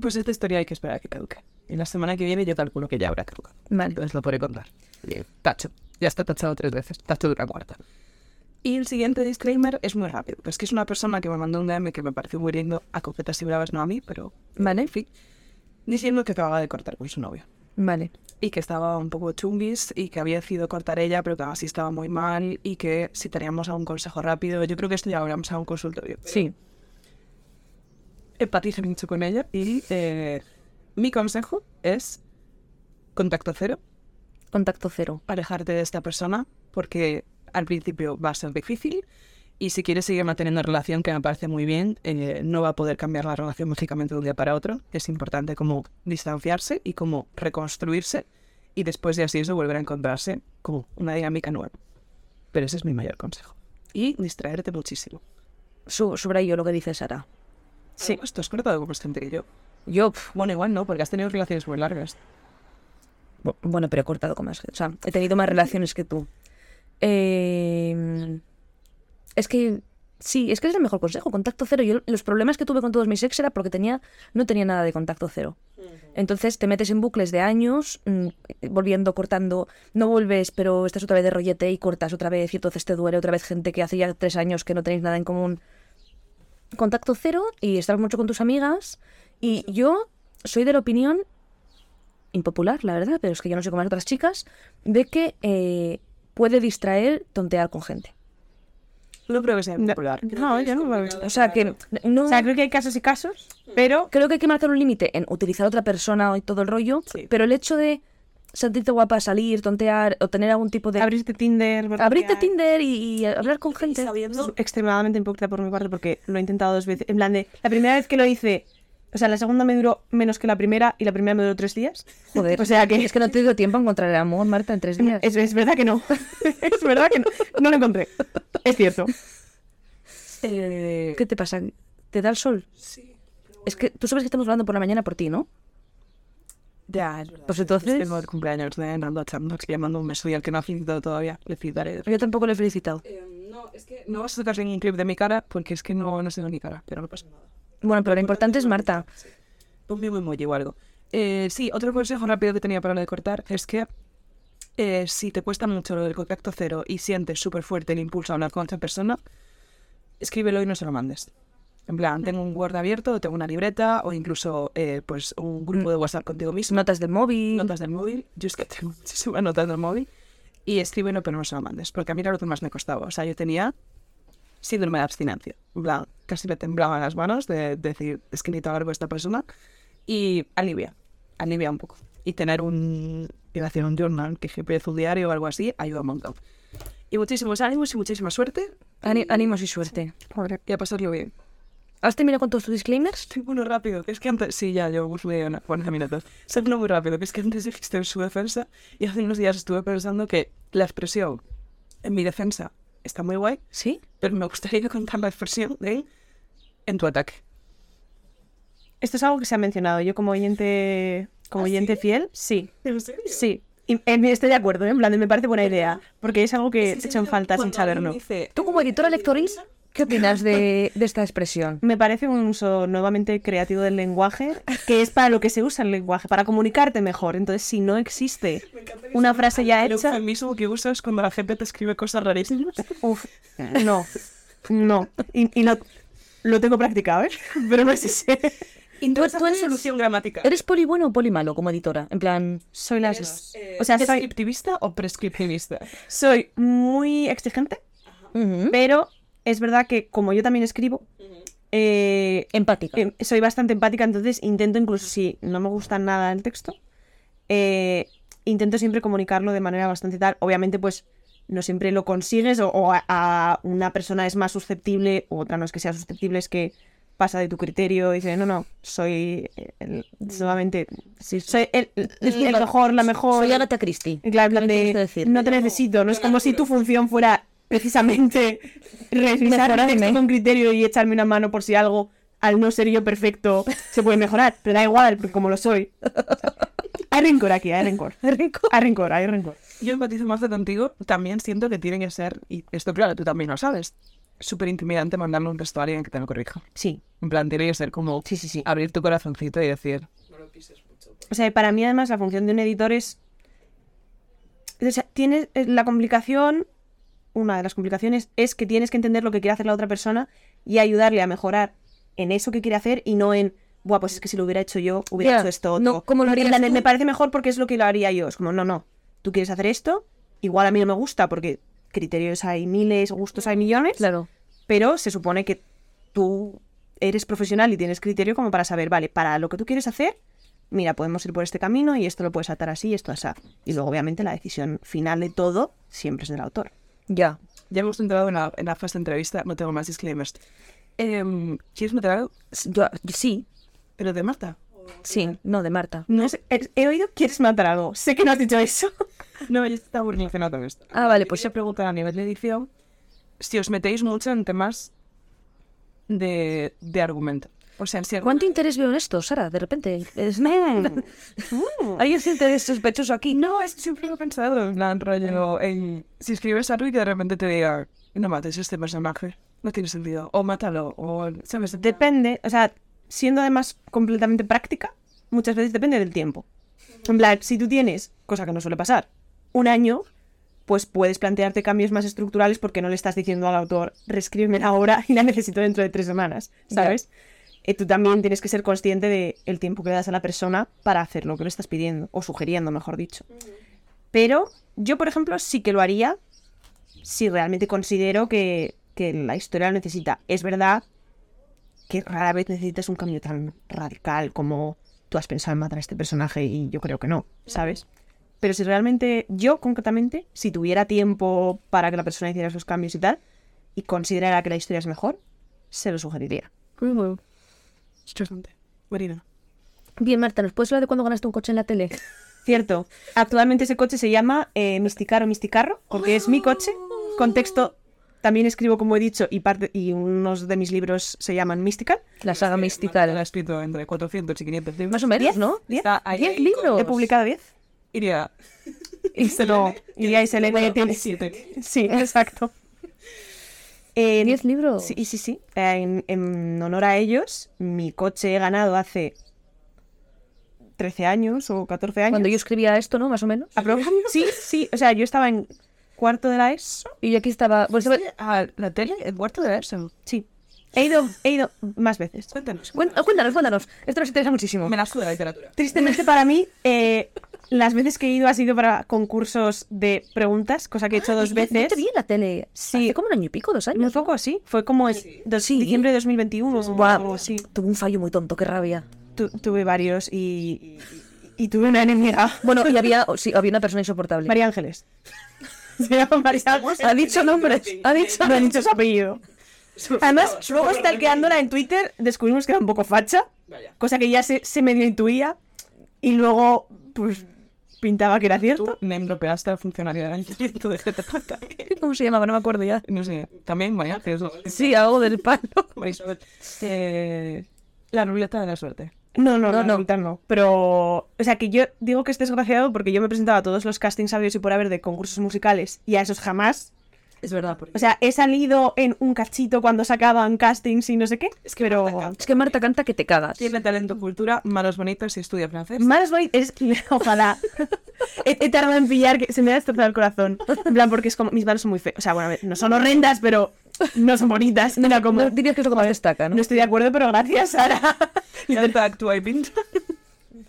[SPEAKER 1] pues esta historia hay que esperar a que caduque. Y la semana que viene yo calculo que ya habrá caducado.
[SPEAKER 2] Vale.
[SPEAKER 1] Entonces lo podré contar. Bien, Tacho. Ya está tachado tres veces. Tacho de una cuarta. Y el siguiente disclaimer es muy rápido. Pero es que es una persona que me mandó un DM que me pareció muy lindo a coquetas y bravas, no a mí, pero
[SPEAKER 2] Vale,
[SPEAKER 1] en fin. Diciendo que acababa de cortar con su novio.
[SPEAKER 2] Vale.
[SPEAKER 1] Y que estaba un poco chunguis y que había decidido cortar ella, pero que aún así estaba muy mal. Y que si teníamos algún consejo rápido, yo creo que esto ya lo habríamos a un consultorio
[SPEAKER 2] Sí.
[SPEAKER 1] empatice mucho con ella y eh, mi consejo es contacto cero,
[SPEAKER 2] Contacto cero.
[SPEAKER 1] alejarte de esta persona porque al principio va a ser difícil y si quieres seguir manteniendo relación, que me parece muy bien, eh, no va a poder cambiar la relación mágicamente de un día para otro. Es importante como distanciarse y como reconstruirse y después de así eso volver a encontrarse como una dinámica nueva. Pero ese es mi mayor consejo. Y distraerte muchísimo.
[SPEAKER 2] Su- sobre ello lo que dice Sara.
[SPEAKER 1] Sí. Esto es cortado con más gente que yo.
[SPEAKER 2] Yo, pf,
[SPEAKER 1] Bueno, igual no, porque has tenido relaciones muy largas.
[SPEAKER 2] bu- bueno, pero he cortado con más gente. O sea, he tenido más relaciones que tú. Eh, es que, sí, es que es el mejor consejo. Contacto cero. Yo los problemas que tuve con todos mis ex era porque tenía, no tenía nada de contacto cero. Entonces te metes en bucles de años, mm, volviendo, cortando, no vuelves, pero estás otra vez de rollete y cortas otra vez y entonces te duele otra vez gente que hace ya tres años que no tenéis nada en común. Contacto cero y estar mucho con tus amigas. Y yo soy de la opinión impopular, la verdad, pero es que yo no sé cómo las otras chicas, de que eh, puede distraer tontear con gente.
[SPEAKER 1] No creo que sea
[SPEAKER 3] No,
[SPEAKER 1] popular.
[SPEAKER 3] no, yo no lo
[SPEAKER 2] O sea, que no...
[SPEAKER 3] O sea, creo que hay casos y casos, pero
[SPEAKER 2] creo que hay que marcar un límite en utilizar a otra persona y todo el rollo,
[SPEAKER 1] Sí.
[SPEAKER 2] pero el hecho de sentirte guapa, salir, tontear o tener algún tipo de...
[SPEAKER 3] abrirte Tinder...
[SPEAKER 2] Abrirte
[SPEAKER 3] bloquear-
[SPEAKER 2] Tinder y, y hablar con gente. pues,
[SPEAKER 3] Es extremadamente hipócrita por mi parte porque lo he intentado dos veces. En plan de, la primera vez que lo hice, o sea, la segunda me duró menos que la primera y la primera me duró tres días.
[SPEAKER 2] Joder,
[SPEAKER 3] O sea que
[SPEAKER 2] es que no te dio tiempo a encontrar el amor, Marta, en tres días.
[SPEAKER 3] es, es verdad que no. es verdad que no. No lo encontré. Es cierto.
[SPEAKER 1] Eh,
[SPEAKER 2] ¿Qué te pasa? ¿Te da el sol? Sí. Es que tú sabes que estamos hablando por la mañana por ti, ¿no?
[SPEAKER 1] ya,
[SPEAKER 2] Pues
[SPEAKER 1] entonces.
[SPEAKER 2] entonces...
[SPEAKER 1] Tengo el cumpleaños de Nando Chamnox, le mando un beso y al que no ha felicitado todavía, le felicitaré.
[SPEAKER 2] Yo tampoco le he felicitado.
[SPEAKER 1] Eh, no, es que no vas a sacar ningún clip de mi cara porque es que no, no sé de mi cara, pero no pasa nada.
[SPEAKER 2] Bueno, pero lo importante es Marta.
[SPEAKER 1] Un mismo emoji o algo. Eh, sí, otro consejo rápido que tenía para lo de cortar es que eh, si te cuesta mucho lo del contacto cero y sientes súper fuerte el impulso a hablar con otra persona, escríbelo y no se lo mandes. En plan, tengo un Word abierto, o tengo una libreta o incluso eh, pues un grupo de WhatsApp contigo mismo.
[SPEAKER 2] Notas del móvil.
[SPEAKER 1] notas del móvil. Yo es que tengo muchísimas notas del móvil. Y escríbelo, pero no se lo mandes. Porque a mí era lo que más me costaba. O sea, yo tenía síndrome de abstinencia. En plan, casi me temblaban las manos de decir, es que necesito hablar con esta persona. Y alivia, alivia un poco. Y tener un, iba a decir un journal, que GPS un diario o algo así, ayuda un montón. Y muchísimos ánimos y muchísima suerte.
[SPEAKER 2] Ani- Ánimos y suerte.
[SPEAKER 1] Y a pasarlo bien.
[SPEAKER 2] ¿Has terminado con todos tus disclaimers?
[SPEAKER 1] Tengo uno rápido, que es que antes... Sí, ya, llevo subí unos 40 minutos. Tengo uno muy rápido, que es que antes dijiste en su defensa y hace unos días estuve pensando que la expresión en mi defensa está muy guay,
[SPEAKER 2] ¿Sí?
[SPEAKER 1] pero me gustaría contar la expresión de en tu ataque.
[SPEAKER 3] Esto es algo que se ha mencionado. Yo como oyente, como oyente fiel, ¿Ah, sí.
[SPEAKER 1] ¿En serio?
[SPEAKER 3] Sí. Y en- estoy de acuerdo, ¿eh? en plan, de, me parece buena idea. Porque es algo que te echan falta sin saberlo.
[SPEAKER 1] Dice,
[SPEAKER 2] ¿Tú como editora lectoril, qué opinas de, de esta expresión?
[SPEAKER 3] Me parece un uso nuevamente creativo del lenguaje, que es para lo que se usa el lenguaje, para comunicarte mejor. Entonces, si no existe una frase ya
[SPEAKER 1] el
[SPEAKER 3] hecha,
[SPEAKER 1] eufemismo que usas cuando la gente te escribe cosas rarísimas.
[SPEAKER 3] uf, no, no. Y, y no, lo tengo practicado, ¿eh? Pero no es ese.
[SPEAKER 1] Entonces,
[SPEAKER 2] tú eres-
[SPEAKER 1] solución gramatical.
[SPEAKER 2] ¿Eres poli bueno o poli malo como editora? En plan,
[SPEAKER 3] Soy las... O sea,
[SPEAKER 1] eh,
[SPEAKER 3] soy,
[SPEAKER 1] ¿Descriptivista o prescriptivista?
[SPEAKER 3] soy muy exigente,
[SPEAKER 2] ujú,
[SPEAKER 3] pero es verdad que como yo también escribo, eh,
[SPEAKER 2] empática.
[SPEAKER 3] em, soy bastante empática, entonces intento incluso si no me gusta nada el texto, eh, intento siempre comunicarlo de manera bastante tal. Obviamente, pues no siempre lo consigues o, o a, a una persona es más susceptible, o otra no es que sea susceptible, es que pasa de tu criterio y dice, no, no, soy el-
[SPEAKER 2] Mm.
[SPEAKER 3] solamente... Soy el, el- el mejor, la mejor...
[SPEAKER 2] Soy Agatha Christie.
[SPEAKER 3] Y Claro, en plan
[SPEAKER 2] ¿Qué me
[SPEAKER 3] de,
[SPEAKER 2] quieres decir?
[SPEAKER 3] no te necesito, no es como si tu función fuera precisamente revisar el texto
[SPEAKER 2] Mejorarme.
[SPEAKER 3] con criterio y echarme una mano por si algo, al no ser yo perfecto, se puede mejorar, pero da igual, porque como lo soy. Hay rencor aquí, hay rencor. Hay rencor, hay rencor.
[SPEAKER 1] Yo empatizo más de contigo. También siento que tiene que ser, y esto claro, tú también lo sabes, súper intimidante mandarle un texto a alguien que te lo corrija.
[SPEAKER 3] Sí,
[SPEAKER 1] En plan, tiene que ser como
[SPEAKER 3] sí, sí, sí.
[SPEAKER 1] abrir tu corazoncito y decir,
[SPEAKER 3] O sea, para mí además la función de un editor es... O sea, tienes eh, la complicación, una de las complicaciones es que tienes que entender lo que quiere hacer la otra persona y ayudarle a mejorar en eso que quiere hacer y no en, buah, pues es que si lo hubiera hecho yo, hubiera
[SPEAKER 2] Ya,
[SPEAKER 3] hecho esto otro.
[SPEAKER 2] no, ¿cómo lo
[SPEAKER 3] En
[SPEAKER 2] harías
[SPEAKER 3] plan,
[SPEAKER 2] tú?
[SPEAKER 3] Me parece mejor porque es lo que lo haría yo. Es como, no, no, tú quieres hacer esto, igual a mí no me gusta porque criterios hay miles, gustos hay millones
[SPEAKER 2] Claro.
[SPEAKER 3] pero se supone que tú eres profesional y tienes criterio como para saber, vale, para lo que tú quieres hacer, mira, podemos ir por este camino y esto lo puedes atar así y esto así. Y luego, obviamente, la decisión final de todo siempre es del autor.
[SPEAKER 2] Ya.
[SPEAKER 1] ya hemos entrado en la, en la fase de entrevista, no tengo más disclaimers. Em, ¿Quieres meter algo?
[SPEAKER 2] S- yo- sí,
[SPEAKER 1] Pero de Marta.
[SPEAKER 2] sí. No, de Marta.
[SPEAKER 3] No sé, he, he oído, quieres matar algo. Sé que no has dicho eso.
[SPEAKER 1] No, yo estaba relacionado con esto.
[SPEAKER 2] Ah, vale, pues
[SPEAKER 1] se pregunta a nivel de edición si os metéis mucho en temas de, de argumento. O sea, si
[SPEAKER 2] ¿Cuánto interés veo en esto, Sara? De repente. Es- Hay un interés sospechoso aquí.
[SPEAKER 1] No, es que siempre lo he pensado en plan rollo en si escribes algo y que de repente te diga no mates a este personaje, no tiene sentido, o mátalo, o sabes, de-
[SPEAKER 3] Depende, o sea, siendo además completamente práctica, muchas veces depende del tiempo. En plan, si tú tienes, cosa que no suele pasar, un año, pues puedes plantearte cambios más estructurales porque no le estás diciendo al autor, reescríbeme la obra y la necesito dentro de tres semanas, ¿sabes? Eh, tú también tienes que ser consciente del el tiempo que le das a la persona para hacer lo que le estás pidiendo, o sugiriendo, mejor dicho. Pero yo, por ejemplo, sí que lo haría si realmente considero que, que la historia lo necesita. Es verdad que rara vez necesitas un cambio tan radical como tú has pensado en matar a este personaje y yo creo que no, ¿sabes? Pero si realmente, yo concretamente, si tuviera tiempo para que la persona hiciera esos cambios y tal, y considerara que la historia es mejor, se lo sugeriría.
[SPEAKER 1] Interesante. Marina.
[SPEAKER 2] Bien, Marta, ¿nos puedes hablar de cuando ganaste un coche en la tele?
[SPEAKER 3] Cierto, actualmente ese coche se llama eh, Misticaro Misticarro, porque es mi coche. Contexto, también escribo, como he dicho, y, parte, y unos de mis libros se llaman Mystical.
[SPEAKER 2] La saga
[SPEAKER 1] La he
[SPEAKER 2] mística.
[SPEAKER 1] escrito entre 400 y 500 libros.
[SPEAKER 2] Más o menos, ¿no?
[SPEAKER 3] ¿Diez?
[SPEAKER 1] Está ahí,
[SPEAKER 2] ¿Diez
[SPEAKER 1] ahí,
[SPEAKER 2] libros?
[SPEAKER 3] He publicado 10.
[SPEAKER 1] Iría
[SPEAKER 3] Y se lo. Y ya se le tiene
[SPEAKER 1] siete.
[SPEAKER 3] Sí, exacto. Eh,
[SPEAKER 2] ¿Diez libros?
[SPEAKER 3] Sí, sí, sí. Eh, En, en honor a ellos, mi coche he ganado hace 13 años o 14 años.
[SPEAKER 2] Cuando yo escribía esto, ¿no? Más o menos.
[SPEAKER 3] Apro- Sí, sí. O sea, yo estaba en cuarto de la ESO.
[SPEAKER 2] Y yo aquí estaba... pues, estaba-
[SPEAKER 1] a la tele, el cuarto de eso.
[SPEAKER 3] Sí. He ido, he ido más veces.
[SPEAKER 1] Cuéntanos.
[SPEAKER 2] Cuen- Cuéntanos, cuéntanos. Esto nos interesa muchísimo.
[SPEAKER 1] Me la suda la literatura.
[SPEAKER 3] Tristemente para mí, eh, las veces que he ido ha sido para concursos de preguntas, cosa que he Ah, hecho dos veces.
[SPEAKER 2] Yo te vi en la tele.
[SPEAKER 3] Sí.
[SPEAKER 2] Hace como un año y pico, dos
[SPEAKER 3] Un
[SPEAKER 2] años.
[SPEAKER 3] poco, sí. Fue como en dos-
[SPEAKER 2] Sí.
[SPEAKER 3] diciembre de 2021 o
[SPEAKER 2] Buah,
[SPEAKER 3] algo así.
[SPEAKER 2] Tuve un fallo muy tonto, qué rabia.
[SPEAKER 3] Tu- tuve varios y, y- y tuve una enemiga.
[SPEAKER 2] Bueno, y había, sí, había una persona insoportable.
[SPEAKER 3] María Ángeles. Se llama María Ángeles.
[SPEAKER 2] Ha dicho nombres. Ha dicho
[SPEAKER 3] No he dicho su apellido. Además, luego stalkeándola en Twitter descubrimos que era un poco facha, cosa que ya se, se medio intuía. Y luego, pues, pintaba que era
[SPEAKER 1] Tú
[SPEAKER 3] cierto.
[SPEAKER 1] me dropeaste al funcionario del ayuntamiento de Zetapata.
[SPEAKER 2] ¿Cómo se llamaba? No me acuerdo ya.
[SPEAKER 1] No sé, también María Ángeles. ¿no?
[SPEAKER 2] Sí, algo del palo.
[SPEAKER 1] Marisabel. Eh, la ruleta de la suerte.
[SPEAKER 3] No, no,
[SPEAKER 2] No,
[SPEAKER 3] no,
[SPEAKER 2] no.
[SPEAKER 3] no. no. Pero, o sea, que yo digo que es desgraciado porque yo me presentaba a todos los castings sabios y por haber de concursos musicales y a esos jamás.
[SPEAKER 1] Es verdad, porque
[SPEAKER 3] O sea, he salido en un cachito cuando sacaban castings y no sé qué. Es que, pero.
[SPEAKER 2] Es que Marta canta que te cagas.
[SPEAKER 1] tiene talento, cultura, manos bonitas y estudia francés.
[SPEAKER 3] Malas Boy es. Ojalá. he, he tardado en pillar que se me ha destrozado el corazón. En plan, porque es como. Mis manos son muy feas. O sea, bueno, a ver, no son horrendas, pero no son bonitas. Era como.
[SPEAKER 2] No dirías que es lo que más destaca,
[SPEAKER 3] No
[SPEAKER 2] ¿no?
[SPEAKER 3] estoy de acuerdo, pero gracias, Sara.
[SPEAKER 1] Canta, actúa y pinta.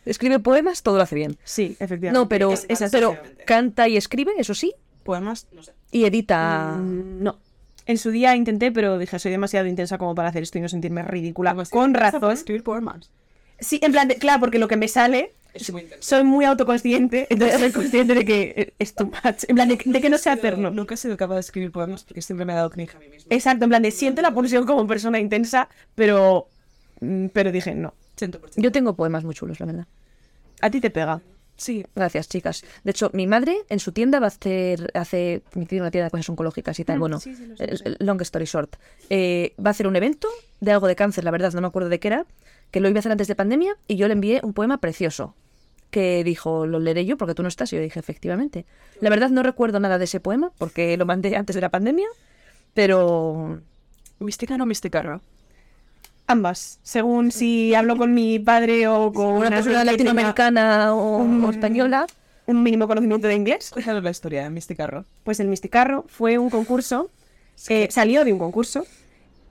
[SPEAKER 2] Escribe poemas, todo lo hace bien.
[SPEAKER 3] Sí, efectivamente.
[SPEAKER 2] No, pero, pero canta y escribe, eso sí,
[SPEAKER 1] Poemas, no sé.
[SPEAKER 2] y edita.
[SPEAKER 3] Mm, No. En su día intenté, pero dije, soy demasiado intensa como
[SPEAKER 2] Pues
[SPEAKER 3] para hacer esto y no sentirme ridícula.
[SPEAKER 1] Demasiado
[SPEAKER 3] Con
[SPEAKER 1] intensa para
[SPEAKER 3] razón.
[SPEAKER 1] Escribir poemas.
[SPEAKER 3] Sí, en plan, de- claro, porque lo que me sale
[SPEAKER 1] Es muy intenso.
[SPEAKER 3] Soy muy autoconsciente, entonces soy consciente de que eh, es too much. En plan, de, de que no sé hacerlo.
[SPEAKER 1] Nunca he sido capaz de escribir poemas porque siempre me ha dado cringe a mí misma.
[SPEAKER 3] Exacto, en plan, de siento la pulsión como persona intensa, pero, mm, pero dije no.
[SPEAKER 1] 100%.
[SPEAKER 2] Yo tengo poemas muy chulos, la verdad.
[SPEAKER 3] A ti te pega.
[SPEAKER 1] Sí,
[SPEAKER 2] Gracias, chicas. De hecho, mi madre en su tienda va a hacer, hace, mi tía tiene una tienda de cosas oncológicas y tal. Bueno, el- el long story short. Eh, va a hacer un evento de algo de cáncer, la verdad, no me acuerdo de qué era, que lo iba a hacer antes de pandemia y yo le envié un poema precioso que dijo, lo leeré yo porque tú no estás. Y yo dije, efectivamente. La verdad, no recuerdo nada de ese poema porque lo mandé antes de la pandemia, pero
[SPEAKER 1] mística no mística, ¿no?
[SPEAKER 3] Ambas, según si hablo con mi padre o con
[SPEAKER 2] una
[SPEAKER 3] persona
[SPEAKER 2] persona
[SPEAKER 3] que tenga
[SPEAKER 2] latinoamericana o, o española.
[SPEAKER 3] un mínimo conocimiento de inglés.
[SPEAKER 1] Cuéntanos la historia de mística, ¿no?
[SPEAKER 3] Pues el Misticarro fue un concurso, eh, salió de un concurso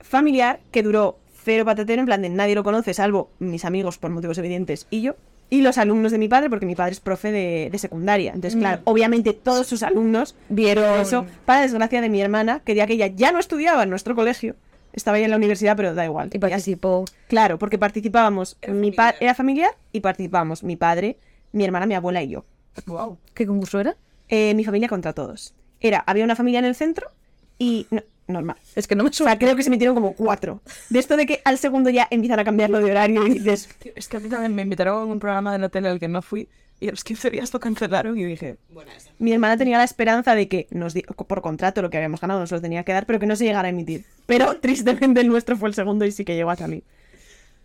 [SPEAKER 3] familiar que duró cero patatero, en plan de nadie lo conoce, salvo mis amigos por motivos evidentes y yo, y los alumnos de mi padre, porque mi padre es profe de, de secundaria. Entonces, claro, obviamente todos sus alumnos Mm. vieron eso, para desgracia de mi hermana, que ya que ella ya no estudiaba en nuestro colegio, estaba ya en la universidad, pero da igual.
[SPEAKER 2] Y
[SPEAKER 3] ya se-
[SPEAKER 2] participó.
[SPEAKER 3] Claro, porque participábamos, mi pa- era familiar y participábamos mi padre, mi hermana, mi abuela y yo.
[SPEAKER 1] Wow.
[SPEAKER 2] ¿Qué concurso era?
[SPEAKER 3] Eh, mi familia contra todos. Era, había una familia en el centro y... no, normal.
[SPEAKER 2] Es que no me
[SPEAKER 3] O
[SPEAKER 2] suena.
[SPEAKER 3] sea, creo que se metieron como cuatro. De esto de que al segundo ya empiezan a cambiarlo de horario y dices...
[SPEAKER 1] Es que a mí también me invitaron a un programa de la tele al que no fui y a los 15 días lo cancelaron y dije,
[SPEAKER 3] Mi hermana tenía la esperanza de que nos di- por contrato lo que habíamos ganado nos lo tenía que dar, pero que no se llegara a emitir. Pero tristemente el nuestro fue el segundo y sí que llegó hasta mí.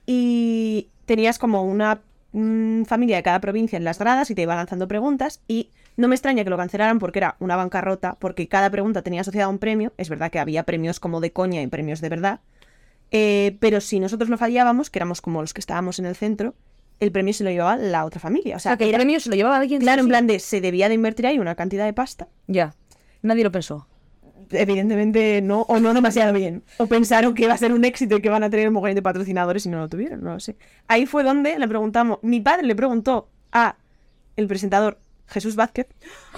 [SPEAKER 3] Y tenías como una mm, familia de cada provincia en las gradas y te iba lanzando preguntas y no me extraña que lo cancelaran porque era una bancarrota, porque cada pregunta tenía asociada un premio. Es verdad que había premios como de coña y premios de verdad. Eh, pero si nosotros no fallábamos, que éramos como los que estábamos en el centro, el premio se lo llevaba la otra familia. O
[SPEAKER 2] O sea,
[SPEAKER 3] sea,
[SPEAKER 2] que el premio se lo llevaba alguien. sí,
[SPEAKER 3] Claro, en
[SPEAKER 2] sí.
[SPEAKER 3] plan de se debía de invertir ahí una cantidad de pasta.
[SPEAKER 2] Ya. Nadie lo pensó.
[SPEAKER 3] Evidentemente no, o no demasiado bien. O pensaron que iba a ser un éxito y que van a tener un mogollón de patrocinadores y no lo tuvieron, no lo sé. Ahí fue donde le preguntamos, mi padre le preguntó a el presentador Jesús Vázquez.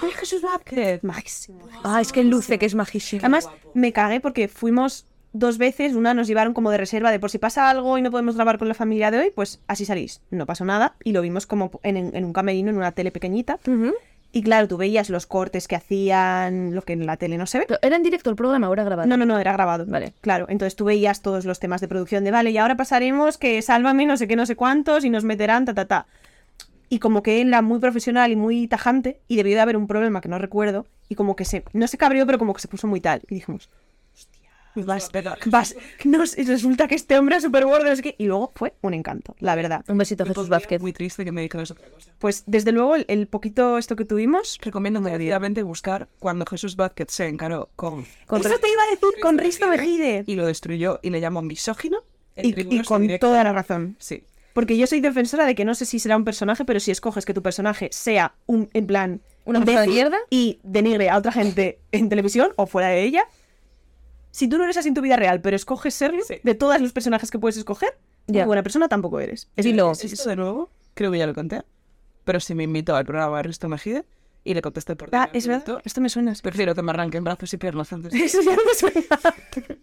[SPEAKER 3] ¡Ay, Jesús Vázquez! Máximo.
[SPEAKER 2] Ah, es que luce, que es majísimo.
[SPEAKER 3] Además, me cagué porque fuimos dos veces, una nos llevaron como de reserva de por si pasa algo y no podemos grabar con la familia de hoy, pues así salís. No pasó nada y lo vimos como en, en un camerino, en una tele pequeñita.
[SPEAKER 2] Ujú.
[SPEAKER 3] Y claro, tú veías los cortes que hacían, lo que en la tele no se ve.
[SPEAKER 2] Pero era en directo el programa, ahora grabado.
[SPEAKER 3] No, no, no, era grabado.
[SPEAKER 2] Vale.
[SPEAKER 3] Claro, entonces tú veías todos los temas de producción de, vale, y ahora pasaremos que sálvame, no sé qué, no sé cuántos, y nos meterán, ta, ta, ta. Y como que él era muy profesional y muy tajante, y debió de haber un problema que no recuerdo, y como que se, no se cabreó, pero como que se puso muy tal. Y dijimos,
[SPEAKER 1] vas a pegar.
[SPEAKER 3] vas, no, sé, resulta que este hombre es súper gordo, no sé qué. Y luego fue un encanto, la verdad.
[SPEAKER 2] Un besito a Jesús Vázquez.
[SPEAKER 1] "Pues Muy triste que me dijeras otra cosa.
[SPEAKER 3] Pues desde luego, el, el poquito esto que tuvimos.
[SPEAKER 1] Recomiendo mediodamente buscar cuando Jesús Vázquez se encaró con
[SPEAKER 2] Con
[SPEAKER 3] eso
[SPEAKER 2] re-
[SPEAKER 3] te iba a decir con Risto Mejide.
[SPEAKER 1] y lo destruyó y le llamó misógino. en
[SPEAKER 3] Y, y
[SPEAKER 1] tribunos
[SPEAKER 3] con
[SPEAKER 1] directo.
[SPEAKER 3] toda la razón.
[SPEAKER 1] Sí.
[SPEAKER 3] Porque yo soy defensora de que no sé si será un personaje, pero si escoges que tu personaje sea un, en plan,
[SPEAKER 2] Una
[SPEAKER 3] un
[SPEAKER 2] persona de
[SPEAKER 3] décimo
[SPEAKER 2] mierda.
[SPEAKER 3] y denigre a otra gente en televisión o fuera de ella, si tú no eres así en tu vida real, pero escoges serlo,
[SPEAKER 1] Sí.
[SPEAKER 3] de todos los personajes que puedes escoger,
[SPEAKER 2] Ya.
[SPEAKER 3] muy buena persona tampoco eres.
[SPEAKER 2] Es Dilo.
[SPEAKER 1] ¿Es esto de nuevo? Creo que ya lo conté. Pero si me invitó al programa de Risto Mejide y le contesté por
[SPEAKER 3] Ah,
[SPEAKER 1] DM
[SPEAKER 3] es
[SPEAKER 1] al
[SPEAKER 3] verdad.
[SPEAKER 1] director,
[SPEAKER 3] Esto me suena. espera.
[SPEAKER 1] Prefiero que me arranquen brazos y piernas antes.
[SPEAKER 3] Eso ya no me suena.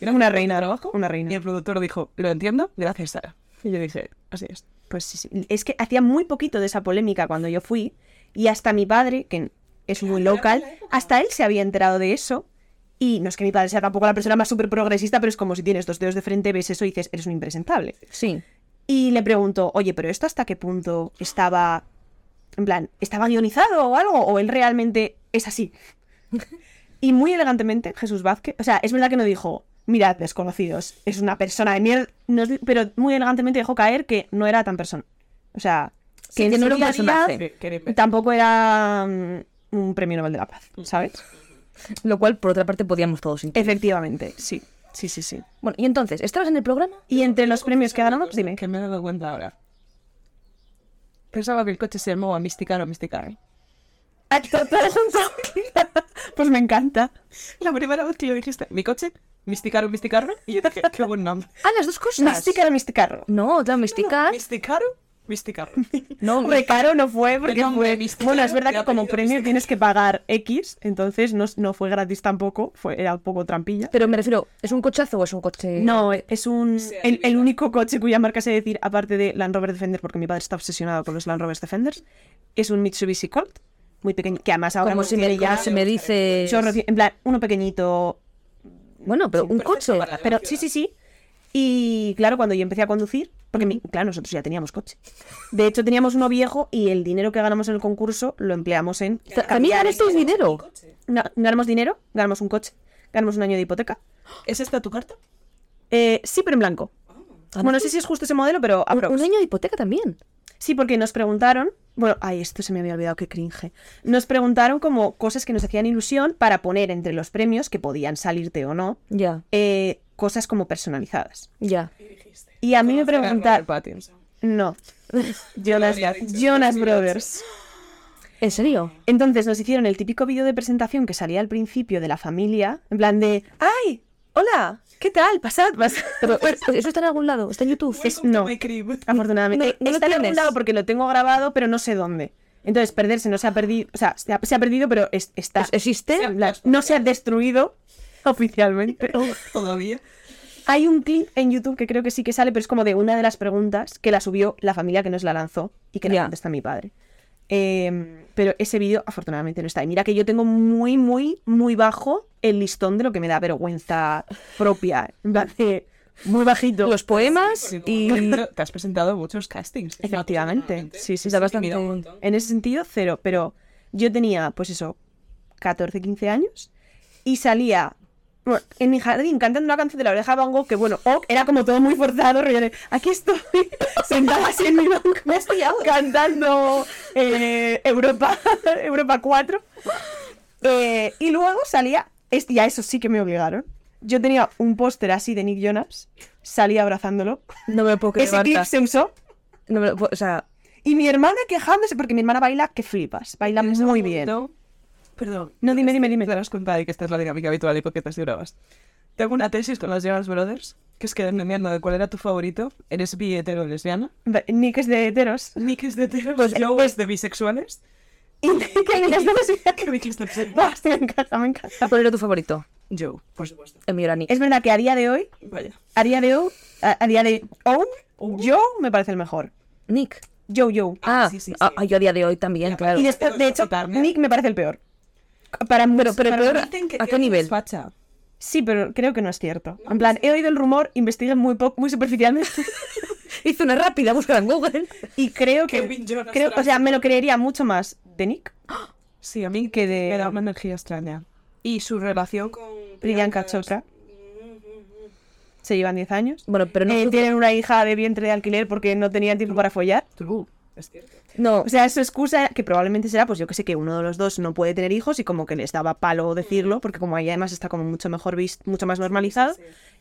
[SPEAKER 1] Era una reina abajo.
[SPEAKER 3] Una
[SPEAKER 1] Y
[SPEAKER 3] reina.
[SPEAKER 1] el productor dijo, lo entiendo, gracias Sara. Y yo dije, así es.
[SPEAKER 3] Pues sí, sí. Es que hacía muy poquito de esa polémica cuando yo fui y hasta mi padre, que es muy local, hasta él se había enterado de eso. Y no es que mi padre sea tampoco la persona más súper progresista, pero es como si tienes dos dedos de frente, ves eso y dices, eres un impresentable.
[SPEAKER 2] Sí.
[SPEAKER 3] Y le pregunto, oye, pero esto hasta qué punto estaba, en plan, ¿estaba guionizado o algo? ¿O él realmente es así? y muy elegantemente, Jesús Vázquez, o sea, es verdad que no dijo, mirad, desconocidos, es una persona de mierda, nos di- pero muy elegantemente dejó caer que no era tan persona. O sea,
[SPEAKER 2] Sí, que
[SPEAKER 3] en
[SPEAKER 2] no
[SPEAKER 3] su
[SPEAKER 2] era un
[SPEAKER 3] día a día
[SPEAKER 2] personaje.
[SPEAKER 1] Sí, quería inventar.
[SPEAKER 3] Tampoco era mm, un premio Nobel de la
[SPEAKER 2] Mm.
[SPEAKER 3] Paz, ¿sabes?
[SPEAKER 2] Lo cual, por otra parte, podíamos todos intentar.
[SPEAKER 3] Efectivamente, sí, sí, sí, sí.
[SPEAKER 2] Bueno, y entonces, ¿estabas en el programa?
[SPEAKER 3] Y entre los premios que ganamos, dime.
[SPEAKER 1] Que me he dado cuenta ahora. Pensaba que el coche se llamaba Mysticar o Mysticar.
[SPEAKER 3] Ah, total, pues me encanta.
[SPEAKER 1] La primera vez que lo dijiste, mi coche, Mysticar o Mysticar, y yo dije, qué buen nombre.
[SPEAKER 2] Ah, las dos cosas.
[SPEAKER 3] Misticar o misticarro.
[SPEAKER 2] No, la mística.
[SPEAKER 1] ¿Mysticar? Mística.
[SPEAKER 3] No, reparo no fue porque
[SPEAKER 1] Pero, hombre,
[SPEAKER 3] fue...
[SPEAKER 1] viste,
[SPEAKER 3] Bueno, es
[SPEAKER 1] claro,
[SPEAKER 3] verdad
[SPEAKER 1] te ha
[SPEAKER 3] que como
[SPEAKER 1] pedido,
[SPEAKER 3] premio
[SPEAKER 1] viste.
[SPEAKER 3] tienes que pagar X, entonces no, no fue gratis tampoco, fue, era un poco trampilla.
[SPEAKER 2] Pero me refiero, ¿es un cochazo o es un coche?
[SPEAKER 3] No, es un
[SPEAKER 1] Sí,
[SPEAKER 3] el, el
[SPEAKER 1] actividad.
[SPEAKER 3] único coche cuya marca sé decir, aparte de Land Rover Defender, porque mi padre está obsesionado con los Land Rover Defenders, es un Mitsubishi Colt, muy pequeño, que además ahora
[SPEAKER 2] Como
[SPEAKER 3] no
[SPEAKER 2] si
[SPEAKER 3] tiene
[SPEAKER 2] me,
[SPEAKER 3] ya
[SPEAKER 2] como si me dices...
[SPEAKER 3] chorro, en plan, uno pequeñito,
[SPEAKER 2] Bueno, pero un
[SPEAKER 1] perfecto
[SPEAKER 2] coche.
[SPEAKER 1] para-
[SPEAKER 3] pero sí, sí, sí. Y claro, cuando yo empecé a conducir, porque mi- claro, nosotros ya teníamos coche. De hecho, teníamos uno viejo y el dinero que ganamos en el concurso lo empleamos en...
[SPEAKER 2] Ta- También ganasteis dinero.
[SPEAKER 3] Ga- Ganamos dinero, ganamos un coche, ganamos un año de hipoteca.
[SPEAKER 1] ¿Es esta tu carta?
[SPEAKER 3] Eh, sí, pero en blanco. Bueno, no sé si es justo ese modelo, pero
[SPEAKER 2] Ah. Un,
[SPEAKER 3] aprox.
[SPEAKER 2] un año de hipoteca también.
[SPEAKER 3] Sí, porque nos preguntaron. Bueno, ay, esto se me había olvidado, qué cringe. Nos preguntaron como cosas que nos hacían ilusión para poner entre los premios, que podían salirte o no,
[SPEAKER 2] Ya,
[SPEAKER 3] eh, cosas como personalizadas.
[SPEAKER 2] ya.
[SPEAKER 3] Y a mí me preguntaron.
[SPEAKER 1] Pattinson.
[SPEAKER 3] No. Jonas,
[SPEAKER 1] habría dicho,
[SPEAKER 3] Jonas
[SPEAKER 1] sí,
[SPEAKER 3] Brothers.
[SPEAKER 2] ¿En serio?
[SPEAKER 3] Entonces nos hicieron el típico vídeo de presentación que salía al principio de la familia, en plan de. ¡Ay! ¡Hola! ¿Qué tal? Pasad, pasad.
[SPEAKER 2] Pero, ¿Eso está en algún lado? ¿Está en YouTube?
[SPEAKER 3] Es- no. Afortunadamente.
[SPEAKER 2] No-
[SPEAKER 3] Eh,
[SPEAKER 2] no lo
[SPEAKER 3] está en algún
[SPEAKER 2] tienes.
[SPEAKER 3] lado porque lo tengo grabado, pero no sé dónde. Entonces, perderse no se ha perdido. O sea, se ha, se ha perdido, pero es- está.
[SPEAKER 2] Pues ¿Es- ¿Existe?
[SPEAKER 3] en plan, no se ha destruido oficialmente.
[SPEAKER 2] Oh.
[SPEAKER 1] Todavía.
[SPEAKER 3] Hay un clip en YouTube que creo que sí que sale, pero es como de una de las preguntas que la subió la familia que nos la lanzó y que la
[SPEAKER 2] Ya.
[SPEAKER 3] contesta mi padre. Eh, pero ese vídeo afortunadamente no está. Y mira que yo tengo muy, muy, muy bajo el listón de lo que me da vergüenza propia. En plan de, Muy bajito.
[SPEAKER 2] Los poemas y...
[SPEAKER 1] Te has presentado a muchos castings.
[SPEAKER 3] Efectivamente. Sí, sí,
[SPEAKER 2] Está
[SPEAKER 3] sí.
[SPEAKER 2] bastante...
[SPEAKER 1] mira, un montón.
[SPEAKER 3] En ese sentido, cero. Pero yo tenía, pues eso, 14, 15 años y salía bueno, en mi jardín cantando una canción de la oreja de Van Gogh que, bueno, oh, era como todo muy forzado. rollo de, aquí estoy, sentada así en mi banco, cantando eh, Europa, Europa 4. Eh, y luego salía, es- y a eso sí que me obligaron. Yo tenía un póster así de Nick Jonas, salía abrazándolo.
[SPEAKER 2] No me lo puedo creer,
[SPEAKER 3] Ese clip
[SPEAKER 2] Marta.
[SPEAKER 3] se usó
[SPEAKER 2] No me lo puedo- O sea,
[SPEAKER 3] y mi hermana quejándose, porque mi hermana baila que flipas, baila muy bien.
[SPEAKER 1] Perdón.
[SPEAKER 3] No, dime, dime,
[SPEAKER 1] Me
[SPEAKER 3] dime.
[SPEAKER 1] darás cuenta de que esta es la dinámica habitual de Poquetas y Bravas. Tengo una tesis con los Jonas Brothers, que es que dependiendo de cuál era tu favorito, eres bi, hetero o lesbiana.
[SPEAKER 3] Ve- Nick es de heteros.
[SPEAKER 1] Nick es de heteros,
[SPEAKER 3] Pues,
[SPEAKER 1] Joe es de bisexuales.
[SPEAKER 3] Y Nick es de lesbianas.
[SPEAKER 1] Que Nick es de bisexuales.
[SPEAKER 3] Buah, sí, me encanta, me encanta.
[SPEAKER 2] ¿cuál era tu favorito?
[SPEAKER 1] Joe, por supuesto.
[SPEAKER 2] El mío era Nick.
[SPEAKER 3] Es verdad que a día de hoy,
[SPEAKER 1] Vaya.
[SPEAKER 3] a día de hoy, a, a día de hoy, yo me parece el mejor.
[SPEAKER 2] Nick.
[SPEAKER 3] Yo, yo.
[SPEAKER 1] Oh. Ah,
[SPEAKER 2] Ah,
[SPEAKER 1] sí, sí,
[SPEAKER 2] ah,
[SPEAKER 1] sí.
[SPEAKER 2] yo a día de hoy también, claro.
[SPEAKER 3] Y después, de hecho, Nick me parece el peor. Para pero,
[SPEAKER 2] pero peor- ¿a qué nivel?
[SPEAKER 1] Facha.
[SPEAKER 3] Sí, pero creo que no es cierto. En plan, he oído el rumor, investigué muy poco, muy superficialmente.
[SPEAKER 2] Hice una rápida búsqueda en Google.
[SPEAKER 3] y creo que.
[SPEAKER 1] Kevin Jonas
[SPEAKER 3] creo, o sea, me lo creería mucho más de Nick.
[SPEAKER 1] Sí, a mí
[SPEAKER 3] que de-
[SPEAKER 1] me da una energía extraña. Y su relación con...
[SPEAKER 3] Priyanka Chopra. Mm, Se llevan 10 años.
[SPEAKER 2] Bueno, pero no...
[SPEAKER 3] Eh, tienen una hija de vientre de alquiler porque no tenían tiempo para follar.
[SPEAKER 1] Tú, es cierto.
[SPEAKER 2] No,
[SPEAKER 3] O sea, su excusa, que probablemente será, pues yo que sé, que uno de los dos no puede tener hijos y como que les daba palo decirlo, porque como ahí además está como mucho mejor visto, mucho más normalizado.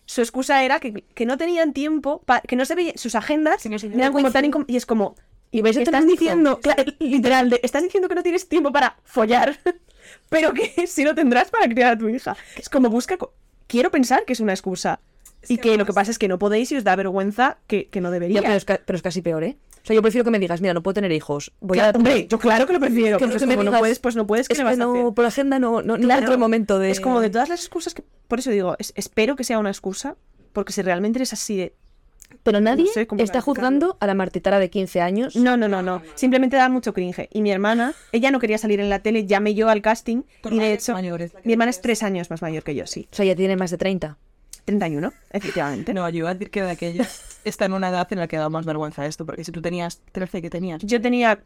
[SPEAKER 3] Su excusa era que, que no tenían tiempo, pa- que no se veían, sus agendas
[SPEAKER 1] Sí, no se
[SPEAKER 3] eran como tan incom- Y es como,
[SPEAKER 2] ¿Y vais a tener
[SPEAKER 3] estás
[SPEAKER 2] hijo?
[SPEAKER 3] diciendo, cla- literal, de- estás diciendo que no tienes tiempo para follar, pero que si no tendrás para criar a tu hija. Es como busca. co- Quiero pensar que es una excusa. y que lo que pasa es que no podéis y os da vergüenza que, que no
[SPEAKER 2] Ya,
[SPEAKER 3] debería.
[SPEAKER 2] pero, es ca- pero es casi peor, ¿eh? O sea, yo prefiero que me digas, mira, no puedo tener hijos. Voy
[SPEAKER 3] Claro,
[SPEAKER 2] a...
[SPEAKER 3] hombre, yo claro que lo prefiero.
[SPEAKER 2] que no
[SPEAKER 3] pero es
[SPEAKER 2] me
[SPEAKER 3] como no
[SPEAKER 2] digas,
[SPEAKER 3] puedes, pues no puedes, ¿qué
[SPEAKER 2] es
[SPEAKER 3] le vas
[SPEAKER 2] que
[SPEAKER 3] a hacer?
[SPEAKER 2] no, por la agenda no, no, no encuentro el momento de...
[SPEAKER 3] Es como de todas las excusas que. Por eso digo, es- espero que sea una excusa, porque si realmente eres así de.
[SPEAKER 2] Pero nadie
[SPEAKER 3] no sé cómo
[SPEAKER 2] está
[SPEAKER 3] calificarlo.
[SPEAKER 2] juzgando a la martitara de 15 años.
[SPEAKER 3] No, no, no, no. Simplemente da mucho cringe. Y mi hermana, ella no quería salir en la tele, llamé yo al casting y de hecho. Mi hermana es tres años más mayor que yo, sí.
[SPEAKER 2] O sea, ya tiene más de 30.
[SPEAKER 3] 31, efectivamente.
[SPEAKER 1] No, yo iba a decir que de aquella está en una edad en la que da más vergüenza esto, porque si tú tenías 13 que tenías,
[SPEAKER 3] Yo tenía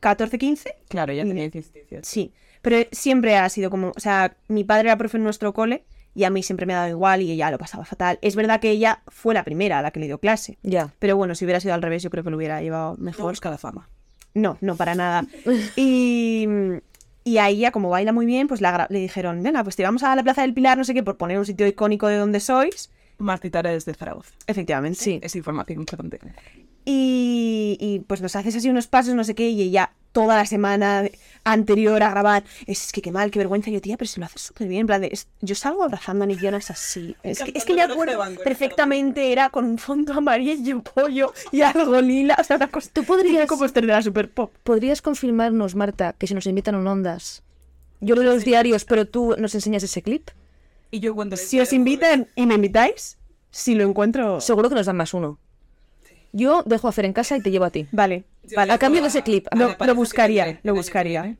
[SPEAKER 3] 14, 15
[SPEAKER 1] claro, ya tenías 18.
[SPEAKER 3] Sí, pero siempre ha sido como, o sea, mi padre era profe en nuestro cole y a mí siempre me ha dado igual y ella lo pasaba fatal. Es verdad que ella fue la primera a la que le dio clase,
[SPEAKER 2] Ya.
[SPEAKER 3] pero bueno, si hubiera sido al revés yo creo que lo hubiera llevado
[SPEAKER 1] No
[SPEAKER 3] mejor.
[SPEAKER 1] busca la fama.
[SPEAKER 3] No, no, para nada. Y, y a ella, como baila muy bien, pues la gra- le dijeron, venga, pues te vamos a la Plaza del Pilar, no sé qué, por poner un sitio icónico de donde sois.
[SPEAKER 1] Martitara es de Zaragoza.
[SPEAKER 3] Efectivamente.
[SPEAKER 2] Sí.
[SPEAKER 1] Es información importante.
[SPEAKER 3] Y, y, pues nos haces así unos pasos, no sé qué, y ella toda la semana de- anterior a grabar. Es que qué mal, qué vergüenza. Yo, tía, pero si lo haces súper bien. En plan de, es- yo salgo abrazando a Niñonas así. Es que, es que me acuerdo perfectamente. Era con un fondo amarillo, pollo y algo lila. O sea, una cosa
[SPEAKER 2] Tú podrías-
[SPEAKER 3] como póster de la Super Pop.
[SPEAKER 2] ¿Podrías confirmarnos, Marta, que si nos invitan a un Ondas? Yo leo los diarios, pero tú nos enseñas ese clip.
[SPEAKER 1] Y yo cuento...
[SPEAKER 3] Si os invitan y me invitáis, si lo encuentro...
[SPEAKER 2] Seguro que nos dan más uno. Yo dejo hacer en casa y te llevo a ti.
[SPEAKER 3] Vale, vale.
[SPEAKER 2] A cambio de ese clip.
[SPEAKER 3] Lo, lo buscaría, lo buscaría.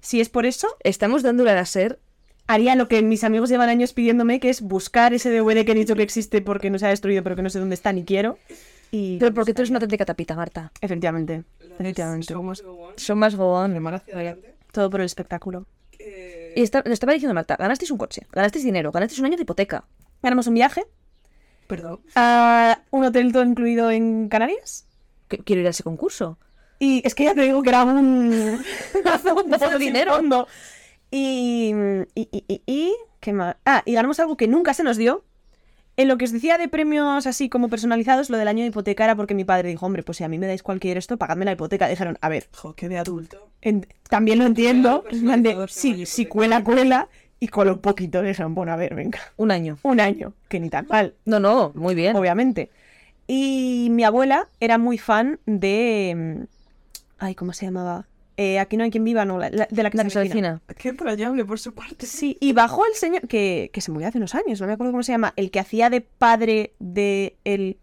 [SPEAKER 3] Si es por eso,
[SPEAKER 2] Estamos dándole a ser
[SPEAKER 3] haría lo que mis amigos llevan años pidiéndome, que es buscar ese DVD que he dicho que existe porque no se ha destruido, pero que no sé dónde está ni quiero. Y
[SPEAKER 2] Pero porque tú eres una auténtica tapita, Marta.
[SPEAKER 3] efectivamente, efectivamente.
[SPEAKER 2] Son más go on.
[SPEAKER 3] Todo por el espectáculo.
[SPEAKER 2] Y está- nos estaba diciendo Marta, ganasteis un coche, ganasteis dinero, ganasteis un año de hipoteca.
[SPEAKER 3] Ganamos un viaje
[SPEAKER 1] Perdón.
[SPEAKER 3] a un hotel todo incluido en Canarias.
[SPEAKER 2] Qu- Quiero ir a ese concurso.
[SPEAKER 3] Y es que ya te digo que era un... un
[SPEAKER 2] pozo de
[SPEAKER 3] sin
[SPEAKER 2] dinero.
[SPEAKER 3] fondo. Y, y, y, y- y- ¿Qué más? Ah, y ganamos algo que nunca se nos dio. En lo que os decía de premios así como personalizados, lo del año de hipoteca era porque mi padre dijo, hombre, pues si a mí me dais cualquier esto, pagadme la hipoteca. Dijeron, a ver,
[SPEAKER 1] Jo, qué de adulto.
[SPEAKER 3] en- también lo entiendo. en plan
[SPEAKER 1] personalizado
[SPEAKER 3] de,
[SPEAKER 1] es un año
[SPEAKER 3] sí,
[SPEAKER 1] de
[SPEAKER 3] sí,
[SPEAKER 1] hipoteca.
[SPEAKER 3] cuela, cuela. Y con lo poquito dijeron, bueno, a ver, venga,
[SPEAKER 2] Un año.
[SPEAKER 3] un año, que ni tan mal
[SPEAKER 2] No, no, muy bien.
[SPEAKER 3] obviamente. Y mi abuela era muy fan de. mm, Ay, ¿cómo se llamaba? Eh, aquí no hay quien viva, no, la- la- de la que
[SPEAKER 2] La
[SPEAKER 3] se
[SPEAKER 2] que se
[SPEAKER 3] avecina.
[SPEAKER 2] avecina.
[SPEAKER 1] Qué entrañable por su parte.
[SPEAKER 3] Sí, y bajó el señor, que, que se murió hace unos años, no me acuerdo cómo se llama, el que hacía de padre de el,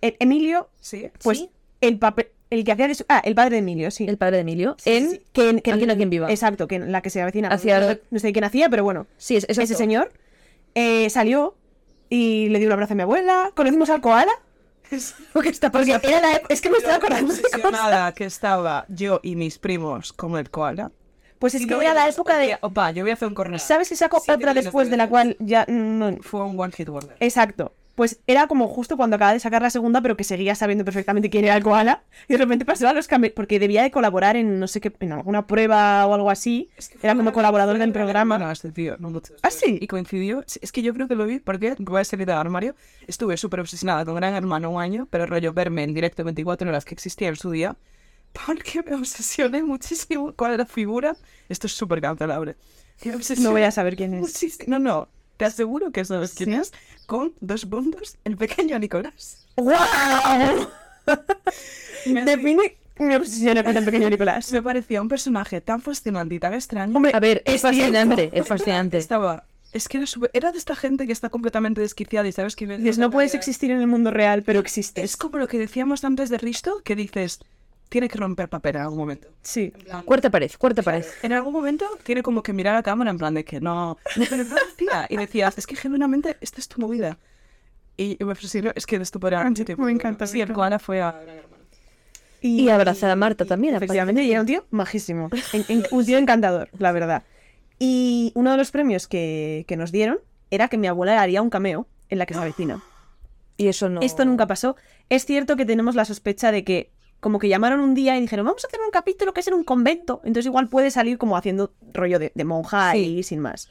[SPEAKER 3] el- Emilio,
[SPEAKER 1] Sí.
[SPEAKER 3] pues
[SPEAKER 2] Sí.
[SPEAKER 3] el papel, el que hacía de su- ah, el padre de Emilio, sí.
[SPEAKER 2] El padre de Emilio.
[SPEAKER 3] en,
[SPEAKER 2] en...
[SPEAKER 3] que, que-
[SPEAKER 2] Aquí no hay quien viva.
[SPEAKER 3] Exacto, que en la que se avecina.
[SPEAKER 2] Hacía-
[SPEAKER 3] No sé quién hacía, pero bueno,
[SPEAKER 2] Sí, es,
[SPEAKER 3] ese señor eh, salió y le dio un abrazo a mi abuela, conocimos al koala.
[SPEAKER 2] Porque está
[SPEAKER 3] Porque era la ep- Es que me estaba acordando de cosas.
[SPEAKER 1] obsesionada que estaba yo y mis primos con el koala.
[SPEAKER 3] Pues es que era la época de.
[SPEAKER 1] Opa, yo voy a hacer un correo.
[SPEAKER 3] ¿Sabes que saco
[SPEAKER 1] Siete
[SPEAKER 3] otra
[SPEAKER 1] kilos
[SPEAKER 3] después de la
[SPEAKER 1] verdes.
[SPEAKER 3] cual ya. no-
[SPEAKER 1] Fue un one hit wonder.
[SPEAKER 3] Exacto. Pues era como justo cuando acaba de sacar la segunda, pero que seguía sabiendo perfectamente quién era el koala. Y de repente pasó a los cambios. Porque debía de colaborar en no sé qué. en alguna prueba o algo así. Era como colaborador del programa.
[SPEAKER 1] No, este tío, no mucho.
[SPEAKER 3] ¿Ah, sí?
[SPEAKER 1] Y coincidió. sí, Es que yo creo que lo vi porque voy a salir del armario. Estuve súper obsesionada con Gran Hermano un año, pero rollo verme en directo 24 horas que existía en su día. Porque me obsesioné muchísimo cuál era la figura. Esto es súper cancelable. Me
[SPEAKER 3] No
[SPEAKER 1] obsesioné
[SPEAKER 3] voy a saber quién es.
[SPEAKER 1] muchísimo- No, no. Te aseguro que sabes quién es. Con dos puntos, el pequeño Nicolás.
[SPEAKER 3] ¡Guau!
[SPEAKER 1] Me
[SPEAKER 3] Define mi obsesión con el pequeño Nicolás.
[SPEAKER 1] Me parecía un personaje tan fascinante y tan extraño.
[SPEAKER 3] Hombre,
[SPEAKER 2] A ver, es
[SPEAKER 3] Es cierto.
[SPEAKER 2] fascinante, es fascinante.
[SPEAKER 1] Estaba. Es que era, súper- era de esta gente que está completamente desquiciada y sabes que.
[SPEAKER 3] Dices, no puedes existir en el mundo real, pero existes.
[SPEAKER 1] Es como lo que decíamos antes de Risto, que dices, tiene que romper papel en algún momento.
[SPEAKER 3] Sí.
[SPEAKER 2] Cuarta pared, cuarta pared.
[SPEAKER 1] En algún momento tiene como que mirar a cámara en plan de que no. Pero no decía. Y decías, es que genuinamente esta es tu movida. Y y me obsesionó, es que de estupor
[SPEAKER 3] Me encanta,
[SPEAKER 1] Sí, el
[SPEAKER 3] Risto.
[SPEAKER 1] koala fue a.
[SPEAKER 2] Y abrazar a Marta también.
[SPEAKER 3] Efectivamente, y era un tío majísimo. En- en- un tío encantador, la verdad. Y uno de los premios que, que nos dieron era que mi abuela haría un cameo en la que se avecina.
[SPEAKER 2] Y eso no...
[SPEAKER 3] Esto nunca pasó. Es cierto que tenemos la sospecha de que como que llamaron un día y dijeron, vamos a hacer un capítulo que es en un convento. Entonces igual puede salir como haciendo rollo de, de monja y sin más.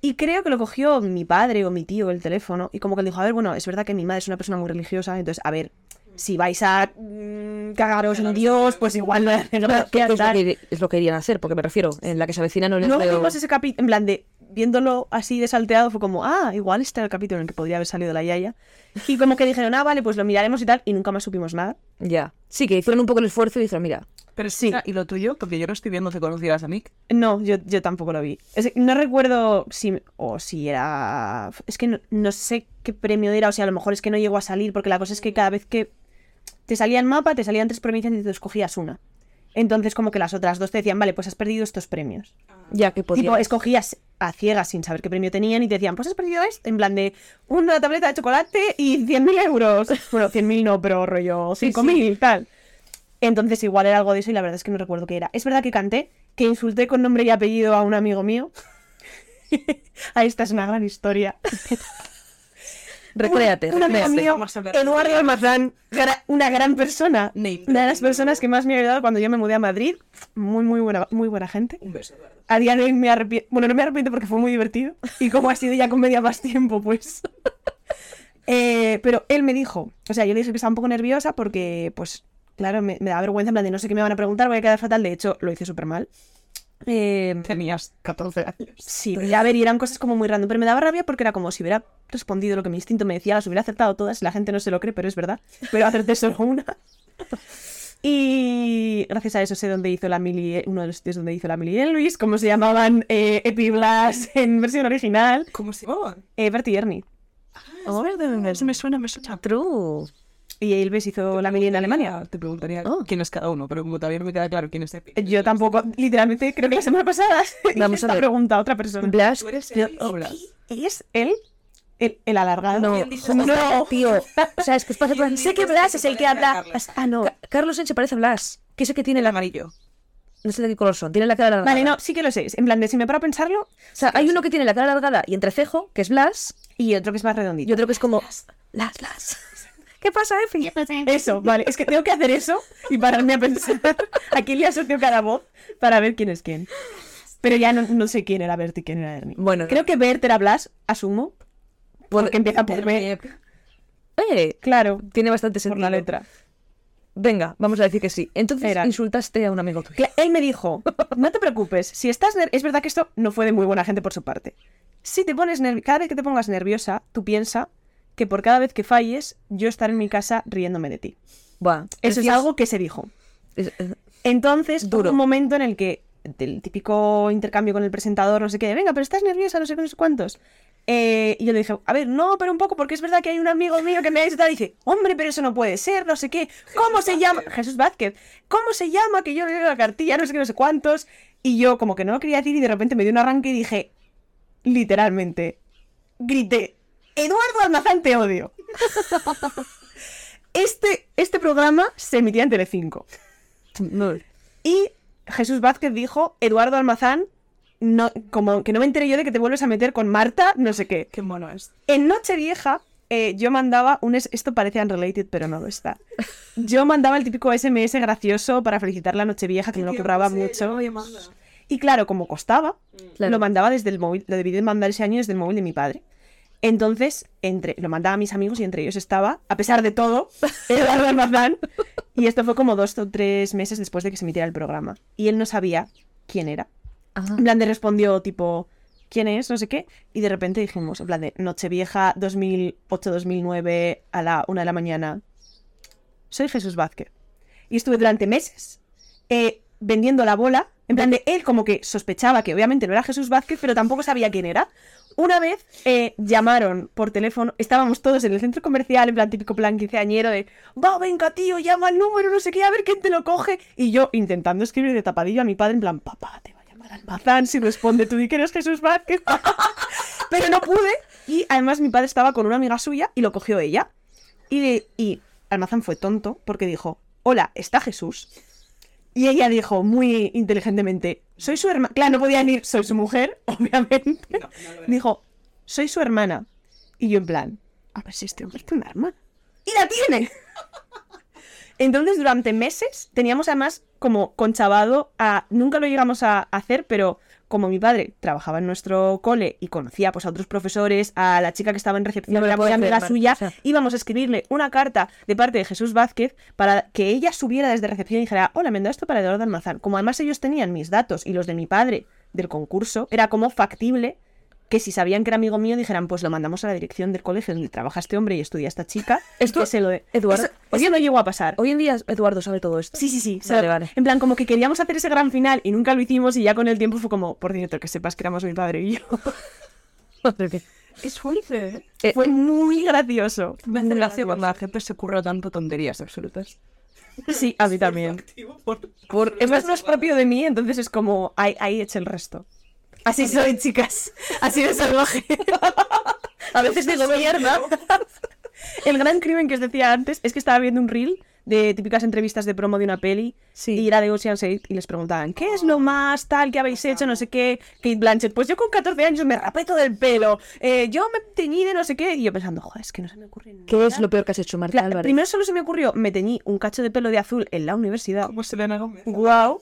[SPEAKER 3] Y creo que lo cogió mi padre o mi tío el teléfono y como que le dijo, a ver, bueno, es verdad que mi madre es una persona muy religiosa, entonces, a ver, si vais a mm, cagaros en Dios, pues igual no hay
[SPEAKER 2] Que
[SPEAKER 3] gracia
[SPEAKER 2] es, lo
[SPEAKER 3] tal".
[SPEAKER 2] que, es lo que irían a hacer, porque me refiero, en la que se avecina no les
[SPEAKER 3] No
[SPEAKER 2] veo...
[SPEAKER 3] vimos ese capítulo, en plan de, viéndolo así de salteado, fue como, ah, igual este era el capítulo en el que podría haber salido la Yaya. Y como que dijeron, ah, vale, pues lo miraremos y tal, y nunca más supimos nada.
[SPEAKER 2] Ya. Sí, que hicieron un poco el esfuerzo y dijeron, mira,
[SPEAKER 1] Pero
[SPEAKER 3] Sí.
[SPEAKER 1] sí. ¿Y lo tuyo? Porque yo no estoy viendo que conocieras a Nick.
[SPEAKER 3] No, yo, yo tampoco lo vi. Es que no recuerdo si. O si era. Es que no, no sé qué premio era, o sea, a lo mejor es que no llegó a salir, porque la cosa es que cada vez que te salía el mapa, te salían tres provincias y tú escogías una. Entonces, como que las otras dos te decían, vale, pues has perdido estos premios.
[SPEAKER 2] ya que podía...
[SPEAKER 3] Tipo, eh, escogías a ciegas sin saber qué premio tenían y te decían, pues has perdido esto. En plan de una tableta de chocolate y 100.000 euros. Bueno, 100.000 no, pero rollo 5.000 tal. Entonces igual era algo de eso y la verdad es que no recuerdo qué era. Es verdad que canté, que insulté con nombre y apellido a un amigo mío. Ahí esta es una gran historia.
[SPEAKER 2] Recréate,
[SPEAKER 3] Un amigo
[SPEAKER 2] recréate.
[SPEAKER 3] mío,
[SPEAKER 1] Vamos a hablar.
[SPEAKER 3] Eduardo Almazán, gra- una gran persona.
[SPEAKER 1] Name
[SPEAKER 3] Una de las
[SPEAKER 1] dropping.
[SPEAKER 3] personas que más me ha ayudado cuando yo me mudé a Madrid. Muy, muy buena, muy buena gente.
[SPEAKER 1] Un beso, Eduardo.
[SPEAKER 3] A día de hoy me arrepiento. Bueno, no me arrepiento porque fue muy divertido. Y como ha sido ya comedia más tiempo, pues. Eh, pero él me dijo, o sea, yo le dije que estaba un poco nerviosa porque, pues, claro, me, me da vergüenza, en plan de no sé qué me van a preguntar, voy a quedar fatal. De hecho, lo hice súper mal. Eh,
[SPEAKER 1] Tenías 14 años.
[SPEAKER 3] Sí, pero ya, a ver, y eran cosas como muy random. Pero me daba rabia porque era como si hubiera respondido lo que mi instinto me decía, las hubiera acertado todas. La gente no se lo cree, pero es verdad. Pero acerté solo una. Y gracias a eso sé dónde hizo la Mili, uno de los sitios donde hizo la Mili Elvis, cómo se llamaban eh, Epiblas en versión original.
[SPEAKER 1] ¿Cómo se llamaban?
[SPEAKER 3] Eh, Bertie y Ernie.
[SPEAKER 1] Oh, me suena, me suena.
[SPEAKER 2] True.
[SPEAKER 3] Y Elvis hizo la Mili en Alemania.
[SPEAKER 1] Te preguntaría quién es cada uno, pero como todavía no me queda claro quién es Epi.
[SPEAKER 3] Yo tampoco, literalmente, creo que la semana pasada
[SPEAKER 2] Vamos
[SPEAKER 3] Vamos
[SPEAKER 2] a
[SPEAKER 3] esta
[SPEAKER 2] ver.
[SPEAKER 3] pregunta a otra persona.
[SPEAKER 2] Blas.
[SPEAKER 1] ¿Tú eres
[SPEAKER 2] tío,
[SPEAKER 1] Elvis o Blas?
[SPEAKER 3] ¿Es él? El, el alargado.
[SPEAKER 2] No, no, tío. O sea, es que os pasa plan, Sé que Blas es el que habla. Ah, no. Carlos Sánchez parece a Blas. Que es el que tiene
[SPEAKER 1] El
[SPEAKER 2] la.
[SPEAKER 1] amarillo.
[SPEAKER 2] No sé de qué color son. Tiene la cara larga.
[SPEAKER 3] Vale, no, sí que lo sé. En plan, de si me paro a pensarlo,
[SPEAKER 2] O sea, hay uno que tiene la cara alargada y entrecejo, que es Blas,
[SPEAKER 3] y otro que es más
[SPEAKER 2] y
[SPEAKER 3] redondito.
[SPEAKER 2] otro que es como. Las, las. ¿Qué pasa, Efi?
[SPEAKER 3] Eso, vale. Es que tengo que hacer eso y pararme a pensar a quién le asocio cada voz para ver quién es quién. Pero ya no, no sé quién era Bert y quién era Ernie.
[SPEAKER 2] Bueno,
[SPEAKER 3] Creo que Bert era Blas, asumo. Porque empieza por B.
[SPEAKER 2] Eh,
[SPEAKER 3] Claro,
[SPEAKER 2] tiene bastante
[SPEAKER 3] por
[SPEAKER 2] sentido.
[SPEAKER 3] la letra.
[SPEAKER 2] Venga, vamos a decir que sí. Entonces
[SPEAKER 3] Era.
[SPEAKER 2] insultaste a un amigo tuyo.
[SPEAKER 3] Cla- Él me dijo, no te preocupes, si estás ner-". Es verdad que esto no fue de muy buena gente por su parte. Si te pones nerviosa, cada vez que te pongas nerviosa, tú piensa que por cada vez que falles, yo estaré en mi casa riéndome de ti.
[SPEAKER 2] Buah,
[SPEAKER 3] Eso es
[SPEAKER 2] decías-
[SPEAKER 3] algo que se dijo.
[SPEAKER 2] es- eh,
[SPEAKER 3] Entonces,
[SPEAKER 2] Duro.
[SPEAKER 3] duro un momento en el que el típico intercambio con el presentador, no sé qué, de, venga, pero estás nerviosa, no sé qué, no sé cuántos. Eh, y yo le dije, a ver, no, pero un poco, porque es verdad que hay un amigo mío que me ha insultado y dice, hombre, pero eso no puede ser, no sé qué, ¿cómo se llama? Jesús Vázquez, ¿cómo se llama? Que yo le leo la cartilla, no sé qué, no sé cuántos. Y yo como que no lo quería decir y de repente me dio un arranque y dije, literalmente, grité, Eduardo Almazán te odio. Este, este programa se emitía en Telecinco.
[SPEAKER 2] no.
[SPEAKER 3] Y Jesús Vázquez dijo, Eduardo Almazán, no, como que no me enteré yo de que te vuelves a meter con Marta, no sé qué.
[SPEAKER 1] Qué mono es.
[SPEAKER 3] En Nochevieja eh, yo mandaba un... es- esto parece unrelated, pero no lo está. Yo mandaba el típico SMS gracioso para felicitar la Nochevieja, que me lo cobraba mucho. Y claro, como costaba,
[SPEAKER 2] Claro.
[SPEAKER 3] lo mandaba desde el móvil, lo debí de mandar ese año desde el móvil de mi padre. Entonces, entre, lo mandaba a mis amigos y entre ellos estaba, a pesar de todo, Eduardo Almazán. Y esto fue como dos o tres meses después de que se emitiera el programa. Y él no sabía quién era.
[SPEAKER 2] Ah,
[SPEAKER 3] En plan de respondió tipo, ¿quién es? No sé qué. Y de repente dijimos, en plan de Nochevieja 2008-2009 a la una de la mañana. Soy Jesús Vázquez. Y estuve durante meses eh, vendiendo la bola. En plan de él como que sospechaba que obviamente no era Jesús Vázquez, pero tampoco sabía quién era. Una vez eh, llamaron por teléfono, estábamos todos en el centro comercial, en plan típico plan quinceañero de va, venga tío, llama al número, no sé qué, a ver quién te lo coge. Y yo intentando escribir de tapadillo a mi padre, en plan, papá, te va a llamar Almazán si responde, tú di que eres Jesús Vázquez. Pero no pude. Y además mi padre estaba con una amiga suya y lo cogió ella. Y, le- y Almazán fue tonto porque dijo, hola, ¿está Jesús? Y ella dijo muy inteligentemente, soy su hermana. Claro, no podía decir, soy su mujer, obviamente. dijo, soy su hermana. Y yo en plan, a ver si este hombre tiene un arma. ¡Y la tiene! Entonces, durante meses teníamos además como conchabado a. Nunca lo llegamos a hacer, pero como mi padre trabajaba en nuestro cole y conocía pues, a otros profesores, a la chica que estaba en recepción,
[SPEAKER 2] No me
[SPEAKER 3] que
[SPEAKER 2] lo
[SPEAKER 3] era muy
[SPEAKER 2] puedo
[SPEAKER 3] amiga
[SPEAKER 2] creer,
[SPEAKER 3] suya,
[SPEAKER 2] Mar- o sea-
[SPEAKER 3] íbamos a escribirle una carta de parte de Jesús Vázquez para que ella subiera desde recepción y dijera: Hola, me han dado esto para Eduardo Almazán. Como además ellos tenían mis datos y los de mi padre del concurso, era como factible que si sabían que era amigo mío dijeran, pues lo mandamos a la dirección del colegio donde trabaja este hombre y estudia esta chica.
[SPEAKER 2] Esto-
[SPEAKER 3] y que se lo de-
[SPEAKER 2] Eduardo-
[SPEAKER 3] Eso, eso no llegó a pasar.
[SPEAKER 2] Hoy en día Eduardo sabe todo esto.
[SPEAKER 3] Sí, sí, sí.
[SPEAKER 2] Vale,
[SPEAKER 3] o sea,
[SPEAKER 2] vale.
[SPEAKER 3] En plan, como que queríamos hacer ese gran final y nunca lo hicimos y ya con el tiempo fue como, por cierto, que sepas que éramos mi padre y yo.
[SPEAKER 2] Madre mía.
[SPEAKER 1] Es fuerte, ¿eh?
[SPEAKER 2] Eh,
[SPEAKER 3] fue muy gracioso.
[SPEAKER 1] Me hace gracia cuando la gente se curra tanto tonterías absolutas.
[SPEAKER 3] Sí, a mí también. Por, es más, no es propio de mí, entonces es como, ahí, ahí eché el resto. Así soy, chicas. Así de salvaje. A veces digo mierda. El gran crimen que os decía antes es que estaba viendo un reel de típicas entrevistas de promo de una peli
[SPEAKER 2] Sí.
[SPEAKER 3] y era de Ocean's 8 y les preguntaban ¿qué es lo más tal que habéis hecho? no sé qué Kate Blanchett, pues yo con 14 años me rapé todo el pelo eh, yo me teñí de no sé qué y yo pensando, joder, es que no se me ocurre nada
[SPEAKER 2] ¿Qué es lo peor que has hecho, Marta
[SPEAKER 3] Claro,
[SPEAKER 2] Álvarez?
[SPEAKER 3] primero solo se me ocurrió me teñí un cacho de pelo de azul en la universidad
[SPEAKER 1] Como Selena Gómez.
[SPEAKER 3] Wow.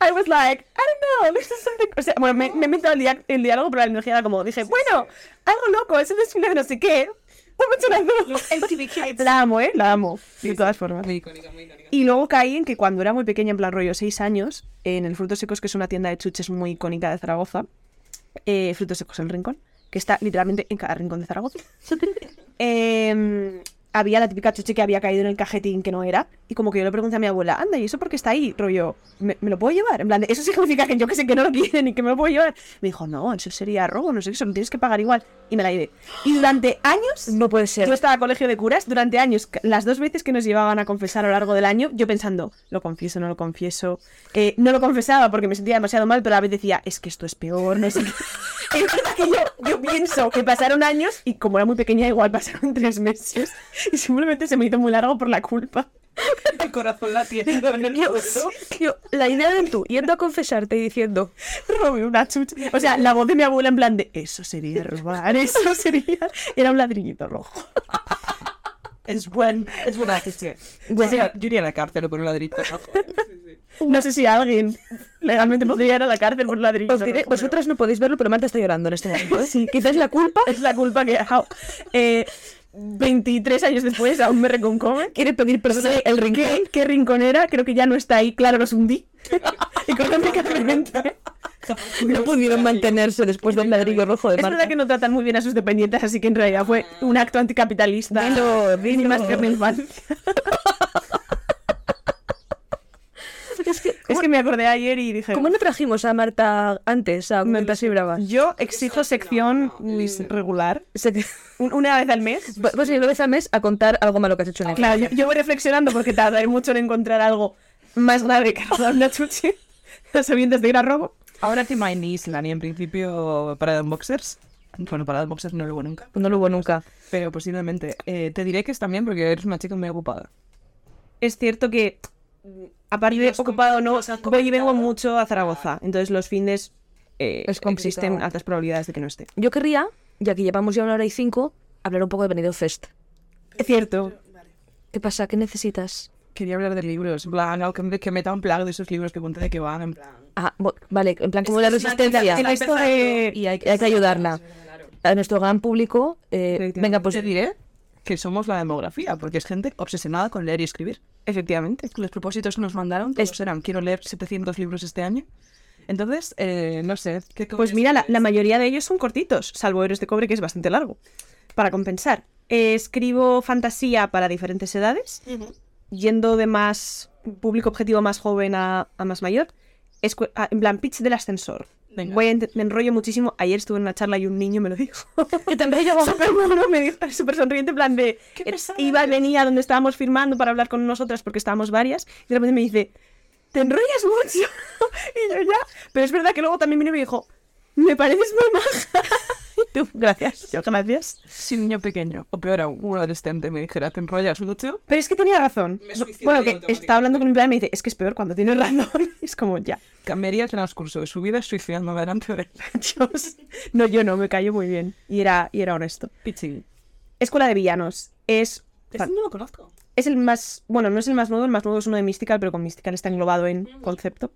[SPEAKER 3] I was like, I don't know, this is something- O sea, bueno, me, me he inventado el, dia- el diálogo, pero la energía era como, dije, bueno, algo loco, es el desfile de no sé qué. Hemos hecho las dos.
[SPEAKER 1] MTV Kids.
[SPEAKER 3] La amo, ¿eh? La amo, de
[SPEAKER 1] sí.
[SPEAKER 3] todas formas.
[SPEAKER 1] Muy icónica, muy icónica.
[SPEAKER 3] Y luego caí en que cuando era muy pequeña, en plan rollo 6 años, en el Frutos Secos, que es una tienda de chuches muy icónica de Zaragoza, eh, Frutos Secos El Rincón, que está literalmente en cada rincón de Zaragoza, eh, había la típica chuche que había caído en el cajetín que no era, y como que yo le pregunté a mi abuela, anda, ¿y eso por qué está ahí? Rollo, ¿me, me lo puedo llevar? En plan, eso significa que yo que sé que no lo quieren y que me lo puedo llevar. Me dijo, no, eso sería robo, no sé qué, eso lo tienes que pagar igual. Y me la llevé. Y durante años
[SPEAKER 2] No puede
[SPEAKER 3] yo
[SPEAKER 2] ser.
[SPEAKER 3] estaba a colegio de curas durante años. c- Las dos veces que nos llevaban a confesar a lo largo del año, yo pensando, lo confieso, no lo confieso. Eh, no lo confesaba porque me sentía demasiado mal, pero a la vez decía, es que esto es peor, no sé qué. Es verdad que yo, yo pienso que pasaron años y como era muy pequeña, igual pasaron tres meses. Y simplemente se me hizo muy largo por la culpa.
[SPEAKER 1] El corazón latiendo en el pecho.
[SPEAKER 2] Tío, la idea de tú yendo a confesarte y diciendo,
[SPEAKER 3] Robé una chucha. O sea, la voz de mi abuela en plan de, eso sería robar, eso sería. Era un ladrillito rojo.
[SPEAKER 1] Es buen, es buena gestión.
[SPEAKER 2] Bueno.
[SPEAKER 1] Sí, yo iría a la cárcel por un ladrito.
[SPEAKER 3] No sé si alguien legalmente podría ir a la cárcel por un ladrillito
[SPEAKER 2] os diré,
[SPEAKER 3] rojo, pero-
[SPEAKER 2] vosotras no podéis verlo, pero Marta está llorando en este momento. ¿eh? Quizás la culpa
[SPEAKER 3] es la culpa que he dejado. Eh, 23 años después aún me reconcome.
[SPEAKER 2] quiere pedir perdón el rincón.
[SPEAKER 3] ¿Qué, qué rinconera? Creo que ya no está ahí. Claro, los hundí. Económicamente.
[SPEAKER 2] No pudieron mantenerse después del ladrillo rojo de
[SPEAKER 3] Es verdad
[SPEAKER 2] Marta.
[SPEAKER 3] que no tratan muy bien a sus dependientes, así que en realidad fue un acto anticapitalista.
[SPEAKER 2] Dilo, dilo.
[SPEAKER 3] Ni más que mi infancia.
[SPEAKER 2] Es que,
[SPEAKER 3] Es que me acordé ayer y dije...
[SPEAKER 2] ¿Cómo no trajimos a Marta antes, a Marta y Bravas?
[SPEAKER 3] Yo exijo sección mm, regular.
[SPEAKER 2] Se te-
[SPEAKER 3] un- Una vez al mes.
[SPEAKER 2] Pues pues, lo ves al mes a contar algo malo que has hecho en el
[SPEAKER 3] Claro, yo, yo voy reflexionando porque tardaré mucho en encontrar algo más grave que robar una chuche. Sabiendo de ir a robo.
[SPEAKER 1] Ahora te my Island y en principio para en boxers. Bueno, para en boxers no lo hubo nunca.
[SPEAKER 2] pues No lo hubo nunca.
[SPEAKER 1] Pero posiblemente. Eh, te diré que es también porque eres una chica muy ocupada.
[SPEAKER 3] es cierento que mm, aparte de ocupado no, voy y vengo mucho a Zaragoza, entonces los fines eh,
[SPEAKER 2] Es complicado.
[SPEAKER 3] existen altas probabilidades de que no esté.
[SPEAKER 2] Yo querría, ya que llevamos ya una hora y cinco, hablar un poco de Benidorm Fest.
[SPEAKER 3] Es cierto.
[SPEAKER 2] ¿Qué pasa? ¿Qué necesitas?
[SPEAKER 1] Quería hablar de libros. En plan, algo que, me- que meta un plan de esos libros que conté de que van. En plan.
[SPEAKER 2] Ah, bo- vale, en plan como la resistencia.
[SPEAKER 3] En esto de...
[SPEAKER 2] Y hay, hay que ayudarla. A nuestro gran público, eh,
[SPEAKER 3] Efectivamente.
[SPEAKER 2] venga, pues
[SPEAKER 1] Te diré que somos la demografía, porque es gente obsesionada con leer y escribir.
[SPEAKER 3] Efectivamente.
[SPEAKER 1] Los propósitos que nos mandaron todos eran quiero leer 700 libros este año. Entonces, eh, no sé. ¿qué
[SPEAKER 3] Pues mira, la, la mayoría de ellos son cortitos, salvo Héroes de Cobre, que es bastante largo. Para compensar, eh, escribo fantasía para diferentes edades, yendo de más público objetivo más joven a, a más mayor. Escu- ah, en plan, pitch del ascensor.
[SPEAKER 1] Venga.
[SPEAKER 3] Voy a ent- me enrollo muchísimo. Ayer estuve en una charla y un niño me lo dijo.
[SPEAKER 2] que también llevamos
[SPEAKER 3] súper mono, me dijo, súper sonriente, en plan de... eh,
[SPEAKER 1] Qué pesada
[SPEAKER 3] Iba y venía donde estábamos firmando para hablar con nosotras porque estábamos varias y de repente me dice, te enrollas mucho. y yo ya... Pero es verdad que luego también vino y me dijo, me pareces muy maja. Y tú, gracias. Yo, gracias.
[SPEAKER 1] Si un niño pequeño, o peor aún, un adolescente me dijera, ¿te enrollas mucho?
[SPEAKER 3] Pero es que tenía razón. Bueno, que estaba hablando con mi plan y me dice, es que es peor cuando tienes razón. Y es como, ya.
[SPEAKER 1] Cambiaría el transcurso de su vida suicidándome delante de
[SPEAKER 3] Dios. No, yo no, me cayó muy bien. Y era, y era honesto.
[SPEAKER 1] Pichín.
[SPEAKER 3] Escuela de Villanos. Es...
[SPEAKER 1] Este no lo conozco.
[SPEAKER 3] es el más, bueno, no es el más nuevo, el más nuevo es uno de Mystical, pero con Mystical está englobado en concepto.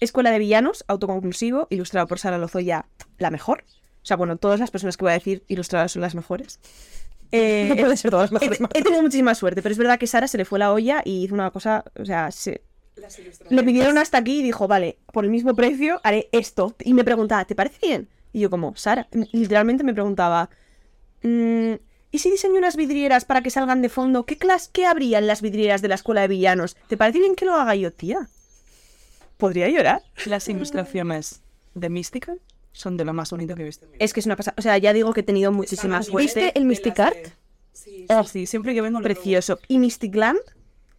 [SPEAKER 3] Escuela de Villanos, autoconclusivo, ilustrado por Sara Lozoya, la mejor. O sea, bueno, todas las personas que voy a decir ilustradas son las mejores. Eh,
[SPEAKER 2] No puede ser todas las
[SPEAKER 3] he-
[SPEAKER 2] mejores.
[SPEAKER 3] He, tenido muchísima suerte, pero es verdad que Sara se le fue la olla y hizo una cosa, o sea, se- le pidieron hasta aquí y dijo, vale, por el mismo precio haré esto. Y me preguntaba, ¿te parece bien? Y yo como, Sara, literalmente me preguntaba, Mm, ¿Y si diseño unas vidrieras para que salgan de fondo? ¿Qué, clas ¿Qué habría en las vidrieras de la escuela de villanos? ¿Te parece bien que lo haga yo, tía? ¿Podría llorar?
[SPEAKER 1] Las ilustraciones de Mística son de lo más bonito que he visto en mi vida.
[SPEAKER 3] Es que es una pasada. O sea, ya digo que he tenido muchísima
[SPEAKER 1] pues,
[SPEAKER 3] suerte.
[SPEAKER 2] ¿Viste el Mystic Art?
[SPEAKER 1] Ah, sí, siempre que vengo lo
[SPEAKER 3] Precioso. Y Mystic Land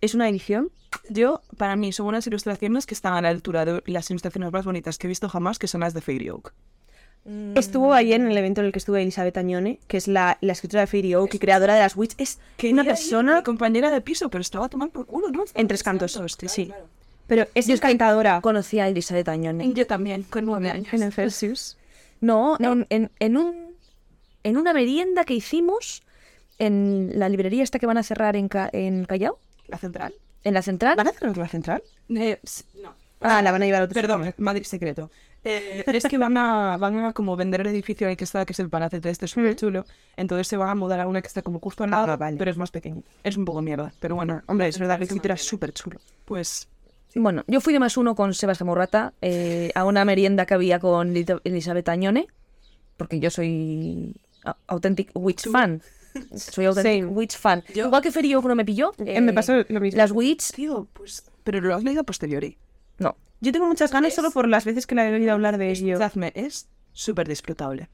[SPEAKER 3] es una edición.
[SPEAKER 1] Yo, para mí, son unas ilustraciones que están a la altura de las ilustraciones más bonitas que he visto jamás, que son las de Fairy Oak.
[SPEAKER 3] Estuvo ayer en el evento en el que estuve Elizabeth Añone, que es la, la escritora de Fairy Oak y creadora de las Witch. Es una persona...
[SPEAKER 1] compañera de piso, pero estaba tomando por culo, ¿no?
[SPEAKER 3] En tres cantos,
[SPEAKER 1] Hostia,
[SPEAKER 3] sí. Pero es encantadora.
[SPEAKER 2] Conocí a Elizabeth Añone.
[SPEAKER 1] Yo también, con nueve años.
[SPEAKER 3] En el Celsius.
[SPEAKER 2] No, en, en- en un, en una merienda que hicimos en la librería esta que van a cerrar en, Ca- en Callao,
[SPEAKER 1] ¿La central?
[SPEAKER 2] en la central.
[SPEAKER 3] ¿Van a cerrar la central?
[SPEAKER 1] Eh, s- no.
[SPEAKER 3] Ah, la van a llevar a otro
[SPEAKER 1] Perdón, Madrid secreto. Eh, es que van a, van a como vender el edificio en el que está, que es el Palacio de este súper chulo. Entonces se van a mudar a una que está como justo al lado,
[SPEAKER 3] Ah, vale.
[SPEAKER 1] pero es más pequeña. Es un poco mierda, pero bueno,
[SPEAKER 3] Hombre, es verdad que
[SPEAKER 1] el
[SPEAKER 3] el
[SPEAKER 1] sitio
[SPEAKER 3] sitio
[SPEAKER 1] era
[SPEAKER 3] era
[SPEAKER 1] súper chulo. Pues
[SPEAKER 2] Bueno, yo fui de más uno con Sebastián Morrata eh, a una merienda que había con Lita- Elizabeth Añone, porque yo soy a- authentic witch fan. Soy authentic
[SPEAKER 3] Same.
[SPEAKER 2] witch fan.
[SPEAKER 1] Yo-
[SPEAKER 2] Igual que Ferio no me pilló.
[SPEAKER 3] Eh, me pasó lo mismo.
[SPEAKER 2] Las witch,
[SPEAKER 1] Tío, pues. Pero lo has leído a posteriori.
[SPEAKER 2] no.
[SPEAKER 3] Yo tengo muchas ganas solo por las veces que la he oído hablar de ello.
[SPEAKER 1] Dadme, es súper disfrutable.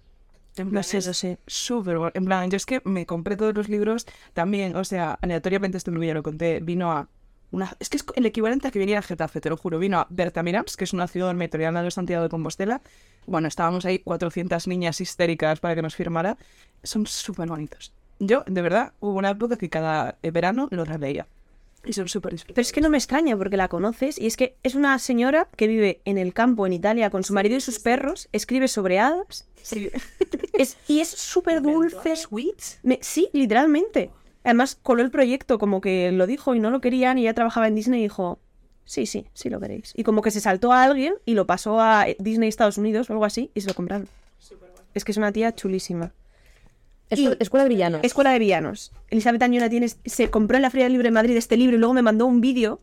[SPEAKER 1] En plan,
[SPEAKER 3] Lo sé,
[SPEAKER 1] es
[SPEAKER 3] lo sé.
[SPEAKER 1] Súper bueno. En plan, yo es que me compré todos los libros también. O sea, aleatoriamente, esto ya lo conté, vino a. Una, es que es el equivalente a que viniera a Getafe, te lo juro. Vino a Bertamirams, que es una ciudad metropolitana de Santiago de Compostela. Bueno, estábamos ahí 400 niñas histéricas para que nos firmara. Son súper bonitos. Yo, de verdad, hubo una época que cada eh, verano los releía. Y son súper
[SPEAKER 3] Pero
[SPEAKER 1] disfrutables.
[SPEAKER 3] es que no me extraña porque la conoces y es que es una señora que vive en el campo en Italia con su marido y sus perros, escribe sobre hadas es, y es súper dulce, sweet. Me- sí, literalmente. Además, coló el proyecto como que lo dijo y no lo querían y ya trabajaba en Disney y dijo, sí, sí, sí lo queréis. Y como que se saltó a alguien y lo pasó a eh, Disney Estados Unidos o algo así y se lo compraron. Es que es una tía chulísima.
[SPEAKER 2] Escu- Escuela de villanos.
[SPEAKER 3] Escuela de Villanos. Elizabeth Añona tiene, se compró en la Feria Libre de Madrid este libro y luego me mandó un vídeo.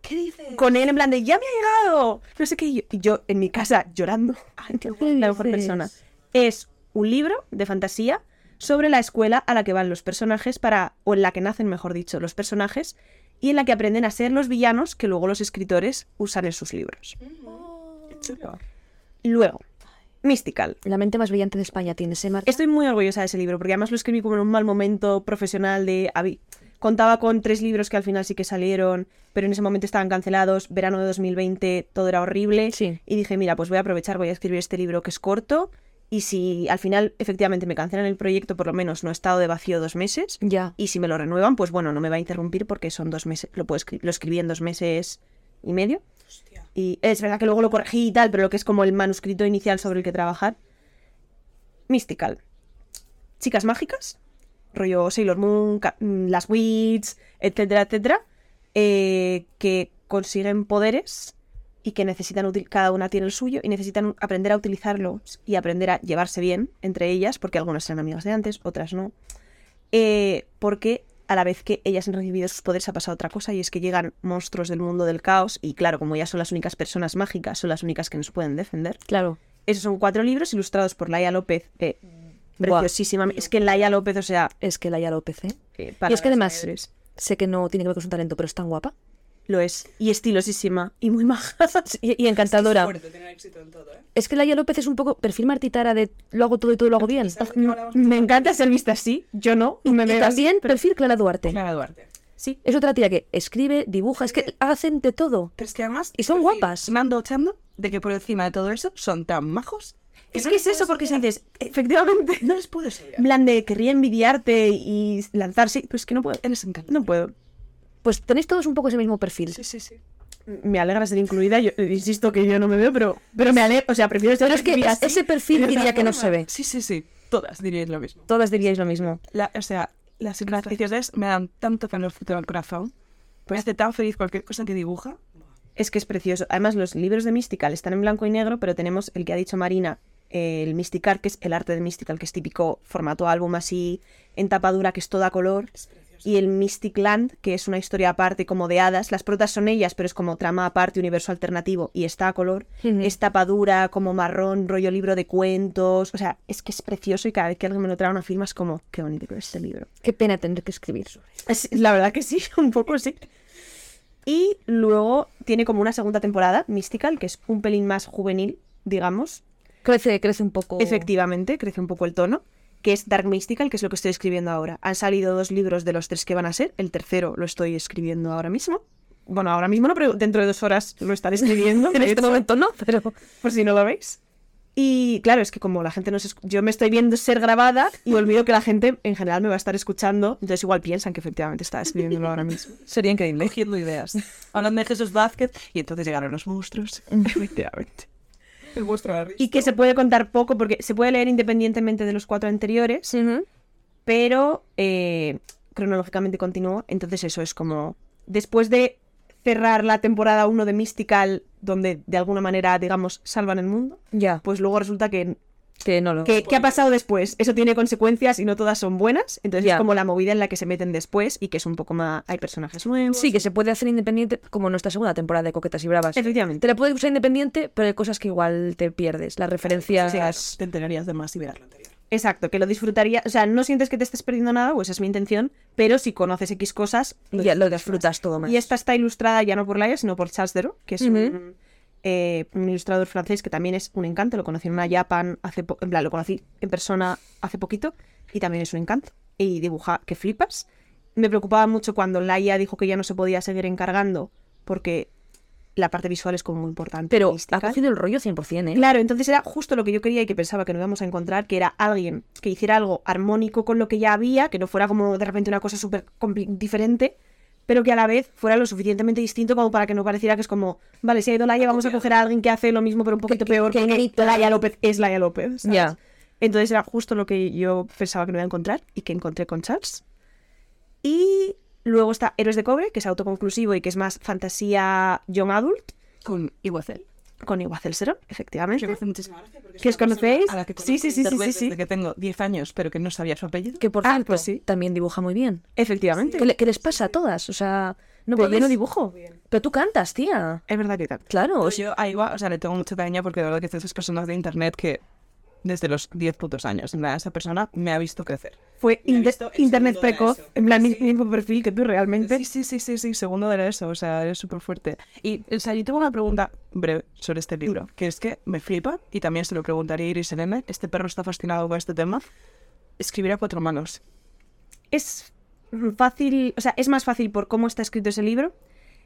[SPEAKER 3] Con él en plan de, ya me ha llegado. No sé qué. Y yo, y yo en mi casa llorando. Ay, qué guay, la mejor persona. Es un libro de fantasía sobre la escuela a la que van los personajes para, o en la que nacen, mejor dicho, los personajes y en la que aprenden a ser los villanos que luego los escritores usan en sus libros. Mm. Luego, Mystical.
[SPEAKER 2] La mente más brillante de España tiene ese mar.
[SPEAKER 3] Estoy muy orgullosa de ese libro, porque además lo escribí como en un mal momento profesional de... habí- Contaba con tres libros que al final sí que salieron, pero en ese momento estaban cancelados, verano de 2020, todo era horrible.
[SPEAKER 2] Sí.
[SPEAKER 3] Y dije, mira, pues voy a aprovechar, voy a escribir este libro que es corto, y si al final efectivamente me cancelan el proyecto, por lo menos no he estado de vacío dos meses,
[SPEAKER 2] Ya.
[SPEAKER 3] y si me lo renuevan, pues bueno, no me va a interrumpir porque son dos meses, lo, puedo escri- lo escribí en dos meses y medio. Y es verdad que luego lo corregí y tal, pero lo que es como el manuscrito inicial sobre el que trabajar. Mystical. Chicas mágicas, rollo Sailor Moon, ca- mm, las Witch, etcétera, etcétera, eh, que consiguen poderes y que necesitan, util- cada una tiene el suyo y necesitan u- aprender a utilizarlos y aprender a llevarse bien entre ellas, porque algunas eran amigas de antes, otras no. Eh, porque a la vez que ellas han recibido sus poderes ha pasado otra cosa y es que llegan monstruos del mundo del caos y claro, como ellas son las únicas personas mágicas, son las únicas que nos pueden defender.
[SPEAKER 2] Claro.
[SPEAKER 3] Esos son cuatro libros ilustrados por Laia López. eh,
[SPEAKER 2] Buah.
[SPEAKER 3] preciosísima. Es que Laia López, o sea...
[SPEAKER 2] Es que Laia López, ¿eh?
[SPEAKER 3] eh,
[SPEAKER 2] Y es que
[SPEAKER 3] los
[SPEAKER 2] además
[SPEAKER 3] mayores.
[SPEAKER 2] sé que no tiene que ver con su talento, pero es tan guapa.
[SPEAKER 3] Lo es. Y estilosísima. Y muy maja.
[SPEAKER 2] Y, y encantadora. Es, que Laia López es un poco perfil martitara de lo hago todo y todo lo hago bien.
[SPEAKER 3] Me encanta ser vista así. Yo no. y Me
[SPEAKER 2] Y
[SPEAKER 3] veo así.
[SPEAKER 2] también perfil Clara Duarte.
[SPEAKER 1] Clara Duarte.
[SPEAKER 3] Sí.
[SPEAKER 2] Es otra tía que escribe, dibuja, es que hacen de todo.
[SPEAKER 1] Pero es que además.
[SPEAKER 2] Y son
[SPEAKER 1] es decir,
[SPEAKER 2] guapas.
[SPEAKER 1] Me ando echando de que por encima de todo eso son tan majos.
[SPEAKER 3] Es
[SPEAKER 1] no
[SPEAKER 3] que
[SPEAKER 1] les
[SPEAKER 3] es eso,
[SPEAKER 1] puedes
[SPEAKER 3] porque si
[SPEAKER 1] odiar.
[SPEAKER 3] dices, efectivamente,
[SPEAKER 1] No les puedes odiar.
[SPEAKER 3] en plan de querría envidiarte y lanzarse, pues es que no puedo.
[SPEAKER 1] Eres encantador.
[SPEAKER 3] No puedo.
[SPEAKER 2] Pues tenéis todos un poco ese mismo perfil.
[SPEAKER 1] Sí, sí, sí.
[SPEAKER 3] Me alegra ser incluida, yo eh, insisto que yo no me veo, pero, pero me alegra, o sea, prefiero ser
[SPEAKER 2] Pero es que
[SPEAKER 3] recibida
[SPEAKER 2] es-
[SPEAKER 3] así.
[SPEAKER 2] ese perfil
[SPEAKER 3] de
[SPEAKER 2] diría
[SPEAKER 3] otra
[SPEAKER 2] que no
[SPEAKER 3] forma.
[SPEAKER 2] se ve.
[SPEAKER 1] Sí, sí, sí. Todas diríais lo mismo.
[SPEAKER 3] Todas diríais lo mismo.
[SPEAKER 1] La- o sea, las ilustraciones me dan tanto calor fruto al corazón. Me hace tan feliz cualquier cosa que dibuja.
[SPEAKER 3] Es que es precioso. Además, los libros de Mystical están en blanco y negro, pero tenemos el que ha dicho Marina, eh, el Mystical, que es el arte de Mystical, que es típico formato álbum así, en tapa dura, que es toda color. Y el Mystic Land, que es una historia aparte, como de hadas. Las protas son ellas, pero es como trama aparte, universo alternativo, y está a color.
[SPEAKER 2] Ujú.
[SPEAKER 3] Es tapa dura, como marrón, rollo libro de cuentos. O sea, es que es precioso y cada vez que alguien me lo trae a una firma es como, qué bonito que es este libro.
[SPEAKER 2] Qué pena tener que escribir sobre eso.
[SPEAKER 3] Sí, La verdad que sí, un poco sí. Y luego tiene como una segunda temporada, Mystical, que es un pelín más juvenil, digamos.
[SPEAKER 2] Crece, crece un poco.
[SPEAKER 3] Efectivamente, crece un poco el tono, que es Dark Mystical, que es lo que estoy escribiendo ahora. Han salido dos libros de los tres que van a ser. El tercero lo estoy escribiendo ahora mismo. Bueno, ahora mismo no, pero dentro de dos horas lo estaré escribiendo.
[SPEAKER 2] En
[SPEAKER 3] de
[SPEAKER 2] este
[SPEAKER 3] hecho,
[SPEAKER 2] momento no, pero.
[SPEAKER 3] por si no lo veis. Y claro, es que como la gente no se escu- Yo me estoy viendo ser grabada y olvido que la gente en general me va a estar escuchando. Entonces igual piensan que efectivamente está escribiéndolo ahora mismo.
[SPEAKER 1] Sería increíble. Cogiendo ideas. Hablando de Jesús Vázquez. Y entonces llegaron los monstruos.
[SPEAKER 3] Mm.
[SPEAKER 1] Efectivamente. El monstruo de
[SPEAKER 3] Y que se puede contar poco porque se puede leer independientemente de los cuatro anteriores,
[SPEAKER 2] Ujú.
[SPEAKER 3] pero eh, cronológicamente continúo. Entonces eso es como... Después de cerrar la temporada 1 de Mystical donde de alguna manera, digamos, salvan el mundo,
[SPEAKER 2] Ya,
[SPEAKER 3] pues luego resulta que
[SPEAKER 2] que no lo...
[SPEAKER 3] ¿Qué, qué ha pasado después? Eso tiene consecuencias y no todas son buenas. Entonces
[SPEAKER 2] Ya.
[SPEAKER 3] es como la movida en la que se meten después y que es un poco más. Hay personajes nuevos.
[SPEAKER 2] Sí, que se puede hacer independiente, como nuestra segunda temporada de Coquetas y Bravas. Te
[SPEAKER 3] Efectivamente.
[SPEAKER 2] la puedes usar independiente, pero hay cosas que igual te pierdes. Las referencias...
[SPEAKER 1] te enterarías de más si vieras lo anterior.
[SPEAKER 3] Exacto, que lo disfrutaría. O sea, no sientes que te estés perdiendo nada, pues es mi intención. Pero si conoces X cosas.
[SPEAKER 2] Ya lo disfrutas todo más.
[SPEAKER 3] Y esta está ilustrada ya no por Laia, sino por Charles Dero, que es un,
[SPEAKER 2] Ujú.
[SPEAKER 3] eh, un ilustrador francés que también es un encanto. Lo conocí en una Japan hace po- en plan, lo conocí en persona hace poquito y también es un encanto. Y dibuja que flipas. Me preocupaba mucho cuando Laia dijo que ya no se podía seguir encargando porque la parte visual es como muy importante.
[SPEAKER 2] Pero
[SPEAKER 3] mística.
[SPEAKER 2] ha cogido el rollo 100%, ¿eh?
[SPEAKER 3] Claro, entonces era justo lo que yo quería y que pensaba que no íbamos a encontrar, que era alguien que hiciera algo armónico con lo que ya había, que no fuera como de repente una cosa súper compli- diferente, pero que a la vez fuera lo suficientemente distinto como para que no pareciera que es como, vale, si ha ido Laia, vamos a coger a alguien que hace lo mismo pero un poquito peor,
[SPEAKER 2] que
[SPEAKER 3] porque
[SPEAKER 2] grita.
[SPEAKER 3] Laia López es Laia López. ¿sabes?
[SPEAKER 2] Ya.
[SPEAKER 3] Entonces era justo lo que yo pensaba que no iba a encontrar y que encontré con Charles. Y luego está Héroes de Cobre, que es autoconclusivo y que es más fantasía young adult,
[SPEAKER 1] Con Iguacel.
[SPEAKER 3] con Iguacel Serón, efectivamente.
[SPEAKER 1] Que me hace muchísima gracia porque es
[SPEAKER 3] ¿Que os
[SPEAKER 1] una persona
[SPEAKER 3] conocéis?
[SPEAKER 1] a la que
[SPEAKER 3] Sí, sí,
[SPEAKER 1] conozco de
[SPEAKER 3] sí, sí,
[SPEAKER 1] Internet
[SPEAKER 3] sí, sí.
[SPEAKER 1] desde que tengo 10 años, pero que no sabía su apellido.
[SPEAKER 2] Que por
[SPEAKER 3] Ah,
[SPEAKER 2] cierto,
[SPEAKER 3] pues sí.
[SPEAKER 2] también dibuja muy bien.
[SPEAKER 3] Efectivamente.
[SPEAKER 2] ¿Qué, le- qué les pasa a todas? O sea, no, porque yo no dibujo. Pero tú cantas, tía.
[SPEAKER 3] Es verdad que tal.
[SPEAKER 2] Claro. o
[SPEAKER 1] Pues
[SPEAKER 2] sea,
[SPEAKER 1] yo a Igua, o sea, le tengo mucho cariño porque de verdad que es de esas personas de internet que desde los 10 putos años, en plan, esa persona me ha visto crecer.
[SPEAKER 3] Fue
[SPEAKER 1] Me ha
[SPEAKER 3] inte-
[SPEAKER 1] visto el
[SPEAKER 3] internet
[SPEAKER 1] segundo de
[SPEAKER 3] precoz,
[SPEAKER 1] ESO.
[SPEAKER 3] en plan mismo perfil que tú realmente.
[SPEAKER 1] Sí, sí, sí, sí, sí, segundo de eso, o sea, eres súper fuerte. Y, o sea, yo tengo una pregunta breve sobre este libro, que es que me flipa, y también se lo preguntaría a Iris Elena, este perro está fascinado con este tema, escribir a cuatro manos.
[SPEAKER 3] Es fácil, o sea, es más fácil por cómo está escrito ese libro.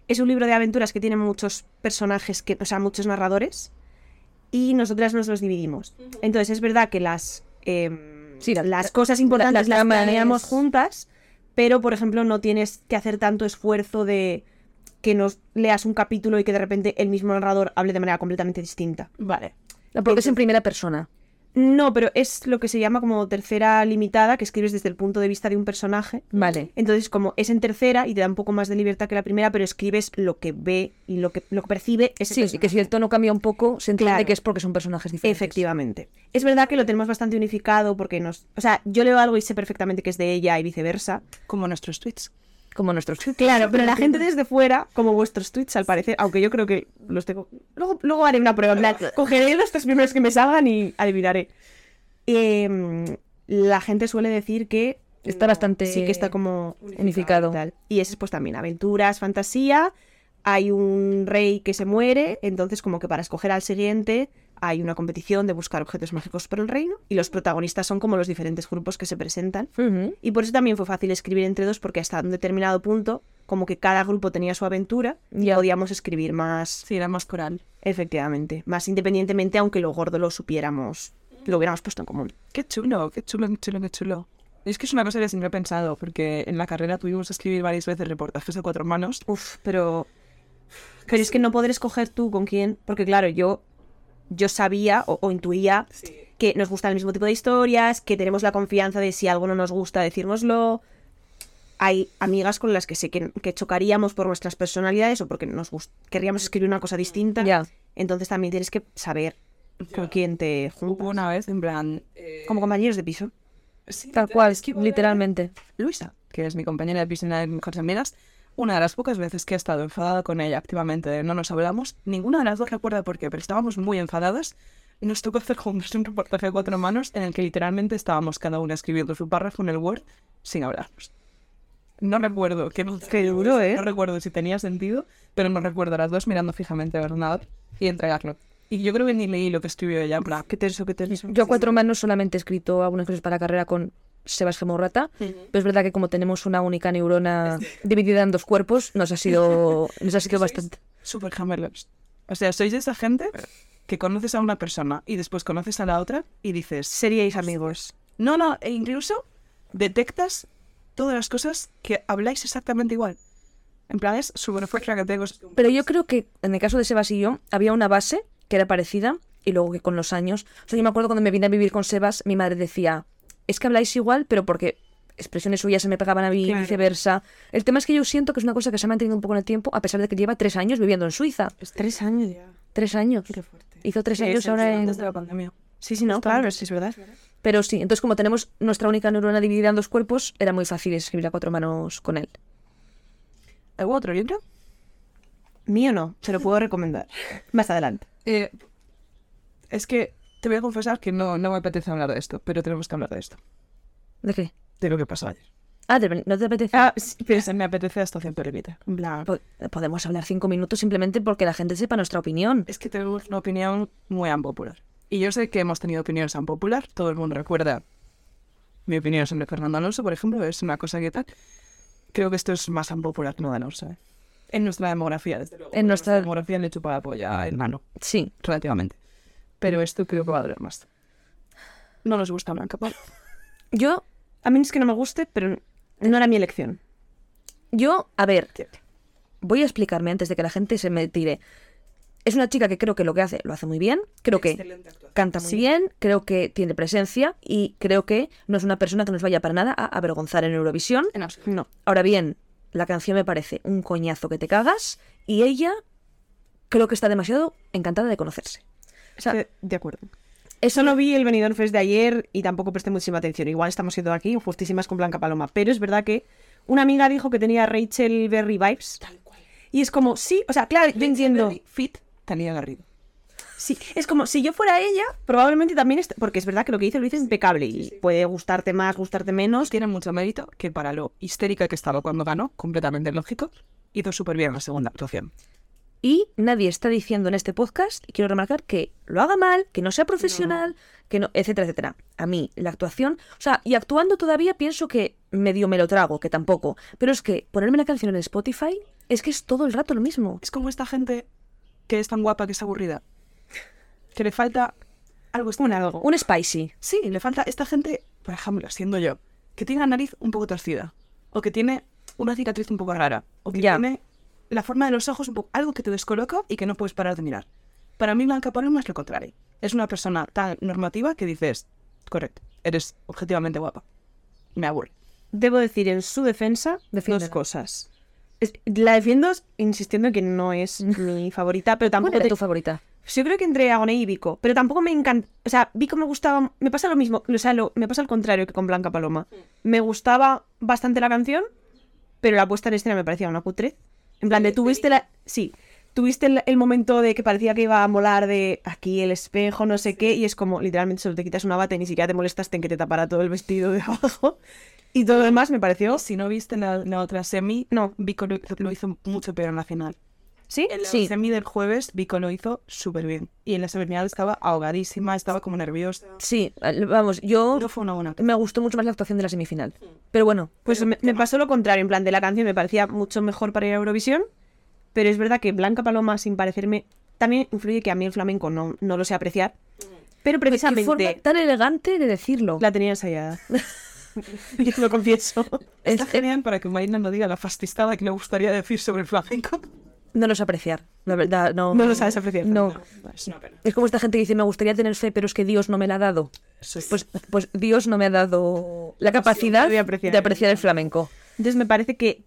[SPEAKER 3] Es un libro de aventuras que tiene muchos personajes, que, o sea, muchos narradores, y nosotras nos los dividimos. Entonces es verdad que las, em,
[SPEAKER 2] Sí, la-
[SPEAKER 3] las
[SPEAKER 2] la-
[SPEAKER 3] cosas importantes
[SPEAKER 2] la- la
[SPEAKER 3] las
[SPEAKER 2] trama
[SPEAKER 3] planeamos
[SPEAKER 2] es-
[SPEAKER 3] juntas, pero por ejemplo no tienes que hacer tanto esfuerzo de que nos leas un capítulo y que de repente el mismo narrador hable de manera completamente distinta.
[SPEAKER 1] Vale.
[SPEAKER 2] porque es en primera persona.
[SPEAKER 3] No, pero es lo que se llama como tercera limitada, que escribes desde el punto de vista de un personaje.
[SPEAKER 2] Vale.
[SPEAKER 3] Entonces, como es en tercera y te da un poco más de libertad que la primera, pero escribes lo que ve y lo que, lo que percibe ese
[SPEAKER 2] Sí, sí, que
[SPEAKER 3] personaje.
[SPEAKER 2] si el tono cambia un poco, se entiende
[SPEAKER 3] Claro.
[SPEAKER 2] que es porque son personajes diferentes.
[SPEAKER 3] Efectivamente. Es verdad que lo tenemos bastante unificado porque nos... O sea, yo leo algo y sé perfectamente que es de ella y viceversa.
[SPEAKER 1] Como nuestros tweets.
[SPEAKER 2] Como nuestros.
[SPEAKER 3] Claro, pero la gente desde fuera, como vuestros tweets al parecer, aunque yo creo que los tengo... Luego, luego haré una prueba, en plan, cogeré los tres primeros que me salgan y adivinaré. Em, la gente suele decir que...
[SPEAKER 2] Está bastante
[SPEAKER 3] Sí, que está como...
[SPEAKER 2] unificado.
[SPEAKER 3] y tal. Y es pues también aventuras, fantasía, hay un rey que se muere, entonces como que para escoger al siguiente hay una competición de buscar objetos mágicos por el reino y los protagonistas son como los diferentes grupos que se presentan.
[SPEAKER 2] Ujú.
[SPEAKER 3] Y por eso también fue fácil escribir entre dos, porque hasta un determinado punto, como que cada grupo tenía su aventura, y
[SPEAKER 2] Ya.
[SPEAKER 3] podíamos escribir más,
[SPEAKER 1] Sí, era más coral.
[SPEAKER 3] efectivamente, más independientemente, aunque lo gordo lo supiéramos, lo hubiéramos puesto en común.
[SPEAKER 1] Qué chulo, qué chulo, qué chulo, qué chulo. Es que es una cosa que siempre he pensado, porque en la carrera tuvimos que escribir varias veces reportajes a cuatro manos.
[SPEAKER 3] Uf, pero. Pero es que no poder escoger tú con quién, porque claro, yo, yo sabía o, o intuía que nos gusta el mismo tipo de historias, que tenemos la confianza de si algo no nos gusta decírnoslo. Hay amigas con las que sé que, que chocaríamos por nuestras personalidades o porque nos gust- querríamos escribir una cosa distinta.
[SPEAKER 2] Ya.
[SPEAKER 3] Entonces también tienes que saber con quién te juntas.
[SPEAKER 1] Hubo una vez, en plan, eh,
[SPEAKER 3] Como compañeros de piso.
[SPEAKER 1] sí,
[SPEAKER 2] Tal
[SPEAKER 1] literal,
[SPEAKER 2] cual,
[SPEAKER 1] es que hubo una vez-
[SPEAKER 2] literalmente.
[SPEAKER 1] Luisa, que es mi compañera de piscina de Mejores Amigas, una de las pocas veces que he estado enfadada con ella activamente, de no nos hablamos, ninguna de las dos recuerda por qué, pero estábamos muy enfadadas. y Nos tocó hacer juntos un reportaje a cuatro manos en el que literalmente estábamos cada una escribiendo su párrafo en el Word sin hablarnos. No recuerdo qué, qué
[SPEAKER 3] duro, ¿eh?
[SPEAKER 1] No recuerdo si tenía sentido, pero no recuerdo a las dos mirando fijamente a Bernard y entregarlo. Y yo creo que ni leí lo que escribió ella, en plan, "Ah,
[SPEAKER 3] Qué tenso, qué tenso.
[SPEAKER 2] Yo a cuatro manos solamente he escrito algunas cosas para la carrera con Sebas Gemorrata, pero es verdad que como tenemos una única neurona dividida en dos cuerpos, nos ha sido, nos ha sido bastante...
[SPEAKER 1] Super gemelos. O sea, sois de esa gente que conoces a una persona y después conoces a la otra y dices,
[SPEAKER 3] Seríais amigos.
[SPEAKER 1] no, no, e incluso detectas todas las cosas que habláis exactamente igual. En plan, es súper fuerte que tengo.
[SPEAKER 3] Pues
[SPEAKER 2] Pero yo creo que en el caso de Sebas y yo, había una base que era parecida y luego que con los años... O sea, yo me acuerdo cuando me vine a vivir con Sebas, mi madre decía, es que habláis igual, pero porque expresiones suyas se me pegaban a mí y
[SPEAKER 1] Claro.
[SPEAKER 2] viceversa. El tema es que yo siento que es una cosa que se ha mantenido un poco en el tiempo, a pesar de que lleva tres años viviendo en Suiza.
[SPEAKER 3] Tres años ya.
[SPEAKER 2] Tres años.
[SPEAKER 3] Qué fuerte.
[SPEAKER 2] Hizo tres
[SPEAKER 3] Sí,
[SPEAKER 2] años
[SPEAKER 3] sí,
[SPEAKER 2] ahora
[SPEAKER 3] sí,
[SPEAKER 2] en...
[SPEAKER 1] Desde la pandemia.
[SPEAKER 3] Sí, sí, no, claro, sí, es verdad.
[SPEAKER 2] Pero sí, entonces como tenemos nuestra única neurona dividida en dos cuerpos, era muy fácil escribir a cuatro manos con él.
[SPEAKER 1] ¿Algo Eh, otro libro?
[SPEAKER 3] Mío no, se lo puedo recomendar. Más adelante.
[SPEAKER 1] Eh, es que te voy a confesar que no, no me apetece hablar de esto, pero tenemos que hablar de esto.
[SPEAKER 2] ¿De qué?
[SPEAKER 1] De lo que pasó ayer.
[SPEAKER 2] Ah, de- ¿no te apetece?
[SPEAKER 3] Ah, sí, pero
[SPEAKER 1] Se me apetece hasta cierto límite. En plan,
[SPEAKER 2] Po- podemos hablar cinco minutos simplemente porque la gente sepa nuestra opinión.
[SPEAKER 1] Es que tenemos una opinión muy unpopular. Y yo sé que hemos tenido opiniones unpopular. Todo el mundo recuerda mi opinión sobre Fernando Alonso, por ejemplo. Es una cosa que tal. Creo que esto es más unpopular que no de Alonso. ¿eh? En nuestra demografía, desde luego.
[SPEAKER 2] En nuestra-
[SPEAKER 1] demografía le chupa la polla, hermano,
[SPEAKER 2] Sí.
[SPEAKER 1] relativamente. Pero esto creo que va a durar más. No nos gusta Blanca Paloma.
[SPEAKER 2] Yo,
[SPEAKER 3] a mí no es que no me guste, pero no era mi elección.
[SPEAKER 2] yo, a ver, voy a explicarme antes de que la gente se me tire. Es una chica que creo que lo que hace, lo hace muy bien. Creo que canta muy bien, creo que tiene presencia y creo que no es una persona que nos vaya para nada a avergonzar en Eurovisión.
[SPEAKER 3] No.
[SPEAKER 2] Ahora bien, la canción me parece un coñazo que te cagas y ella creo que está demasiado encantada de conocerse. O sea,
[SPEAKER 3] De, de acuerdo. Eso no vi el Benidorm Fest de ayer y tampoco presté muchísima atención. Igual estamos siendo aquí justísimas con Blanca Paloma. Pero es verdad que una amiga dijo que tenía Rachel Berry vibes. Tal cual. Y es como, sí, o sea, claro, yo entiendo.
[SPEAKER 1] Fit, Talía Garrido.
[SPEAKER 3] Sí, es como si yo fuera ella, probablemente también. est- Porque es verdad que lo que dice lo dice impecable y puede gustarte más, gustarte menos.
[SPEAKER 1] Tiene mucho mérito que para lo histérica que estaba cuando ganó, completamente lógico, hizo súper bien la segunda actuación.
[SPEAKER 2] Y nadie está diciendo en este podcast, y quiero remarcar, que lo haga mal, que no sea profesional, que no, etcétera, etcétera. A mí, la actuación, o sea, y actuando todavía pienso que medio me lo trago, que tampoco. Pero es que ponerme una canción en Spotify es que es todo el rato lo mismo.
[SPEAKER 1] Es como esta gente que es tan guapa que es aburrida. Que le falta algo.
[SPEAKER 3] Un algo.
[SPEAKER 2] Un spicy.
[SPEAKER 1] Sí, le falta esta gente, por ejemplo, siendo yo, que tiene la nariz un poco torcida. O que tiene una cicatriz un poco rara. O que
[SPEAKER 2] Ya.
[SPEAKER 1] tiene la forma de los ojos un poco. Algo que te descoloca y que no puedes parar de mirar. Para mí, Blanca Paloma es lo contrario. Es una persona tan normativa que dices, correcto, eres objetivamente guapa. Me aburre.
[SPEAKER 3] Debo decir en su defensa
[SPEAKER 2] Defiéndela.
[SPEAKER 3] dos cosas. Es- La defiendo insistiendo en que no es mi favorita, pero
[SPEAKER 2] ¿Cuál
[SPEAKER 3] tampoco
[SPEAKER 2] era
[SPEAKER 3] te-
[SPEAKER 2] tu favorita?
[SPEAKER 3] Yo creo que entre Agoné y Vico, pero tampoco me encanta. O sea, Vico me gustaba. Me pasa lo mismo, o sea, lo- me pasa al contrario que con Blanca Paloma. Me gustaba bastante la canción, pero la puesta en escena me parecía una cutre. En plan, de tuviste la. Sí, tuviste el, el momento de que parecía que iba a molar de aquí el espejo, no sé qué, y es como literalmente solo te quitas una bata y ni siquiera te molestaste en que te tapara todo el vestido de abajo. Y todo lo demás me pareció.
[SPEAKER 1] Si no viste la, la otra semi,
[SPEAKER 3] No.
[SPEAKER 1] Vico lo, lo hizo mucho peor en la final.
[SPEAKER 3] ¿Sí?
[SPEAKER 1] En la
[SPEAKER 2] Sí.
[SPEAKER 1] semi del jueves, Vico lo hizo súper bien. Y en la semifinal estaba ahogadísima, estaba como nerviosa.
[SPEAKER 2] Sí, eh, vamos, yo
[SPEAKER 1] No fue una buena.
[SPEAKER 2] me gustó mucho más la actuación de la semifinal. Pero bueno,
[SPEAKER 3] Pues me, me pasó lo contrario, en plan de la canción me parecía mucho mejor para ir a Eurovisión, pero es verdad que Blanca Paloma, sin parecerme, también influye que a mí el flamenco no, no lo sé apreciar, pero
[SPEAKER 2] qué forma
[SPEAKER 3] precisamente
[SPEAKER 2] tan elegante de decirlo.
[SPEAKER 3] la tenía ensayada. Yo lo confieso.
[SPEAKER 1] Está
[SPEAKER 2] Es-
[SPEAKER 1] genial para que Marina no diga la fascistada que le gustaría decir sobre el flamenco.
[SPEAKER 2] no los apreciar, la verdad, no.
[SPEAKER 3] No lo sabes apreciar.
[SPEAKER 2] No.
[SPEAKER 1] Es una pena.
[SPEAKER 2] Es como esta gente que dice, me gustaría tener fe, pero es que Dios no me la ha dado. Pues, pues Dios no me ha dado la capacidad
[SPEAKER 3] de
[SPEAKER 2] de
[SPEAKER 3] apreciar
[SPEAKER 2] apreciar,
[SPEAKER 3] el
[SPEAKER 2] el flamenco.
[SPEAKER 3] Entonces me parece que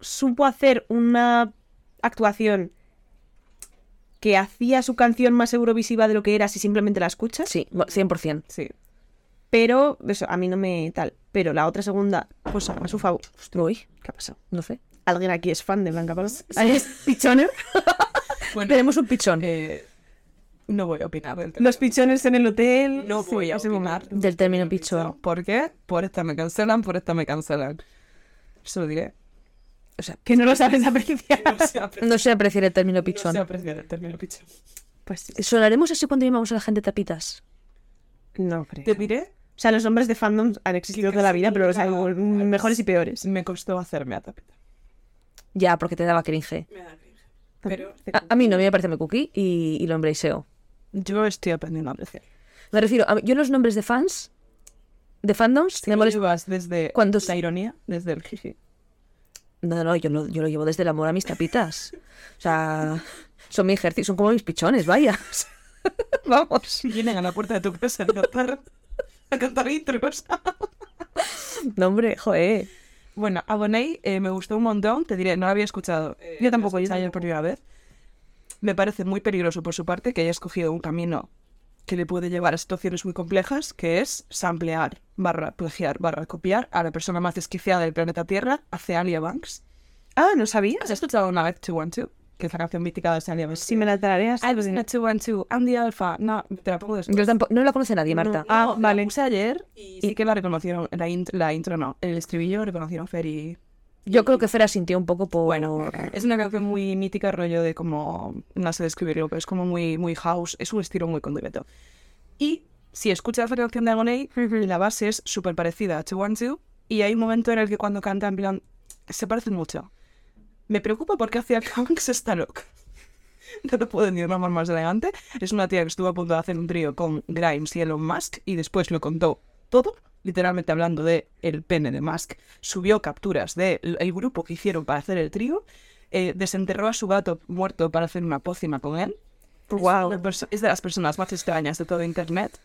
[SPEAKER 3] supo hacer una actuación que hacía su canción más eurovisiva de lo que era si simplemente la escuchas.
[SPEAKER 2] Sí, bu- 100%.
[SPEAKER 1] Sí.
[SPEAKER 3] Pero eso, a mí no me tal. Pero la otra segunda, pues a su favor.
[SPEAKER 2] Uy,
[SPEAKER 3] ¿Qué ha pasado?
[SPEAKER 2] no sé.
[SPEAKER 3] ¿Alguien aquí es fan de Blanca Paloma? ¿Alguien es pichoner?
[SPEAKER 2] Tenemos un pichón
[SPEAKER 1] Eh, no voy a opinar. del tema.
[SPEAKER 3] Los pichones en el hotel.
[SPEAKER 1] No voy a
[SPEAKER 3] ese
[SPEAKER 1] opinar.
[SPEAKER 3] momento.
[SPEAKER 2] del término pichón.
[SPEAKER 1] ¿Por qué? Por esta me cancelan, por esta me cancelan. Se lo diré.
[SPEAKER 2] O sea,
[SPEAKER 3] Que no lo sabes apreciar.
[SPEAKER 1] No se aprecia,
[SPEAKER 2] no sé apreciar el término
[SPEAKER 1] no
[SPEAKER 2] pichón.
[SPEAKER 1] se aprecia el término pichón.
[SPEAKER 3] Pues
[SPEAKER 2] ¿Sonaremos así cuando llamamos a la gente tapitas?
[SPEAKER 3] no creo.
[SPEAKER 1] Te diré,
[SPEAKER 3] O sea, los nombres de fandom han existido toda la vida, pero los hay mejores y peores.
[SPEAKER 1] me costó hacerme a tapita.
[SPEAKER 2] Ya, porque te daba cringe.
[SPEAKER 1] Pero
[SPEAKER 2] A, a mí no, a mí me parece muy cookie y, y lo embraceo.
[SPEAKER 1] yo estoy aprendiendo a apreciar.
[SPEAKER 2] Me refiero, a, yo los nombres de fans, de fandoms, me molest-
[SPEAKER 1] llevas desde
[SPEAKER 2] Cuando
[SPEAKER 1] la
[SPEAKER 2] se-
[SPEAKER 1] ironía, desde el jiji.
[SPEAKER 2] No, no, yo, no- yo lo llevo desde el amor a mis tapitas. O sea, son mi ejercicio, son como mis pichones, vaya.
[SPEAKER 1] Vamos. Vienen a la puerta de tu casa a cantar, a cantar intros.
[SPEAKER 2] No, hombre, joder.
[SPEAKER 1] Bueno, Aboney eh, me gustó un montón, te diré, no la había Eh, escuchado. yo tampoco, yo ayer por primera vez. Me parece muy peligroso por su parte que haya escogido un camino que le puede llevar a situaciones muy complejas, que es samplear, barra plagiar, barra copiar a la persona más desquiciada del planeta Tierra, a Celia Banks.
[SPEAKER 3] Ah, no sabías.
[SPEAKER 1] ¿Has escuchado una vez 212? Que es la canción mítica de Celia Banks.
[SPEAKER 3] Si me la tarareas.
[SPEAKER 1] I was in a 212, I'm the alpha. No, te la pongo después.
[SPEAKER 2] Yo tampoco, no la conoce nadie, Marta.
[SPEAKER 1] Ah, vale. Puse ayer y sí que la reconocieron, la, int- la intro no, el estribillo reconocieron Fer y...
[SPEAKER 2] Yo creo que Fera sintió un poco por... Bueno,
[SPEAKER 1] Es una canción muy mítica, rollo de como, no sé describirlo, pero es como muy, muy house, es un estilo muy concreto. Y si escuchas la canción de Agoney, la base es súper parecida a 212 y hay un momento en el que cuando canta, en plan, se parecen mucho. Me preocupa porque hacia Banks está loca. No te puedo ni mamar más elegante. Es una tía que estuvo a punto de hacer un trío con Grimes y Elon Musk y después lo contó todo, literalmente hablando de el pene de Musk. Subió capturas del el grupo que hicieron para hacer el trío, eh, desenterró a su gato muerto para hacer una pócima con él. Wow. Es de las personas más extrañas de todo Internet.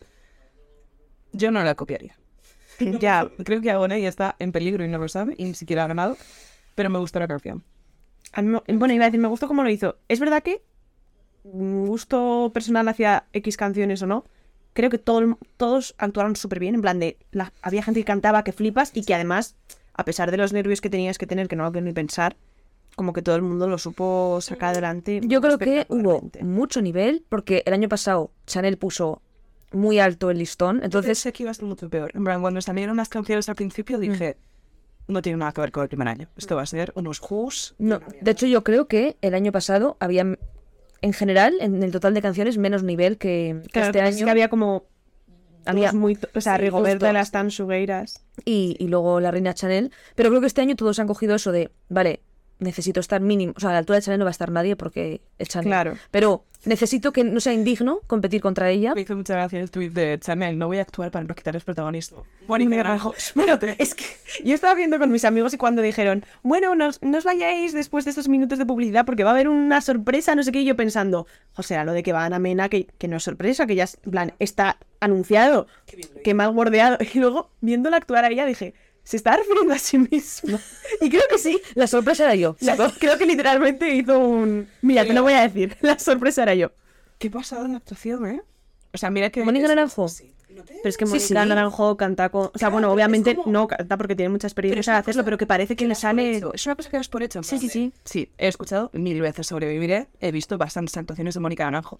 [SPEAKER 1] Yo no la copiaría. ya, creo que Agoney está en peligro y no lo sabe y ni siquiera ha ganado, pero me gustó la canción.
[SPEAKER 3] A mí me- bueno, iba a decir, me gustó cómo lo hizo. Es verdad que mm, gusto personal hacia X canciones o no, creo que todo, el- todos actuaron súper bien. En plan de, la- había gente que cantaba que flipas y que además, a pesar de los nervios que tenías que tener, que no lo que ni pensar, como que todo el mundo lo supo sacar adelante.
[SPEAKER 2] Yo creo que hubo
[SPEAKER 3] espectacularmente.
[SPEAKER 2] mucho nivel, porque el año pasado Chanel puso muy alto el listón,
[SPEAKER 1] Entonces
[SPEAKER 2] entonces
[SPEAKER 1] sé que iba a ser mucho peor. En plan, cuando salieron las canciones al
[SPEAKER 3] Mm.
[SPEAKER 1] principio dije, no tiene nada que ver con el primer año. Esto va a ser unos who's.
[SPEAKER 2] No, de hecho yo creo que el año pasado había, en general, en el total de canciones, menos nivel que que
[SPEAKER 3] Claro,
[SPEAKER 2] este
[SPEAKER 3] es
[SPEAKER 2] año.
[SPEAKER 3] que había como.
[SPEAKER 2] Había-
[SPEAKER 3] dos muy, to- o sea,
[SPEAKER 2] sí,
[SPEAKER 3] Rigoberta
[SPEAKER 2] justo.
[SPEAKER 3] de las Tansugueiras.
[SPEAKER 2] y, y luego la reina Chanel. Pero creo que este año todos han cogido eso de, vale, necesito estar mínimo, o sea, a la altura de Chanel no va a estar nadie porque es Chanel.
[SPEAKER 3] Claro.
[SPEAKER 2] Pero necesito que no sea indigno competir contra ella.
[SPEAKER 1] Me hizo mucha gracia el tweet de Chanel, no voy a actuar para no quitar el protagonismo. Juan y me granjo, espérate.
[SPEAKER 3] Es que yo estaba viendo con mis amigos y cuando dijeron, bueno, nos- no os vayáis después de estos minutos de publicidad porque va a haber una sorpresa, no sé qué, y yo pensando, o sea, lo de que va Ana Mena, que, que no es sorpresa, que ya es- en plan, está anunciado, que mal bordeado. Y luego, viéndola actuar a ella, dije, se está refiriendo a sí misma. Y creo que sí.
[SPEAKER 2] La sorpresa era yo.
[SPEAKER 3] La- creo que literalmente hizo un... Mira, te lo voy a decir, la sorpresa era yo.
[SPEAKER 1] Qué pasada la actuación, ¿eh? O sea, mira que...
[SPEAKER 2] Mónica Naranjo.
[SPEAKER 3] Pero es que
[SPEAKER 2] Sí,
[SPEAKER 3] Mónica
[SPEAKER 2] sí.
[SPEAKER 3] Naranjo canta con... O sea, bueno, obviamente no canta porque tiene mucha experiencia de hacerlo, pero que parece que le sale...
[SPEAKER 1] Es una cosa que has por hecho. en
[SPEAKER 3] Sí,
[SPEAKER 1] plan
[SPEAKER 3] sí,
[SPEAKER 1] de-
[SPEAKER 3] sí.
[SPEAKER 1] Sí, he escuchado mil veces sobreviviré, he visto bastantes actuaciones de Mónica Naranjo.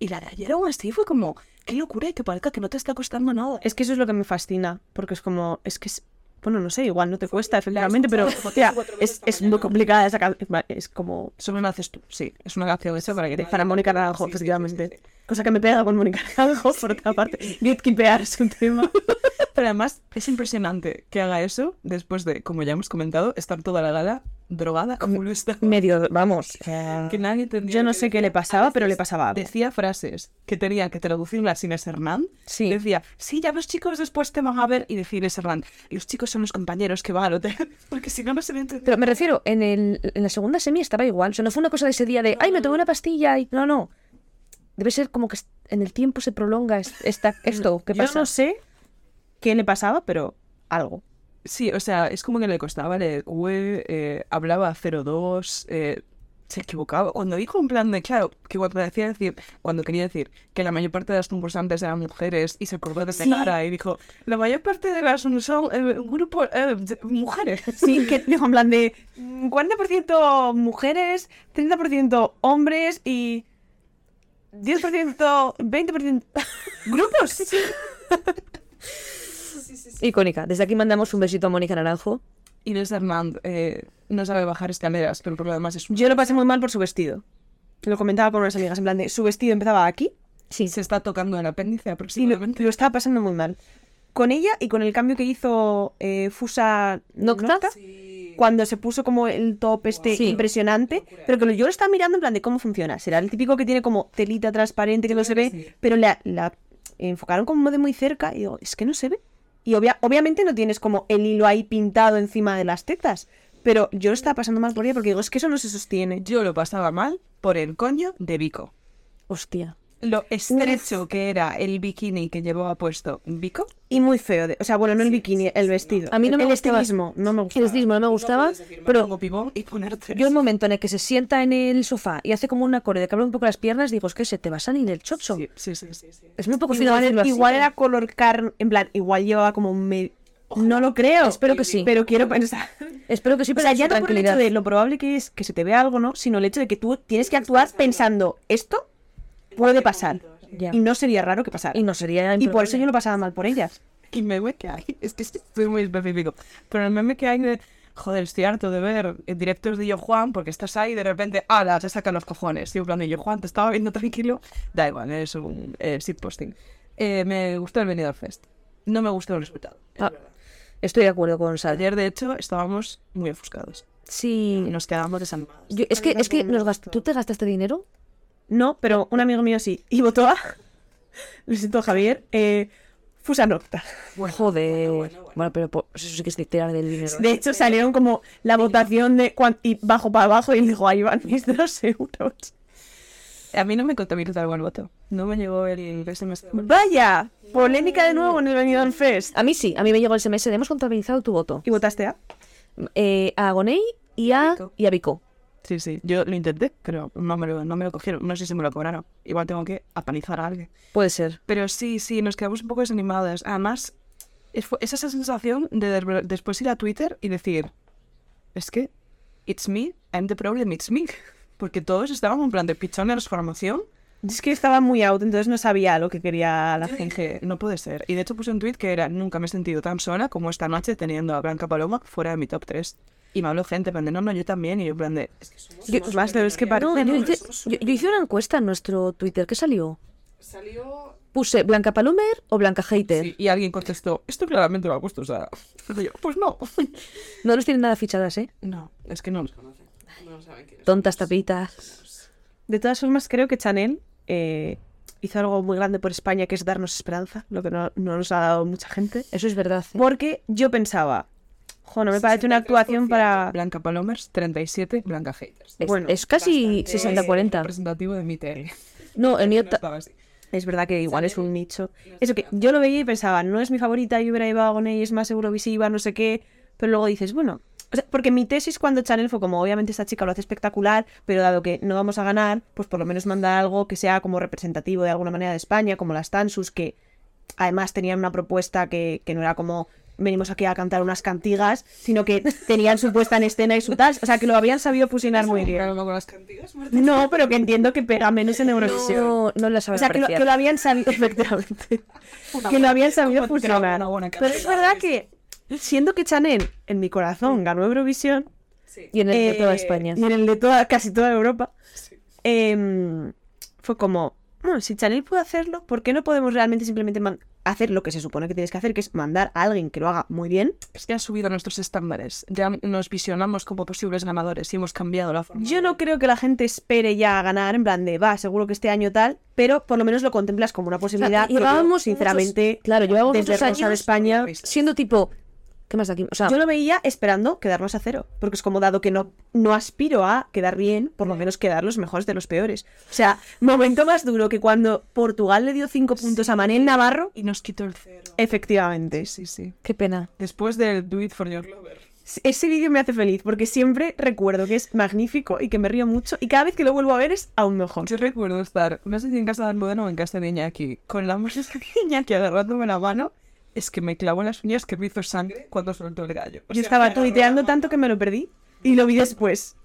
[SPEAKER 1] Y la de ayer aún así fue como, qué locura y que parezca que no te está costando nada.
[SPEAKER 3] Es que eso es lo que me fascina, porque es como, es que es, bueno, no sé, igual no te cuesta, efectivamente, pero, hostia, es, es muy complicada esa canción, es como,
[SPEAKER 1] Solo lo haces tú, sí. Es una canción hecha para que te...
[SPEAKER 3] para Mónica Naranjo,
[SPEAKER 1] Sí, sí, sí,
[SPEAKER 3] efectivamente.
[SPEAKER 1] sí,
[SPEAKER 3] Cosa que me pega con Mónica Naranjo, por otra parte, Getkipear es un tema.
[SPEAKER 1] Pero además es impresionante que haga eso después de, como ya hemos comentado, estar toda la gala drogada como lo está.
[SPEAKER 2] Medio, vamos.
[SPEAKER 1] Que nadie entendía
[SPEAKER 3] Yo no
[SPEAKER 1] lo que
[SPEAKER 3] sé qué
[SPEAKER 1] decía.
[SPEAKER 3] le pasaba, pero le pasaba algo.
[SPEAKER 1] Decía frases que tenía que traducirlas Inés Hernán.
[SPEAKER 2] Sí.
[SPEAKER 1] Decía, sí, ya los chicos después te van a ver. Y decía Inés Hernán, los chicos son los compañeros que van al hotel. Porque si no, no se me entiende.
[SPEAKER 2] Pero me refiero, en, el, en la segunda semi estaba igual. O sea, no fue una cosa de ese día de, ay, me tomé una pastilla y... No, no. Debe ser como que est- en el tiempo se prolonga es- esta, esto. ¿Qué
[SPEAKER 3] Yo
[SPEAKER 2] pasa?
[SPEAKER 3] no sé qué le pasaba, pero algo.
[SPEAKER 1] Sí, o sea, es como que le costaba leer web, eh, hablaba 02, eh, se equivocaba. Cuando dijo en plan de, claro, que cuando decía decir, cuando quería decir que la mayor parte de las concursantes eran mujeres y se acordó de Sara y dijo, la mayor parte de las son eh, un grupo eh, de mujeres.
[SPEAKER 3] Sí, que dijo en plan de mm, 40% mujeres, 30% hombres y 10%, 20% grupos.
[SPEAKER 2] Icónica. Desde aquí mandamos un besito a Mónica Naranjo.
[SPEAKER 1] Inés Hernández eh, no sabe bajar escaleras, pero por lo demás es un...
[SPEAKER 3] Yo lo pasé muy mal por su vestido. Lo comentaba con unas amigas, en plan de su vestido empezaba aquí
[SPEAKER 2] Sí.
[SPEAKER 1] Se está tocando el apéndice
[SPEAKER 3] y lo,
[SPEAKER 1] aproximadamente.
[SPEAKER 3] lo estaba pasando muy mal. Con ella y con el cambio que hizo eh, Fusa
[SPEAKER 2] ¿Nocta?
[SPEAKER 3] cuando se puso como el top este
[SPEAKER 2] Sí.
[SPEAKER 3] impresionante, pero que lo- yo lo estaba mirando en plan de cómo funciona. Será el típico que tiene como telita transparente que no se ve, pero la, la enfocaron como de muy cerca y digo, es que no se ve. Y obvia- obviamente no tienes como el hilo ahí pintado encima de las tetas, pero yo lo estaba pasando mal por ella porque digo, es que eso no se sostiene.
[SPEAKER 1] Yo lo pasaba mal por el coño de Vico.
[SPEAKER 2] Hostia.
[SPEAKER 1] lo estrecho que era el bikini que llevaba puesto Vico.
[SPEAKER 3] Y muy feo. de- o sea, bueno, no el bikini, el vestido.
[SPEAKER 2] A mí no me
[SPEAKER 3] El
[SPEAKER 2] gustaba.
[SPEAKER 3] estilismo, no me
[SPEAKER 2] El
[SPEAKER 3] gustaba.
[SPEAKER 2] estilismo no me gustaba, pero
[SPEAKER 1] Pongo pibón y ponerte.
[SPEAKER 2] Yo el momento en el que se sienta en el sofá y hace como una core de que abre un poco las piernas, digo, es que se te va a salir el chocho.
[SPEAKER 1] Sí, sí, sí, sí, sí.
[SPEAKER 2] Es muy poco fino
[SPEAKER 3] Igual,
[SPEAKER 2] decirlo así.
[SPEAKER 3] igual era color carne, en plan, igual llevaba como medio... No lo creo.
[SPEAKER 2] Espero que sí.
[SPEAKER 3] Pero quiero pensar.
[SPEAKER 2] Espero que sí,
[SPEAKER 3] O
[SPEAKER 2] pero
[SPEAKER 3] sea, ya no por el hecho de lo probable que es que se te vea algo, ¿no? Sino el hecho de que tú tienes que actuar pensando, esto puede pasar.
[SPEAKER 2] Ya.
[SPEAKER 3] Y no sería raro que pasara.
[SPEAKER 2] Y no sería
[SPEAKER 3] Y por eso
[SPEAKER 2] improbable.
[SPEAKER 3] yo lo pasaba mal por ellas.
[SPEAKER 1] Y meme que hay, es que estoy muy específico, pero el meme que hay de, joder, estoy harto de ver eh, directos de Yo Juan porque estás ahí y de repente, ala, te sacan los cojones. Y en plan de Yo Juan, te estaba viendo tranquilo. Da igual, es un eh, shitposting. Eh, me gustó el Benidorm Fest. No me gustó el resultado.
[SPEAKER 2] Ah, Estoy de acuerdo con Sara.
[SPEAKER 1] Ayer, de hecho, estábamos muy ofuscados
[SPEAKER 2] Sí.
[SPEAKER 1] y nos quedábamos desanimados.
[SPEAKER 2] Yo- es que, es que nos gast- tú te gastaste dinero.
[SPEAKER 3] No, pero un amigo mío sí. Y votó a... Lo siento, Javier. Eh, Fusa Nocta.
[SPEAKER 2] Joder. Bueno, pero por- eso sí que es de tirar del dinero. ¿eh?
[SPEAKER 3] De hecho, salieron como la votación de... cuan- Y bajo para abajo y dijo, ahí van mis dos euros.
[SPEAKER 1] A mí no me contabilizó el voto. No me llegó el SMS.
[SPEAKER 3] ¡Vaya! Polémica de nuevo en el Benidorm Fest.
[SPEAKER 2] A mí sí, a mí me llegó el SMS de hemos contabilizado tu voto.
[SPEAKER 3] ¿Y votaste a...?
[SPEAKER 2] Eh, a Gonei y a,
[SPEAKER 1] Vico.
[SPEAKER 2] y a Vico.
[SPEAKER 1] Sí, sí, yo lo intenté, pero no me lo, no me lo cogieron. No sé si me lo cobraron. Igual tengo que apanizar a alguien.
[SPEAKER 2] Puede ser.
[SPEAKER 1] Pero sí, sí, nos quedamos un poco desanimadas. Además, es, fue- es esa sensación de, de- después ir a Twitter y decir, es que, it's me, I'm the problem, it's me. Porque todos estábamos en plan de pichón de transformación.
[SPEAKER 3] Yo Es que estaba muy out, entonces no sabía lo que quería la
[SPEAKER 1] Yo
[SPEAKER 3] gente.
[SPEAKER 1] dije, no puede ser. Y de hecho puse un tweet que era, nunca me he sentido tan sola como esta noche teniendo a Blanca Paloma fuera de mi top 3. Y me habló gente, en plan de, no, no, yo también. Y yo en plan de, "Es que somos
[SPEAKER 2] Yo,
[SPEAKER 3] Más de los que
[SPEAKER 2] No,
[SPEAKER 3] parecen.
[SPEAKER 2] yo, hice, yo- yo hice una encuesta en nuestro Twitter. ¿Qué salió? Puse Blanca Palomer o Blanca Hater.
[SPEAKER 1] Sí, Y alguien contestó, esto claramente lo ha puesto, o sea, Y yo, pues no.
[SPEAKER 2] No los tienen nada fichadas, ¿eh?
[SPEAKER 1] No, es que no nos conocen.
[SPEAKER 2] Tontas tapitas.
[SPEAKER 3] De todas formas, creo que Chanel eh, hizo algo muy grande por España, que es darnos esperanza, lo que no, no nos ha dado mucha gente.
[SPEAKER 2] Eso es verdad. ¿eh?
[SPEAKER 3] Porque yo pensaba, jo, no me parece una actuación para...
[SPEAKER 1] Blanca Palomers, 37, Blanca Haters.
[SPEAKER 2] Es,
[SPEAKER 3] bueno,
[SPEAKER 2] es casi 60-40.
[SPEAKER 1] Representativo de mi tele.
[SPEAKER 2] No, el mío.
[SPEAKER 1] No
[SPEAKER 2] ta-
[SPEAKER 1] estaba así.
[SPEAKER 3] Es verdad que igual es un nicho. Eso que yo lo veía y pensaba, no es mi favorita, yo hubiera llevado a Gonei, es más eurovisiva, no sé qué. Pero luego dices, bueno... O sea, porque mi tesis cuando Chanel fue como, obviamente esta chica lo hace espectacular, pero dado que no vamos a ganar, pues por lo menos manda algo que sea como representativo de alguna manera de España, como las Tansus, que además tenían una propuesta que, que no era como venimos aquí a cantar unas cantigas, sino que tenían su puesta en escena y su tal. O sea, que lo habían sabido fusionar muy bien.
[SPEAKER 1] Claro, con las cantigas, Marta.
[SPEAKER 3] No, pero que entiendo que pega menos en Eurovisión.
[SPEAKER 2] No, no la
[SPEAKER 3] O
[SPEAKER 2] sabes
[SPEAKER 3] sea, que lo, que lo habían sabido, efectivamente. que lo habían sabido
[SPEAKER 1] Como tirar
[SPEAKER 3] fusionar.
[SPEAKER 1] una buena
[SPEAKER 3] Pero es verdad que, siendo que Chanel, en mi
[SPEAKER 1] Mm.
[SPEAKER 3] corazón, ganó Eurovisión,
[SPEAKER 2] Y en el de toda
[SPEAKER 3] eh,
[SPEAKER 2] España.
[SPEAKER 3] Y en el de toda, casi toda Europa. em, fue como, "Bueno, si Chanel puede hacerlo, ¿por qué no podemos realmente simplemente man- hacer lo que se supone que tienes que hacer, que es mandar a alguien que lo haga muy bien?
[SPEAKER 1] Es que han subido nuestros estándares. Ya nos visionamos como posibles ganadores y hemos cambiado la forma.
[SPEAKER 3] Yo no creo que la gente espere ya a ganar, en plan de, va, seguro que este año tal, pero por lo menos lo contemplas como una posibilidad. que yo,
[SPEAKER 2] llevábamos
[SPEAKER 3] sinceramente,
[SPEAKER 2] muchos- claro, llevábamos
[SPEAKER 3] desde
[SPEAKER 2] muchos
[SPEAKER 3] Rosa de
[SPEAKER 2] años-
[SPEAKER 3] España,
[SPEAKER 2] Siendo tipo. ¿Qué más da aquí? O
[SPEAKER 1] Ah.
[SPEAKER 2] sea,
[SPEAKER 3] yo lo veía esperando quedarnos a cero, porque es como dado que no, no aspiro a quedar bien, por lo menos quedar los mejores de los peores. O sea, momento más duro que cuando Portugal le dio cinco puntos a Manel Navarro,
[SPEAKER 1] Y nos quitó el cero.
[SPEAKER 3] efectivamente.
[SPEAKER 1] Sí, sí.
[SPEAKER 2] qué pena.
[SPEAKER 1] Después del Do It For Your Lover.
[SPEAKER 3] Ese vídeo me hace feliz, porque siempre recuerdo que es magnífico y que me río mucho, y cada vez que lo vuelvo a ver es aún mejor.
[SPEAKER 1] Yo recuerdo estar, no sé si en casa de Almudena o en casa de Iñaki, con la música de Iñaki agarrándome la mano. Es que me clavó en las uñas que me hizo sangre cuando soltó el gallo. O sea,
[SPEAKER 3] Yo estaba tuiteando tanto que me lo perdí, y lo vi después.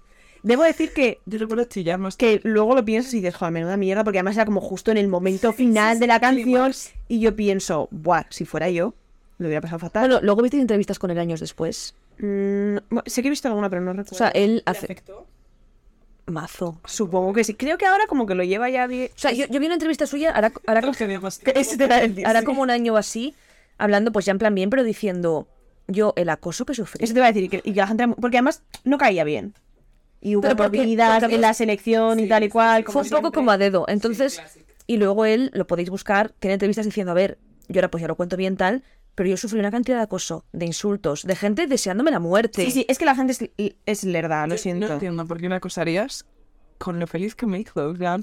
[SPEAKER 3] Debo decir que
[SPEAKER 1] Yo recuerdo chillarnos.
[SPEAKER 3] que luego lo piensas y dices, joder, menuda mierda, porque además era como justo en el momento final de la canción. Y yo pienso, buah, si fuera yo, lo hubiera pasado fatal.
[SPEAKER 2] Bueno, luego viste entrevistas con él años después.
[SPEAKER 3] Mm, bueno, eh, sé que he visto alguna, pero no recuerdo.
[SPEAKER 2] O sea, él hace. Mazo.
[SPEAKER 3] Supongo que sí. Creo que ahora como que lo lleva ya bien.
[SPEAKER 2] O sea, yo, yo vi una entrevista suya, hará, hará,
[SPEAKER 1] Lo que digo es-
[SPEAKER 3] Eso te iba a decir.
[SPEAKER 2] hará
[SPEAKER 3] sí.
[SPEAKER 2] como un año o así, hablando pues ya en plan bien, pero diciendo yo el acoso que sufrí.
[SPEAKER 3] Eso te iba a decir. Y que, y que la gente... era muy- Porque además no caía bien. Y hubo
[SPEAKER 2] Pero porque-
[SPEAKER 3] movidas
[SPEAKER 2] porque-
[SPEAKER 3] en la selección y tal y cual. como
[SPEAKER 2] Fue un poco
[SPEAKER 3] siempre.
[SPEAKER 2] como a dedo. Entonces, y luego él, lo podéis buscar, tiene entrevistas diciendo, a ver, yo ahora pues ya lo cuento bien tal, pero yo sufrí una cantidad de acoso, de insultos, de gente deseándome la muerte.
[SPEAKER 3] Sí, sí. Es que la gente es, es lerda, lo
[SPEAKER 1] No
[SPEAKER 3] siento.
[SPEAKER 1] entiendo por qué me acusarías con lo feliz que me hizo. o sea,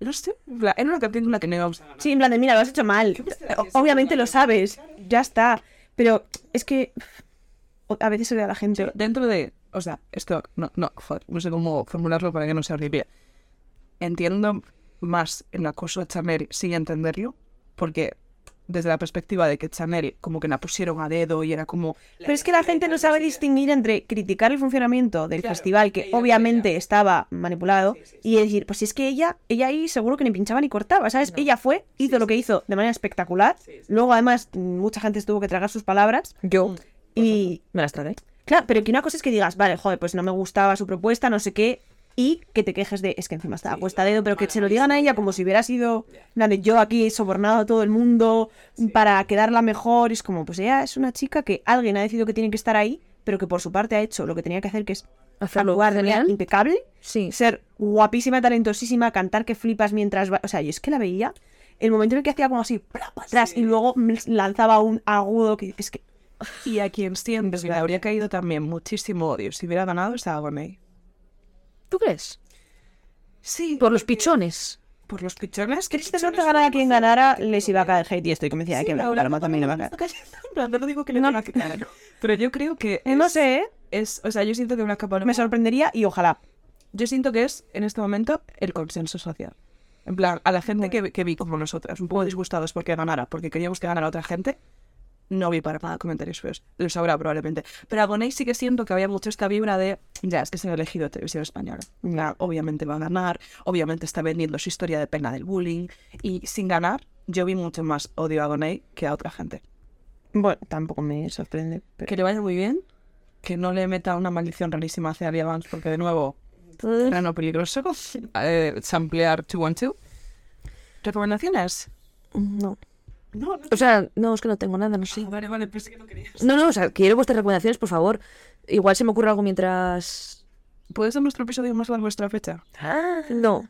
[SPEAKER 1] No sé, en plan, era una canción con la que no íbamos a ganar.
[SPEAKER 3] Sí, en plan de, mira, lo has hecho mal. O- Obviamente lo sabes, ya está. Pero es que o- a veces se ve a la gente.
[SPEAKER 1] Dentro de, o sea, esto, no, no, joder, no sé cómo formularlo para que no sea horrible. Entiendo más el acoso a Chanel sin entenderlo, porque desde la perspectiva de que Chanel como que la pusieron a dedo y era como...
[SPEAKER 3] Pero es que la gente no sabe distinguir entre criticar el funcionamiento del festival, que obviamente estaba manipulado, y decir, pues si es que ella, ella ahí seguro que ni pinchaba ni cortaba, ¿sabes? Ella fue, hizo lo que hizo de manera espectacular. Luego, además, mucha gente se tuvo que tragar sus palabras.
[SPEAKER 2] Yo
[SPEAKER 3] Y,
[SPEAKER 2] me las tragué.
[SPEAKER 3] Claro, pero que una cosa es que digas, vale, joder, pues no me gustaba su propuesta, no sé qué, y que te quejes de, es que encima estaba puesta a dedo, pero que se lo digan a ella como si hubiera sido, nada, de yo aquí he sobornado a todo el mundo para quedarla mejor, y es como, pues ella es una chica que alguien ha decidido que tiene que estar ahí, pero que por su parte ha hecho lo que tenía que hacer, que es
[SPEAKER 2] Hacerlo
[SPEAKER 3] actuar de manera
[SPEAKER 5] genial.
[SPEAKER 3] impecable,
[SPEAKER 2] Sí.
[SPEAKER 3] ser guapísima, talentosísima, cantar que flipas mientras... va- O sea, yo es que la veía, el momento en el que hacía como así, ¡plá! para atrás, y luego me lanzaba un agudo que es que...
[SPEAKER 1] Y a quien siempre le habría caído también muchísimo odio. Si hubiera ganado, estaba Bonet.
[SPEAKER 2] ¿Tú crees?
[SPEAKER 1] Sí,
[SPEAKER 2] Por los pichones.
[SPEAKER 1] por los pichones. que
[SPEAKER 3] Tristemente ganara quien ganara, les iba a caer hate y estoy convencida de que Blanca Paloma también le va a caer.
[SPEAKER 1] En plan, no digo que le tenga que caer. Pero yo creo que.
[SPEAKER 3] Eh, No
[SPEAKER 1] es-
[SPEAKER 3] sé, ¿eh?
[SPEAKER 1] Es, o sea, yo siento que una capa
[SPEAKER 3] me sorprendería y ojalá.
[SPEAKER 1] Yo siento que es, en este momento, el consenso social. En plan, a la gente que, que vi como nosotras, un poco disgustados porque ganara, porque queríamos que ganara otra gente, no vi para nada comentarios feos. Los habrá probablemente. Pero a Bonet sí que siento que había mucho esta vibra de, ya, es que se ha elegido Televisión Española. Ya, obviamente va a ganar, obviamente está vendiendo su historia de pena del bullying. Y sin ganar, yo vi mucho más odio a Bonet que a otra gente.
[SPEAKER 3] Bueno, tampoco me sorprende. pero-
[SPEAKER 1] Que le vaya muy bien, que no le meta una maldición rarísima hacia Alia Banks, porque de nuevo, terreno peligroso. Eh, samplear 212. ¿Recomendaciones?
[SPEAKER 2] No.
[SPEAKER 1] No,
[SPEAKER 2] O sea, no, es que no tengo nada, no sé.
[SPEAKER 1] Vale, pues vale, pensé que no querías.
[SPEAKER 2] No, no, o sea, quiero vuestras recomendaciones, por favor. Igual se me ocurre algo mientras...
[SPEAKER 1] ¿Puede ser nuestro episodio más largo vuestra fecha?
[SPEAKER 2] No,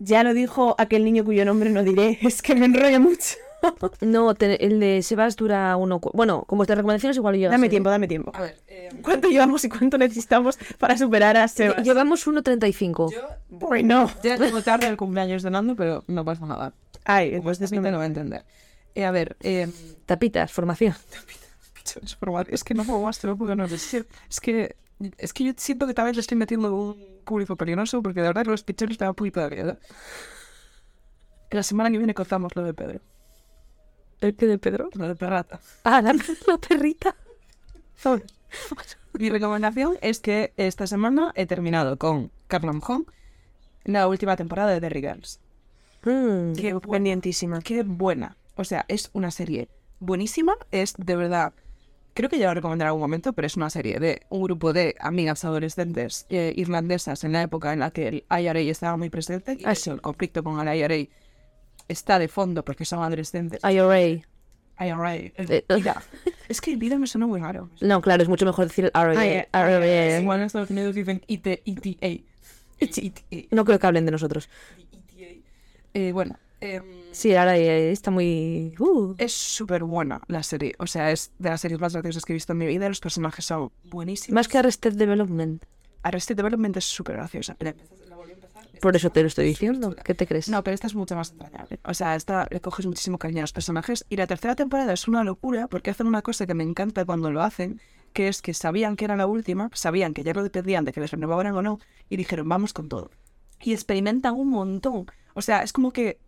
[SPEAKER 3] Ya lo dijo aquel niño cuyo nombre no diré, es que me enrolla mucho.
[SPEAKER 2] no, te- el de Sebas dura uno... cu- Bueno, con vuestras recomendaciones igual yo...
[SPEAKER 3] Dame tiempo, dame tiempo.
[SPEAKER 1] ver,
[SPEAKER 3] ¿Cuánto llevamos y cuánto necesitamos para superar a Pues Sebas?
[SPEAKER 2] Eh, Llevamos 1.35.
[SPEAKER 3] Bueno.
[SPEAKER 1] ya tengo tarde el cumpleaños de Nando, pero no pasa nada.
[SPEAKER 3] Ay,
[SPEAKER 1] Pues
[SPEAKER 3] entonces
[SPEAKER 1] después no
[SPEAKER 3] no me...
[SPEAKER 1] lo va a entender. Eh, a ver, eh,
[SPEAKER 2] Tapitas, formación.
[SPEAKER 1] es formal- es que no puedo más, te lo puedo no decir. Es que, es que yo siento que tal vez le estoy metiendo un público peligroso, porque de verdad que los pichones me dan un poquito de miedo. La semana que viene contamos lo de Pedro.
[SPEAKER 2] ¿El que de Pedro?
[SPEAKER 1] Lo de Perrata.
[SPEAKER 2] Ah, la, la perrita.
[SPEAKER 1] ¿Sabes? Mi recomendación es que esta semana he terminado con Carlam Home la última temporada de The Girls.
[SPEAKER 2] Mm.
[SPEAKER 1] Qué
[SPEAKER 3] Pendientísima.
[SPEAKER 1] Qué buena. O sea, es una serie buenísima. Es de verdad. Creo que ya lo recomendaré en algún momento, pero es una serie de un grupo de amigas adolescentes eh, irlandesas en la época en la que el IRA estaba muy presente. Y de hecho, el conflicto con el IRA está de fondo porque son adolescentes.
[SPEAKER 2] IRA.
[SPEAKER 1] IRA. Mira, es que el vida me suena muy raro.
[SPEAKER 2] No, claro, es mucho mejor decir
[SPEAKER 3] Ay,
[SPEAKER 2] IRA.
[SPEAKER 1] Eh,
[SPEAKER 2] IRA.
[SPEAKER 1] Igual en Estados Unidos dicen IT, ETA. ETA.
[SPEAKER 2] No creo que hablen de nosotros.
[SPEAKER 1] Eh, bueno, em,
[SPEAKER 2] Sí, ahora eh, está muy... uh.
[SPEAKER 1] es súper buena la serie. O sea, es de las series más graciosas que he visto en mi vida. Los personajes son buenísimos.
[SPEAKER 2] Más que Arrested Development.
[SPEAKER 1] Arrested Development es súper graciosa. pero-
[SPEAKER 2] Por eso te lo estoy diciendo. ¿Qué te
[SPEAKER 3] Pues
[SPEAKER 2] crees?
[SPEAKER 1] No, pero esta es mucho más entrañable. O sea, esta le coges muchísimo cariño a los personajes. Y la tercera temporada es una locura porque hacen una cosa que me encanta cuando lo hacen, que es que sabían que era la última, sabían que ya lo dependían de que les renovaran o no, y dijeron, vamos con todo. Y experimentan un montón. O sea, es como que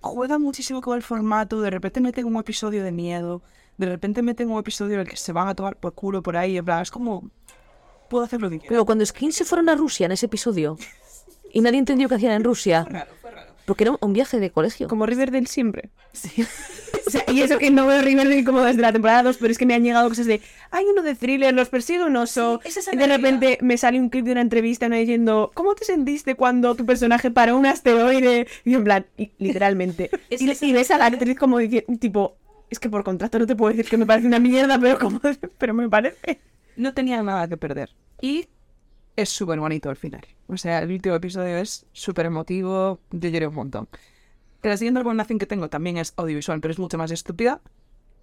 [SPEAKER 1] juegan muchísimo con el formato, de repente meten un episodio de miedo, de repente meten un episodio en el que se van a tomar por culo por ahí, en plan, es como... Puedo hacer lo que quiera.
[SPEAKER 2] Pero cuando Skin se fueron a Rusia en ese episodio y nadie entendió qué hacían en Rusia, porque era un viaje de colegio.
[SPEAKER 3] Como Riverdale siempre. Sí. o sea, y eso que no veo Riverdale como desde la temporada 2, pero es que me han llegado cosas de, hay uno de thriller, los persigue un oso. y de repente me sale un clip de una entrevista ¿no? diciendo, ¿cómo te sentiste cuando tu personaje paró un asteroide? Y yo en plan, y- literalmente. y, y ves a la actriz como diciendo, tipo, es que por contrato no te puedo decir que me parece una mierda, pero como, pero me parece.
[SPEAKER 1] no tenía nada que perder. Y es súper bonito al final. O sea, el último episodio es súper emotivo, yo lloré un montón. La siguiente recomendación que tengo también es audiovisual, pero es mucho más estúpida.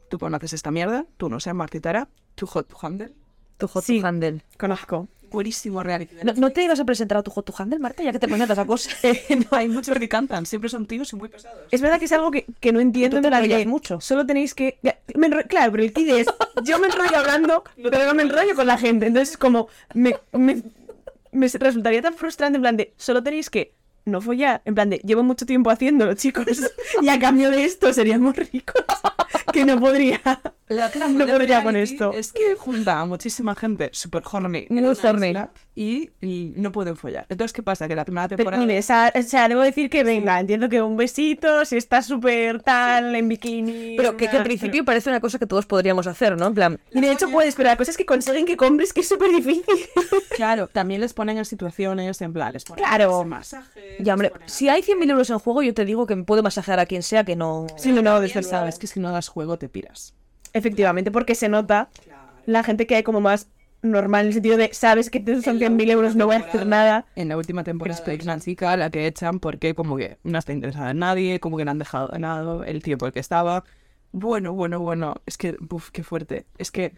[SPEAKER 1] Tú conoces esta mierda, tú no seas Martitara, tú hot to handle.
[SPEAKER 2] Tu hot
[SPEAKER 3] Sí.
[SPEAKER 2] handle.
[SPEAKER 3] Conozco.
[SPEAKER 1] buenísimo reality.
[SPEAKER 2] ¿No, no te ibas a presentar a tu Hot to Handle, Marta, ya que te pones a cosas?
[SPEAKER 1] Eh, no hay muchos que cantan, siempre son tíos y muy pesados.
[SPEAKER 3] Es verdad que es algo que, que no entiendo
[SPEAKER 2] Tú te
[SPEAKER 3] en la vida.
[SPEAKER 2] enrollas mucho.
[SPEAKER 3] Solo tenéis que. ya, me enro- Claro, pero el kid es. Yo me enrollo hablando, pero no me enrollo con la gente. Entonces, es como. Me, me- me resultaría tan frustrante en plan de. Solo tenéis que no follar. En plan de. Llevo mucho tiempo haciéndolo, chicos. Y a cambio de esto seríamos ricos. Que no podría.
[SPEAKER 1] La otra
[SPEAKER 3] No
[SPEAKER 1] del
[SPEAKER 3] podría con
[SPEAKER 1] reality
[SPEAKER 3] esto.
[SPEAKER 1] Es que junta a muchísima gente super horny.
[SPEAKER 2] Muy
[SPEAKER 1] en una
[SPEAKER 2] horny.
[SPEAKER 1] isla Y, y no pueden follar. Entonces, ¿qué pasa? Que la primera
[SPEAKER 3] Pero,
[SPEAKER 1] temporada...
[SPEAKER 3] mire, o sea, o sea, debo decir que venga, entiendo que un besito, si está súper tal, en bikini.
[SPEAKER 2] Pero que, que al
[SPEAKER 3] una-
[SPEAKER 2] principio parece una cosa que todos podríamos hacer, ¿no? En plan,
[SPEAKER 3] Y de hecho puedes, pero la cosa es que consiguen que compres, que es súper difícil.
[SPEAKER 1] Claro, también les ponen en situaciones en plan... Les ponen
[SPEAKER 3] Claro.
[SPEAKER 1] masaje.
[SPEAKER 2] ya hombre, si hay 100.000 euros en juego, yo te digo que me puedo masajear a quien sea que no...
[SPEAKER 3] Sí, no, no,
[SPEAKER 1] Pero
[SPEAKER 3] descansado.
[SPEAKER 1] sabes que si no das juego te piras.
[SPEAKER 3] Efectivamente, porque se nota la gente que hay como más normal, en el sentido de, sabes que te son 100.000 euros, no voy a hacer nada.
[SPEAKER 1] En la última temporada es una chica a la que echan porque como que no está interesada en nadie, como que no han dejado de nada el tiempo el que estaba. Bueno, bueno, bueno, es que, buf, qué fuerte. Es que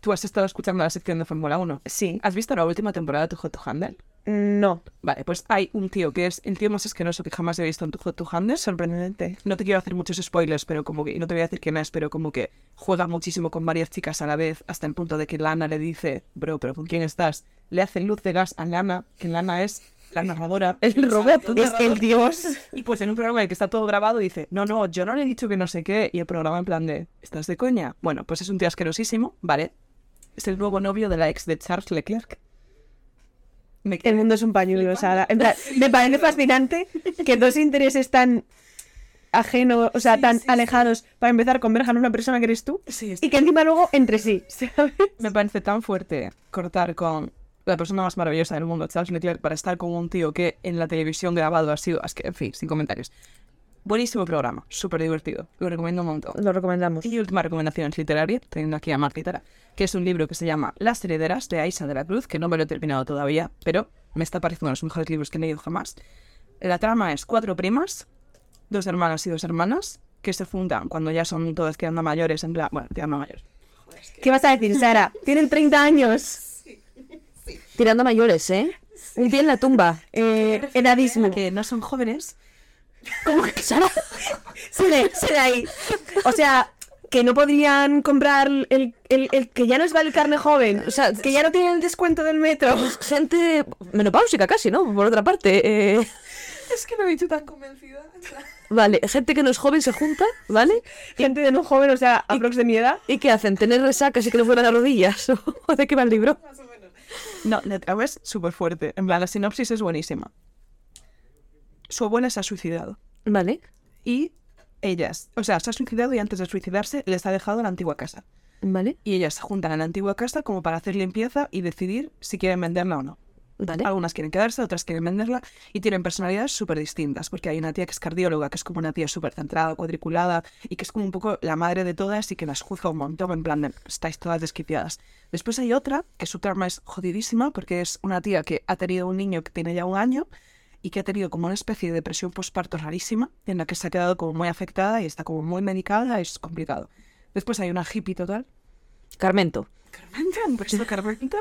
[SPEAKER 1] tú has estado escuchando la sección de Fórmula 1.
[SPEAKER 3] Sí.
[SPEAKER 1] ¿Has visto la última temporada de tu Hot to Handle?
[SPEAKER 3] No.
[SPEAKER 1] Vale, pues hay un tío que es el tío más asqueroso que jamás he visto en tu Hot to Handle.
[SPEAKER 3] Sorprendente.
[SPEAKER 1] No te quiero hacer muchos spoilers, pero como que, y no te voy a decir quién es, pero como que juega muchísimo con varias chicas a la vez, hasta el punto de que Lana le dice, bro, pero ¿con quién estás? Le hace luz de gas a Lana, que Lana es la narradora.
[SPEAKER 3] Es el Roberto, es el dios.
[SPEAKER 1] Y pues en un programa en el que está todo grabado dice, no, no, yo no le he dicho que no sé qué. Y el programa en plan de, ¿estás de coña? Bueno, pues es un tío asquerosísimo, ¿vale? Es el nuevo novio de la ex de Charles Leclerc. Me
[SPEAKER 3] El
[SPEAKER 1] quedo-
[SPEAKER 3] mundo es un pañuelo, Sara. En plan, me parece fascinante que dos intereses tan ajenos, o sea, tan alejados, para empezar, converjan en una persona que eres tú.
[SPEAKER 1] Sí, es-
[SPEAKER 3] Y que encima luego entre sí, ¿sabes?
[SPEAKER 1] Me parece tan fuerte cortar con la persona más maravillosa del mundo, Charles Leclerc, para estar con un tío que en la televisión grabado ha sido... Es que, en fin, sin comentarios. Buenísimo programa, súper divertido. Lo recomiendo un montón.
[SPEAKER 2] Lo recomendamos.
[SPEAKER 1] Y última recomendación es literaria, teniendo aquí a Marquitara, que es un libro que se llama Las herederas de Aisa de la Cruz, que no me lo he terminado todavía, pero me está pareciendo uno de los mejores libros que he leído jamás. La trama es cuatro primas, dos hermanas y dos hermanas, que se fundan cuando ya son todas quedando mayores, en plan, bueno, quedando mayores.
[SPEAKER 3] ¿Qué vas a decir, Sara? Tienen 30 años.
[SPEAKER 2] Tirando a mayores, ¿eh? Un pie en la tumba.
[SPEAKER 3] Eh, edadismo.
[SPEAKER 1] Que no son jóvenes,
[SPEAKER 3] ¿Cómo que Sara? Sigue, sigue ahí. O sea, que no podrían comprar el, el- el que ya no es el carne joven. O sea, que ya no tienen el descuento del metro.
[SPEAKER 2] Gente menopáusica casi, ¿no? Por otra parte. eh,
[SPEAKER 1] Es que lo he dicho tan convencida.
[SPEAKER 2] Vale, gente que no es joven se junta, ¿vale?
[SPEAKER 3] Gente de no joven, o sea, aprox de mi edad.
[SPEAKER 2] ¿Y qué hacen? ¿Tener resacas y que no fueran las rodillas? ¿O de qué va el libro?
[SPEAKER 1] No, la trama es súper fuerte. En plan, la sinopsis es buenísima. Su abuela se ha suicidado.
[SPEAKER 2] Vale.
[SPEAKER 1] y ellas, o sea, se ha suicidado y antes de suicidarse les ha dejado la antigua casa.
[SPEAKER 2] Vale.
[SPEAKER 1] Y ellas se juntan en la antigua casa como para hacer limpieza y decidir si quieren venderla o no.
[SPEAKER 2] Vale.
[SPEAKER 1] Algunas quieren quedarse, otras quieren venderla y tienen personalidades súper distintas, porque hay una tía que es cardióloga, que es como una tía súper centrada, cuadriculada y que es como un poco la madre de todas y que las juzga un montón, en plan de estáis todas desquiciadas. Después hay otra, que su trama es jodidísima, porque es una tía que ha tenido un niño que tiene ya un año y que ha tenido como una especie de depresión postparto rarísima, en la que se ha quedado como muy afectada y está como muy medicada, es complicado. Después hay una hippie total,
[SPEAKER 2] Carmento.
[SPEAKER 1] Carmenta, han puesto Carmenta.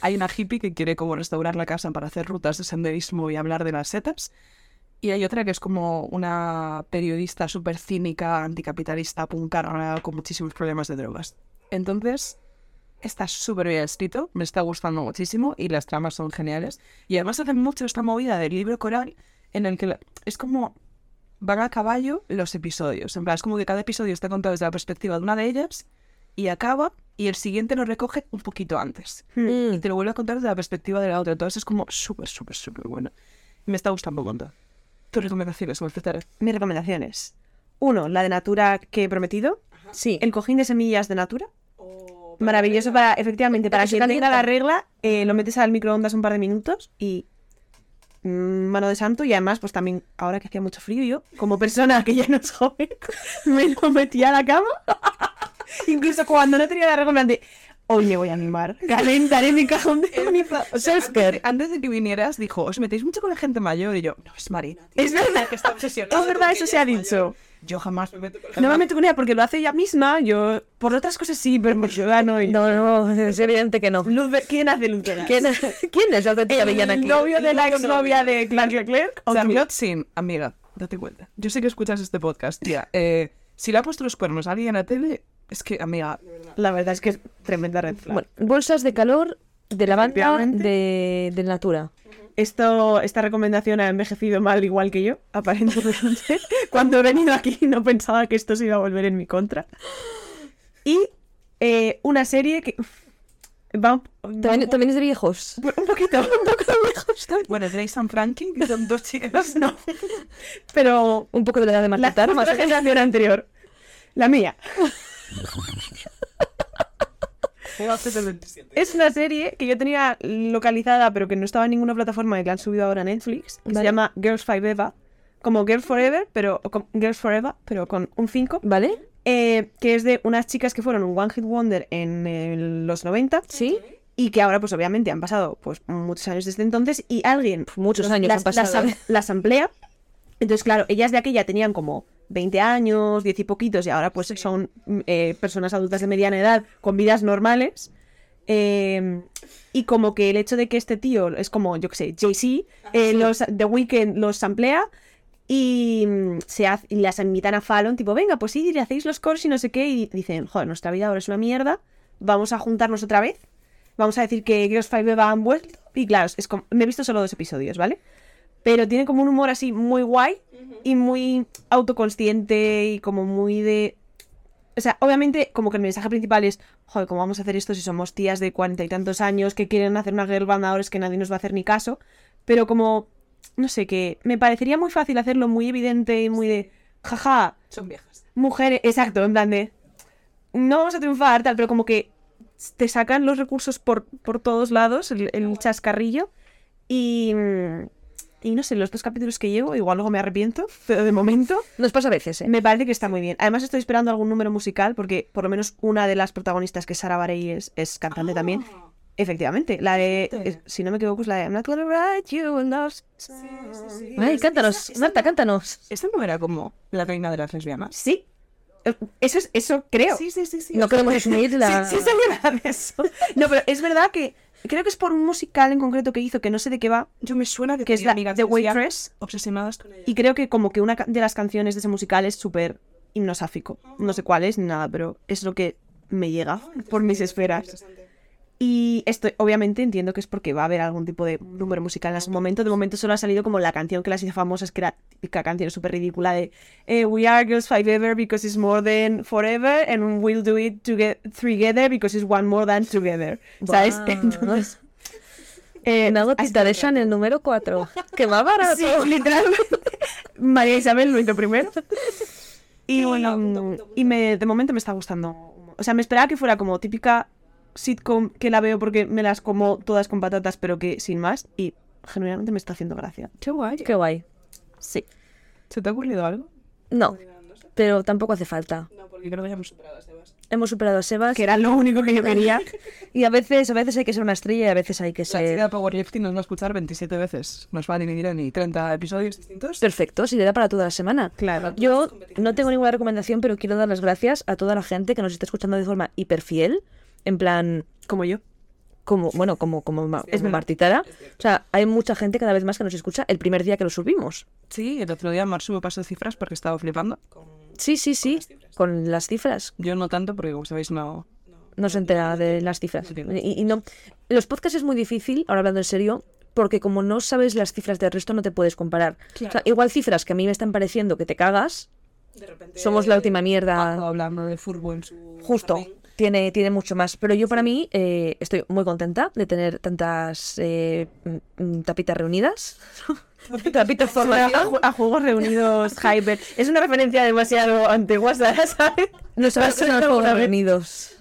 [SPEAKER 1] Hay una hippie que quiere como restaurar la casa para hacer rutas de senderismo y hablar de las setas. Y hay otra que es como una periodista súper cínica, anticapitalista, puncarona, con muchísimos problemas de drogas. Entonces, está súper bien escrito, me está gustando muchísimo y las tramas son geniales. Y además hacen mucho esta movida del libro coral en el que la- es como van a caballo los episodios. En plan, es como que cada episodio está contado desde la perspectiva de una de ellas y acaba y el siguiente lo recoge un poquito antes.
[SPEAKER 2] Mm.
[SPEAKER 3] Mm,
[SPEAKER 1] Y te lo vuelve a contar desde la perspectiva de la otra. Entonces es como súper, súper, súper bueno. Me está gustando un montón. Tus recomendaciones, Morfetara.
[SPEAKER 3] Mis recomendaciones. Uno, la de Natura que he prometido.
[SPEAKER 2] Sí.
[SPEAKER 3] El cojín de semillas de Natura.
[SPEAKER 2] Oh,
[SPEAKER 3] Maravilloso para, efectivamente, para
[SPEAKER 2] que se
[SPEAKER 3] quien tenga
[SPEAKER 2] calienta.
[SPEAKER 3] la regla, eh, lo metes al microondas un par de minutos y mm, mano de santo. Y además, pues también, ahora que hacía mucho frío, yo, como persona que ya no es joven, me lo metía a la cama. Incluso cuando no tenía la regla, en plan de, hoy me voy a animar, calentaré mi cajón de ceniza". O sea, es
[SPEAKER 1] Antes de, Eh, antes de que vinieras, dijo, os metéis mucho con la gente mayor. Y yo, no, es Marina. tío.
[SPEAKER 3] Es verdad.
[SPEAKER 1] que está obsesionada.
[SPEAKER 3] Es verdad,
[SPEAKER 1] con
[SPEAKER 3] eso
[SPEAKER 1] que
[SPEAKER 3] se
[SPEAKER 1] ella
[SPEAKER 3] ha
[SPEAKER 1] es mayor".
[SPEAKER 3] dicho.
[SPEAKER 1] Yo jamás me meto con la
[SPEAKER 3] No me meto con ella porque lo hace ella misma. Yo, por otras cosas sí, pero por yo no. y-
[SPEAKER 2] No, no, es evidente que no.
[SPEAKER 3] Luz Ve- ¿Quién hace Luz Vegas?
[SPEAKER 2] ¿Quién, ¿quién es la auténtica villana aquí?
[SPEAKER 3] ¿El novio de la exnovia de Clark Leclerc? ¿O tú?
[SPEAKER 1] Charlotte Sin, amiga, date cuenta. Yo sé que escuchas este podcast, tía. Eh, si le ha puesto los cuernos a alguien en la tele, es que, amiga,
[SPEAKER 3] La verdad es que es tremenda red flag.
[SPEAKER 2] Bueno, bolsas de calor de lavanda
[SPEAKER 3] Efectivamente.
[SPEAKER 2] de, de Natura.
[SPEAKER 3] Esto, esta recomendación ha envejecido mal igual que yo, aparentemente. Cuando he venido aquí no pensaba que esto se iba a volver en mi contra. Y eh, una serie que... uf, va un, va
[SPEAKER 2] También,
[SPEAKER 3] un,
[SPEAKER 2] también es de viejos.
[SPEAKER 3] un poquito, un poco lejos,
[SPEAKER 1] bueno, Grace and Frankie, que son dos chicas,
[SPEAKER 3] no. Pero
[SPEAKER 2] Un poco de la edad de
[SPEAKER 3] la,
[SPEAKER 2] Marta
[SPEAKER 3] la generación anterior. La mía.
[SPEAKER 1] antes del 27.
[SPEAKER 3] Es una serie que yo tenía localizada, pero que no estaba en ninguna plataforma y que la han subido ahora a Netflix. que Se
[SPEAKER 2] Vale.
[SPEAKER 3] llama Girls Five Eva. Como Girls Forever, pero o con- Girls Forever, pero con un 5.
[SPEAKER 2] ¿eh? ¿Vale?
[SPEAKER 3] que es de unas chicas que fueron un One Hit Wonder en eh, los 90
[SPEAKER 2] ¿Sí?
[SPEAKER 3] y que ahora, pues obviamente, han pasado pues muchos años desde entonces y alguien
[SPEAKER 2] Muchos
[SPEAKER 3] los-
[SPEAKER 2] años
[SPEAKER 3] las,
[SPEAKER 2] han pasado. ¿eh?
[SPEAKER 3] Las, am- las amplía. Entonces, claro, ellas de aquella tenían como 20 años, 10 y poquitos, y ahora pues son mm, eh, personas adultas de mediana edad con vidas normales. Eh, y como que el hecho de que este tío es como, yo qué sé, Jay-Z, eh, los, The Weeknd los samplea y, mm, se hace, y las invitan a Fallon, tipo, venga, pues sí, le hacéis los cores y no sé qué, y dicen, joder, nuestra vida ahora es una mierda, vamos a juntarnos otra vez, vamos a decir que Girls Five Eva han vuelto, y claro, es como, me he visto solo dos episodios, ¿vale? Pero tiene como un humor así muy guay y muy autoconsciente y como muy de... O sea, obviamente como que el mensaje principal es, joder, ¿cómo vamos a hacer esto si somos tías de cuarenta y tantos años que quieren hacer una girl band ahora es que nadie nos va a hacer ni caso? Pero como, no sé, que me parecería muy fácil hacerlo muy evidente y muy de, jaja,
[SPEAKER 1] Son viejas.
[SPEAKER 3] mujeres, exacto, en plan de, no vamos a triunfar, tal, pero como que te sacan los recursos por, por todos lados, el, el chascarrillo, y, mm, y no sé, los dos capítulos que llevo, igual luego me arrepiento, pero de momento
[SPEAKER 2] Nos pasa a veces, ¿eh?
[SPEAKER 3] me parece que está muy bien. Además estoy esperando algún número musical, porque por lo menos una de las protagonistas, que es Sara Barey, es, es cantante también.
[SPEAKER 1] Ah.
[SPEAKER 3] Efectivamente, la de, es- si no me equivoco, es la de I'm not gonna write you a love
[SPEAKER 2] Ay, cántanos, Marta, cántanos.
[SPEAKER 1] ¿Esta no era como la reina de las lesbianas?
[SPEAKER 3] Sí. Eh, Eso es, eso creo.
[SPEAKER 1] sí, sí, sí.
[SPEAKER 2] No queremos asumir la...
[SPEAKER 3] Sí, sí, sabía nada de eso. No, pero es verdad que creo que es por un musical en concreto que hizo que no sé de qué va,
[SPEAKER 1] Yo me suena que,
[SPEAKER 3] que es
[SPEAKER 1] tenía
[SPEAKER 3] la,
[SPEAKER 1] amigas
[SPEAKER 3] The
[SPEAKER 1] que decían,
[SPEAKER 3] Waitress.
[SPEAKER 1] obsesionadas con ella.
[SPEAKER 3] Y creo que como que una ca- de las canciones de ese musical es súper hipnosáfico. No sé cuál es ni nada, pero es lo que me llega por mis esferas. Y esto obviamente entiendo que es porque va a haber algún tipo de número musical en algún momento. De momento solo ha salido como la canción que las hizo famosas, que era típica canción súper ridícula de eh, We are girls five ever because it's more than forever and we'll do it toge- together because it's one more than together. ¿Sabes?
[SPEAKER 2] Buah.
[SPEAKER 3] Entonces... eh,
[SPEAKER 2] Una
[SPEAKER 3] así-
[SPEAKER 2] gotita de Chanel número 4. Que más barato.
[SPEAKER 3] Sí, literalmente. María Isabel lo hizo primero. Y bueno, y me, de momento me está gustando. O sea, me esperaba que fuera como típica sitcom que la veo porque me las como todas con patatas, pero que sin más. Y generalmente me está haciendo gracia.
[SPEAKER 1] Qué guay.
[SPEAKER 2] Qué guay.
[SPEAKER 3] Sí.
[SPEAKER 1] ¿Se te ha ocurrido algo?
[SPEAKER 2] No, pero tampoco hace falta.
[SPEAKER 1] No, porque creo que ya hemos superado a Sebas.
[SPEAKER 2] Hemos superado a Sebas
[SPEAKER 3] Que era lo único que yo quería.
[SPEAKER 2] y a veces, a veces hay que ser una estrella y a veces hay que
[SPEAKER 1] La chica
[SPEAKER 2] ser...
[SPEAKER 1] de Powerlifting nos va a escuchar 27 veces. Nos va a dividir en 30 episodios distintos.
[SPEAKER 2] Perfecto, si le da para toda la semana.
[SPEAKER 3] Claro.
[SPEAKER 2] Yo no tengo ninguna recomendación, pero quiero dar las gracias a toda la gente que nos está escuchando de forma hiperfiel, en plan,
[SPEAKER 3] Como yo.
[SPEAKER 2] como, bueno, como, como, ma- como Martitara. O sea, hay mucha gente cada vez más que nos escucha el primer día que lo subimos.
[SPEAKER 1] Sí, el otro día Marsu me pasó cifras porque estaba flipando.
[SPEAKER 2] Sí, sí, sí, con las cifras.
[SPEAKER 1] Yo no tanto porque, como sabéis, no...
[SPEAKER 2] No se entera de las cifras. Y, y no, los podcasts es muy difícil, ahora hablando en serio, porque como no sabes las cifras del resto, no te puedes comparar. O sea, igual cifras que a mí me están pareciendo que te cagas, somos la última mierda.
[SPEAKER 1] hablando de fútbol en su...
[SPEAKER 2] Ah. Justo, tiene, tiene mucho más. Pero yo para mí eh, estoy muy contenta de tener tantas eh, mm, mm, tapitas reunidas. tapitas
[SPEAKER 3] A,
[SPEAKER 2] formación.
[SPEAKER 3] ju- a Juegos Reunidos, Hyper. Es una referencia demasiado antigua, ¿sabes?
[SPEAKER 2] No sabes que son los juegos
[SPEAKER 3] Alguna vez.
[SPEAKER 2] reunidos.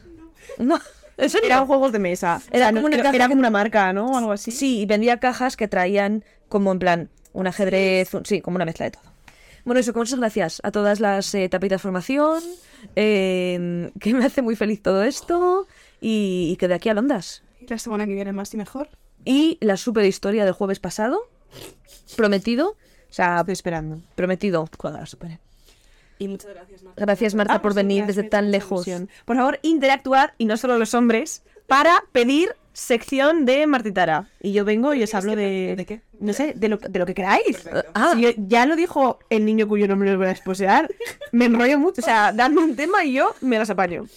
[SPEAKER 2] No, eso ni-
[SPEAKER 3] Eran juegos de mesa.
[SPEAKER 2] Era
[SPEAKER 3] O sea, no-
[SPEAKER 2] como una
[SPEAKER 3] era-
[SPEAKER 2] caja
[SPEAKER 3] era
[SPEAKER 2] que-
[SPEAKER 3] como una marca, ¿no? O algo así.
[SPEAKER 2] Sí, y vendía cajas que traían como en plan un ajedrez, un- sí, como una mezcla de todo. Bueno, eso, con muchas gracias a todas las eh, tapitas formación, eh, que me hace muy feliz todo esto y, y que de aquí a Londres.
[SPEAKER 1] La semana que viene más y mejor.
[SPEAKER 2] Y la super historia del jueves pasado, prometido. O sea,
[SPEAKER 3] Ah, Estoy esperando.
[SPEAKER 2] prometido. Cuando la supere.
[SPEAKER 1] Y muchas gracias, Marta.
[SPEAKER 2] Gracias, Marta,
[SPEAKER 3] Ah,
[SPEAKER 2] por
[SPEAKER 3] sí,
[SPEAKER 2] venir
[SPEAKER 3] has
[SPEAKER 2] desde
[SPEAKER 3] hecho
[SPEAKER 2] tan
[SPEAKER 3] mucha
[SPEAKER 2] lejos.
[SPEAKER 3] ilusión. Por favor, interactuad, y no solo los hombres, para pedir sección de Martitara. Y yo vengo y os hablo de...
[SPEAKER 1] ¿De qué?
[SPEAKER 3] No sé, de lo, de lo que queráis.
[SPEAKER 2] Ah.
[SPEAKER 3] Si yo- ya lo dijo el niño cuyo nombre os voy a esposear. Me enrollo mucho. O sea, dadme un tema y yo me las apaño.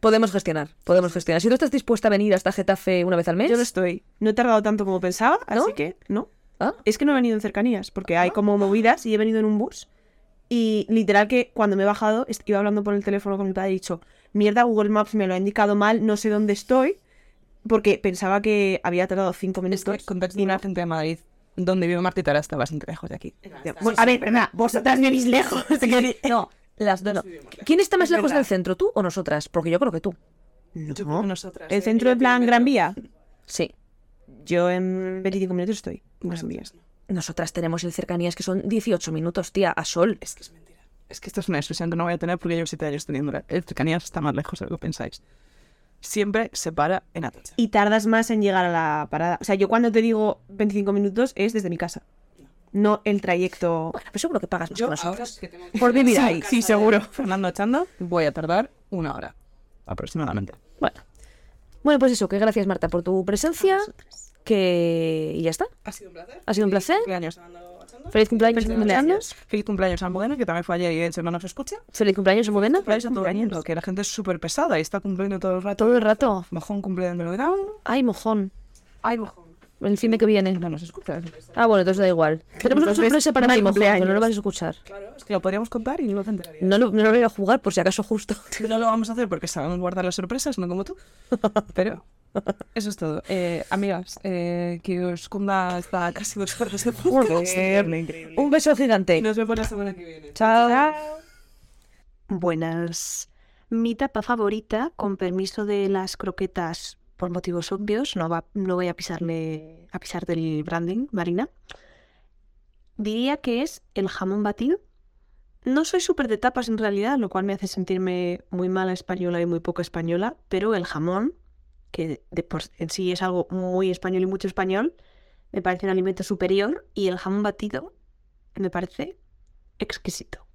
[SPEAKER 2] Podemos gestionar, podemos gestionar. Si tú estás dispuesta a venir hasta Getafe una vez al mes,
[SPEAKER 3] Yo lo estoy. No he tardado tanto como pensaba, así
[SPEAKER 2] ¿No?
[SPEAKER 3] que no.
[SPEAKER 2] Ah.
[SPEAKER 3] Es que no he venido en cercanías, porque hay como movidas y he venido en un bus. Y literal que cuando me he bajado, est- iba hablando por el teléfono con mi padre y he dicho, mierda, Google Maps me lo ha indicado mal, no sé dónde estoy, porque pensaba que había tardado cinco
[SPEAKER 1] Es
[SPEAKER 3] minutos.
[SPEAKER 1] que contacto de una gente de Madrid, donde vive Marta Tara, está bastante lejos de aquí.
[SPEAKER 3] Bueno, a ver, perdona, vosotras vivís lejos. quiero decir-
[SPEAKER 2] no, las dos no. ¿Quién está más
[SPEAKER 3] Es
[SPEAKER 2] lejos
[SPEAKER 3] verdad.
[SPEAKER 2] del centro, tú o nosotras? Porque yo creo que tú.
[SPEAKER 1] No. Nosotras. eh,
[SPEAKER 3] El centro de plan Gran Vía.
[SPEAKER 2] Sí.
[SPEAKER 3] Yo en 25 minutos estoy. Más o
[SPEAKER 1] pues
[SPEAKER 3] menos.
[SPEAKER 2] Nosotras tenemos el cercanías que son 18 minutos, tía, a sol.
[SPEAKER 1] Es que es mentira. Es que esto es una discusión que no voy a tener porque llevo siete años teniendo la el cercanías está más lejos de lo que pensáis. Siempre se para en Atocha.
[SPEAKER 3] Y tardas más en llegar a la parada. O sea, yo cuando te digo 25 minutos es desde mi casa. No el trayecto.
[SPEAKER 2] Bueno, pero seguro que pagas más que nosotros.
[SPEAKER 1] por mi vida.
[SPEAKER 3] ahí.
[SPEAKER 1] Sí, sí, seguro. Fernando Chanda, voy a tardar una hora. Aproximadamente.
[SPEAKER 2] Bueno. Bueno, pues eso, que gracias Marta por tu presencia. Que y ya está.
[SPEAKER 1] Ha sido un placer.
[SPEAKER 2] Ha sido un placer.
[SPEAKER 1] Cumpleaños, Fernando Chanda.
[SPEAKER 2] Feliz cumpleaños,
[SPEAKER 1] Feliz
[SPEAKER 2] Fernando.
[SPEAKER 1] cumpleaños. Feliz cumpleaños a Almudena, que también fue ayer y de hecho no nos escucha.
[SPEAKER 2] Feliz cumpleaños, Almudena.
[SPEAKER 1] Cumpleaños a todo el mundo, que la gente es súper pesada y está cumpliendo todo el rato.
[SPEAKER 2] Todo el rato.
[SPEAKER 1] Mojón cumpleaños de Belgrado.
[SPEAKER 2] Ay, mojón.
[SPEAKER 1] Ay, mojón.
[SPEAKER 2] El fin de que viene.
[SPEAKER 1] No nos escucha.
[SPEAKER 2] Ah, bueno, entonces da igual. Tenemos
[SPEAKER 3] Entonces,
[SPEAKER 2] una sorpresa para
[SPEAKER 3] mal
[SPEAKER 2] ti, mojón, que no
[SPEAKER 3] cumpleaños.
[SPEAKER 2] lo vas a escuchar.
[SPEAKER 1] Claro, es que lo podríamos contar y no lo tendríamos.
[SPEAKER 2] No lo, no lo voy a jugar por si acaso justo.
[SPEAKER 1] No lo vamos a hacer porque sabemos guardar las sorpresas, no como tú. Pero eso es todo. Eh, amigas, eh, que os cunda hasta casi dos horas de podcast.
[SPEAKER 2] Un beso gigante.
[SPEAKER 1] Y nos vemos la semana que viene.
[SPEAKER 3] Chao.
[SPEAKER 6] Buenas. Mi tapa favorita, con permiso de las croquetas, por motivos obvios, no, va, no voy a pisarle a pisar del branding, Marina. Diría que es el jamón batido. No soy súper de tapas en realidad, lo cual me hace sentirme muy mala española y muy poco española, pero el jamón, que de por, en sí es algo muy español y mucho español, me parece un alimento superior y el jamón batido me parece exquisito.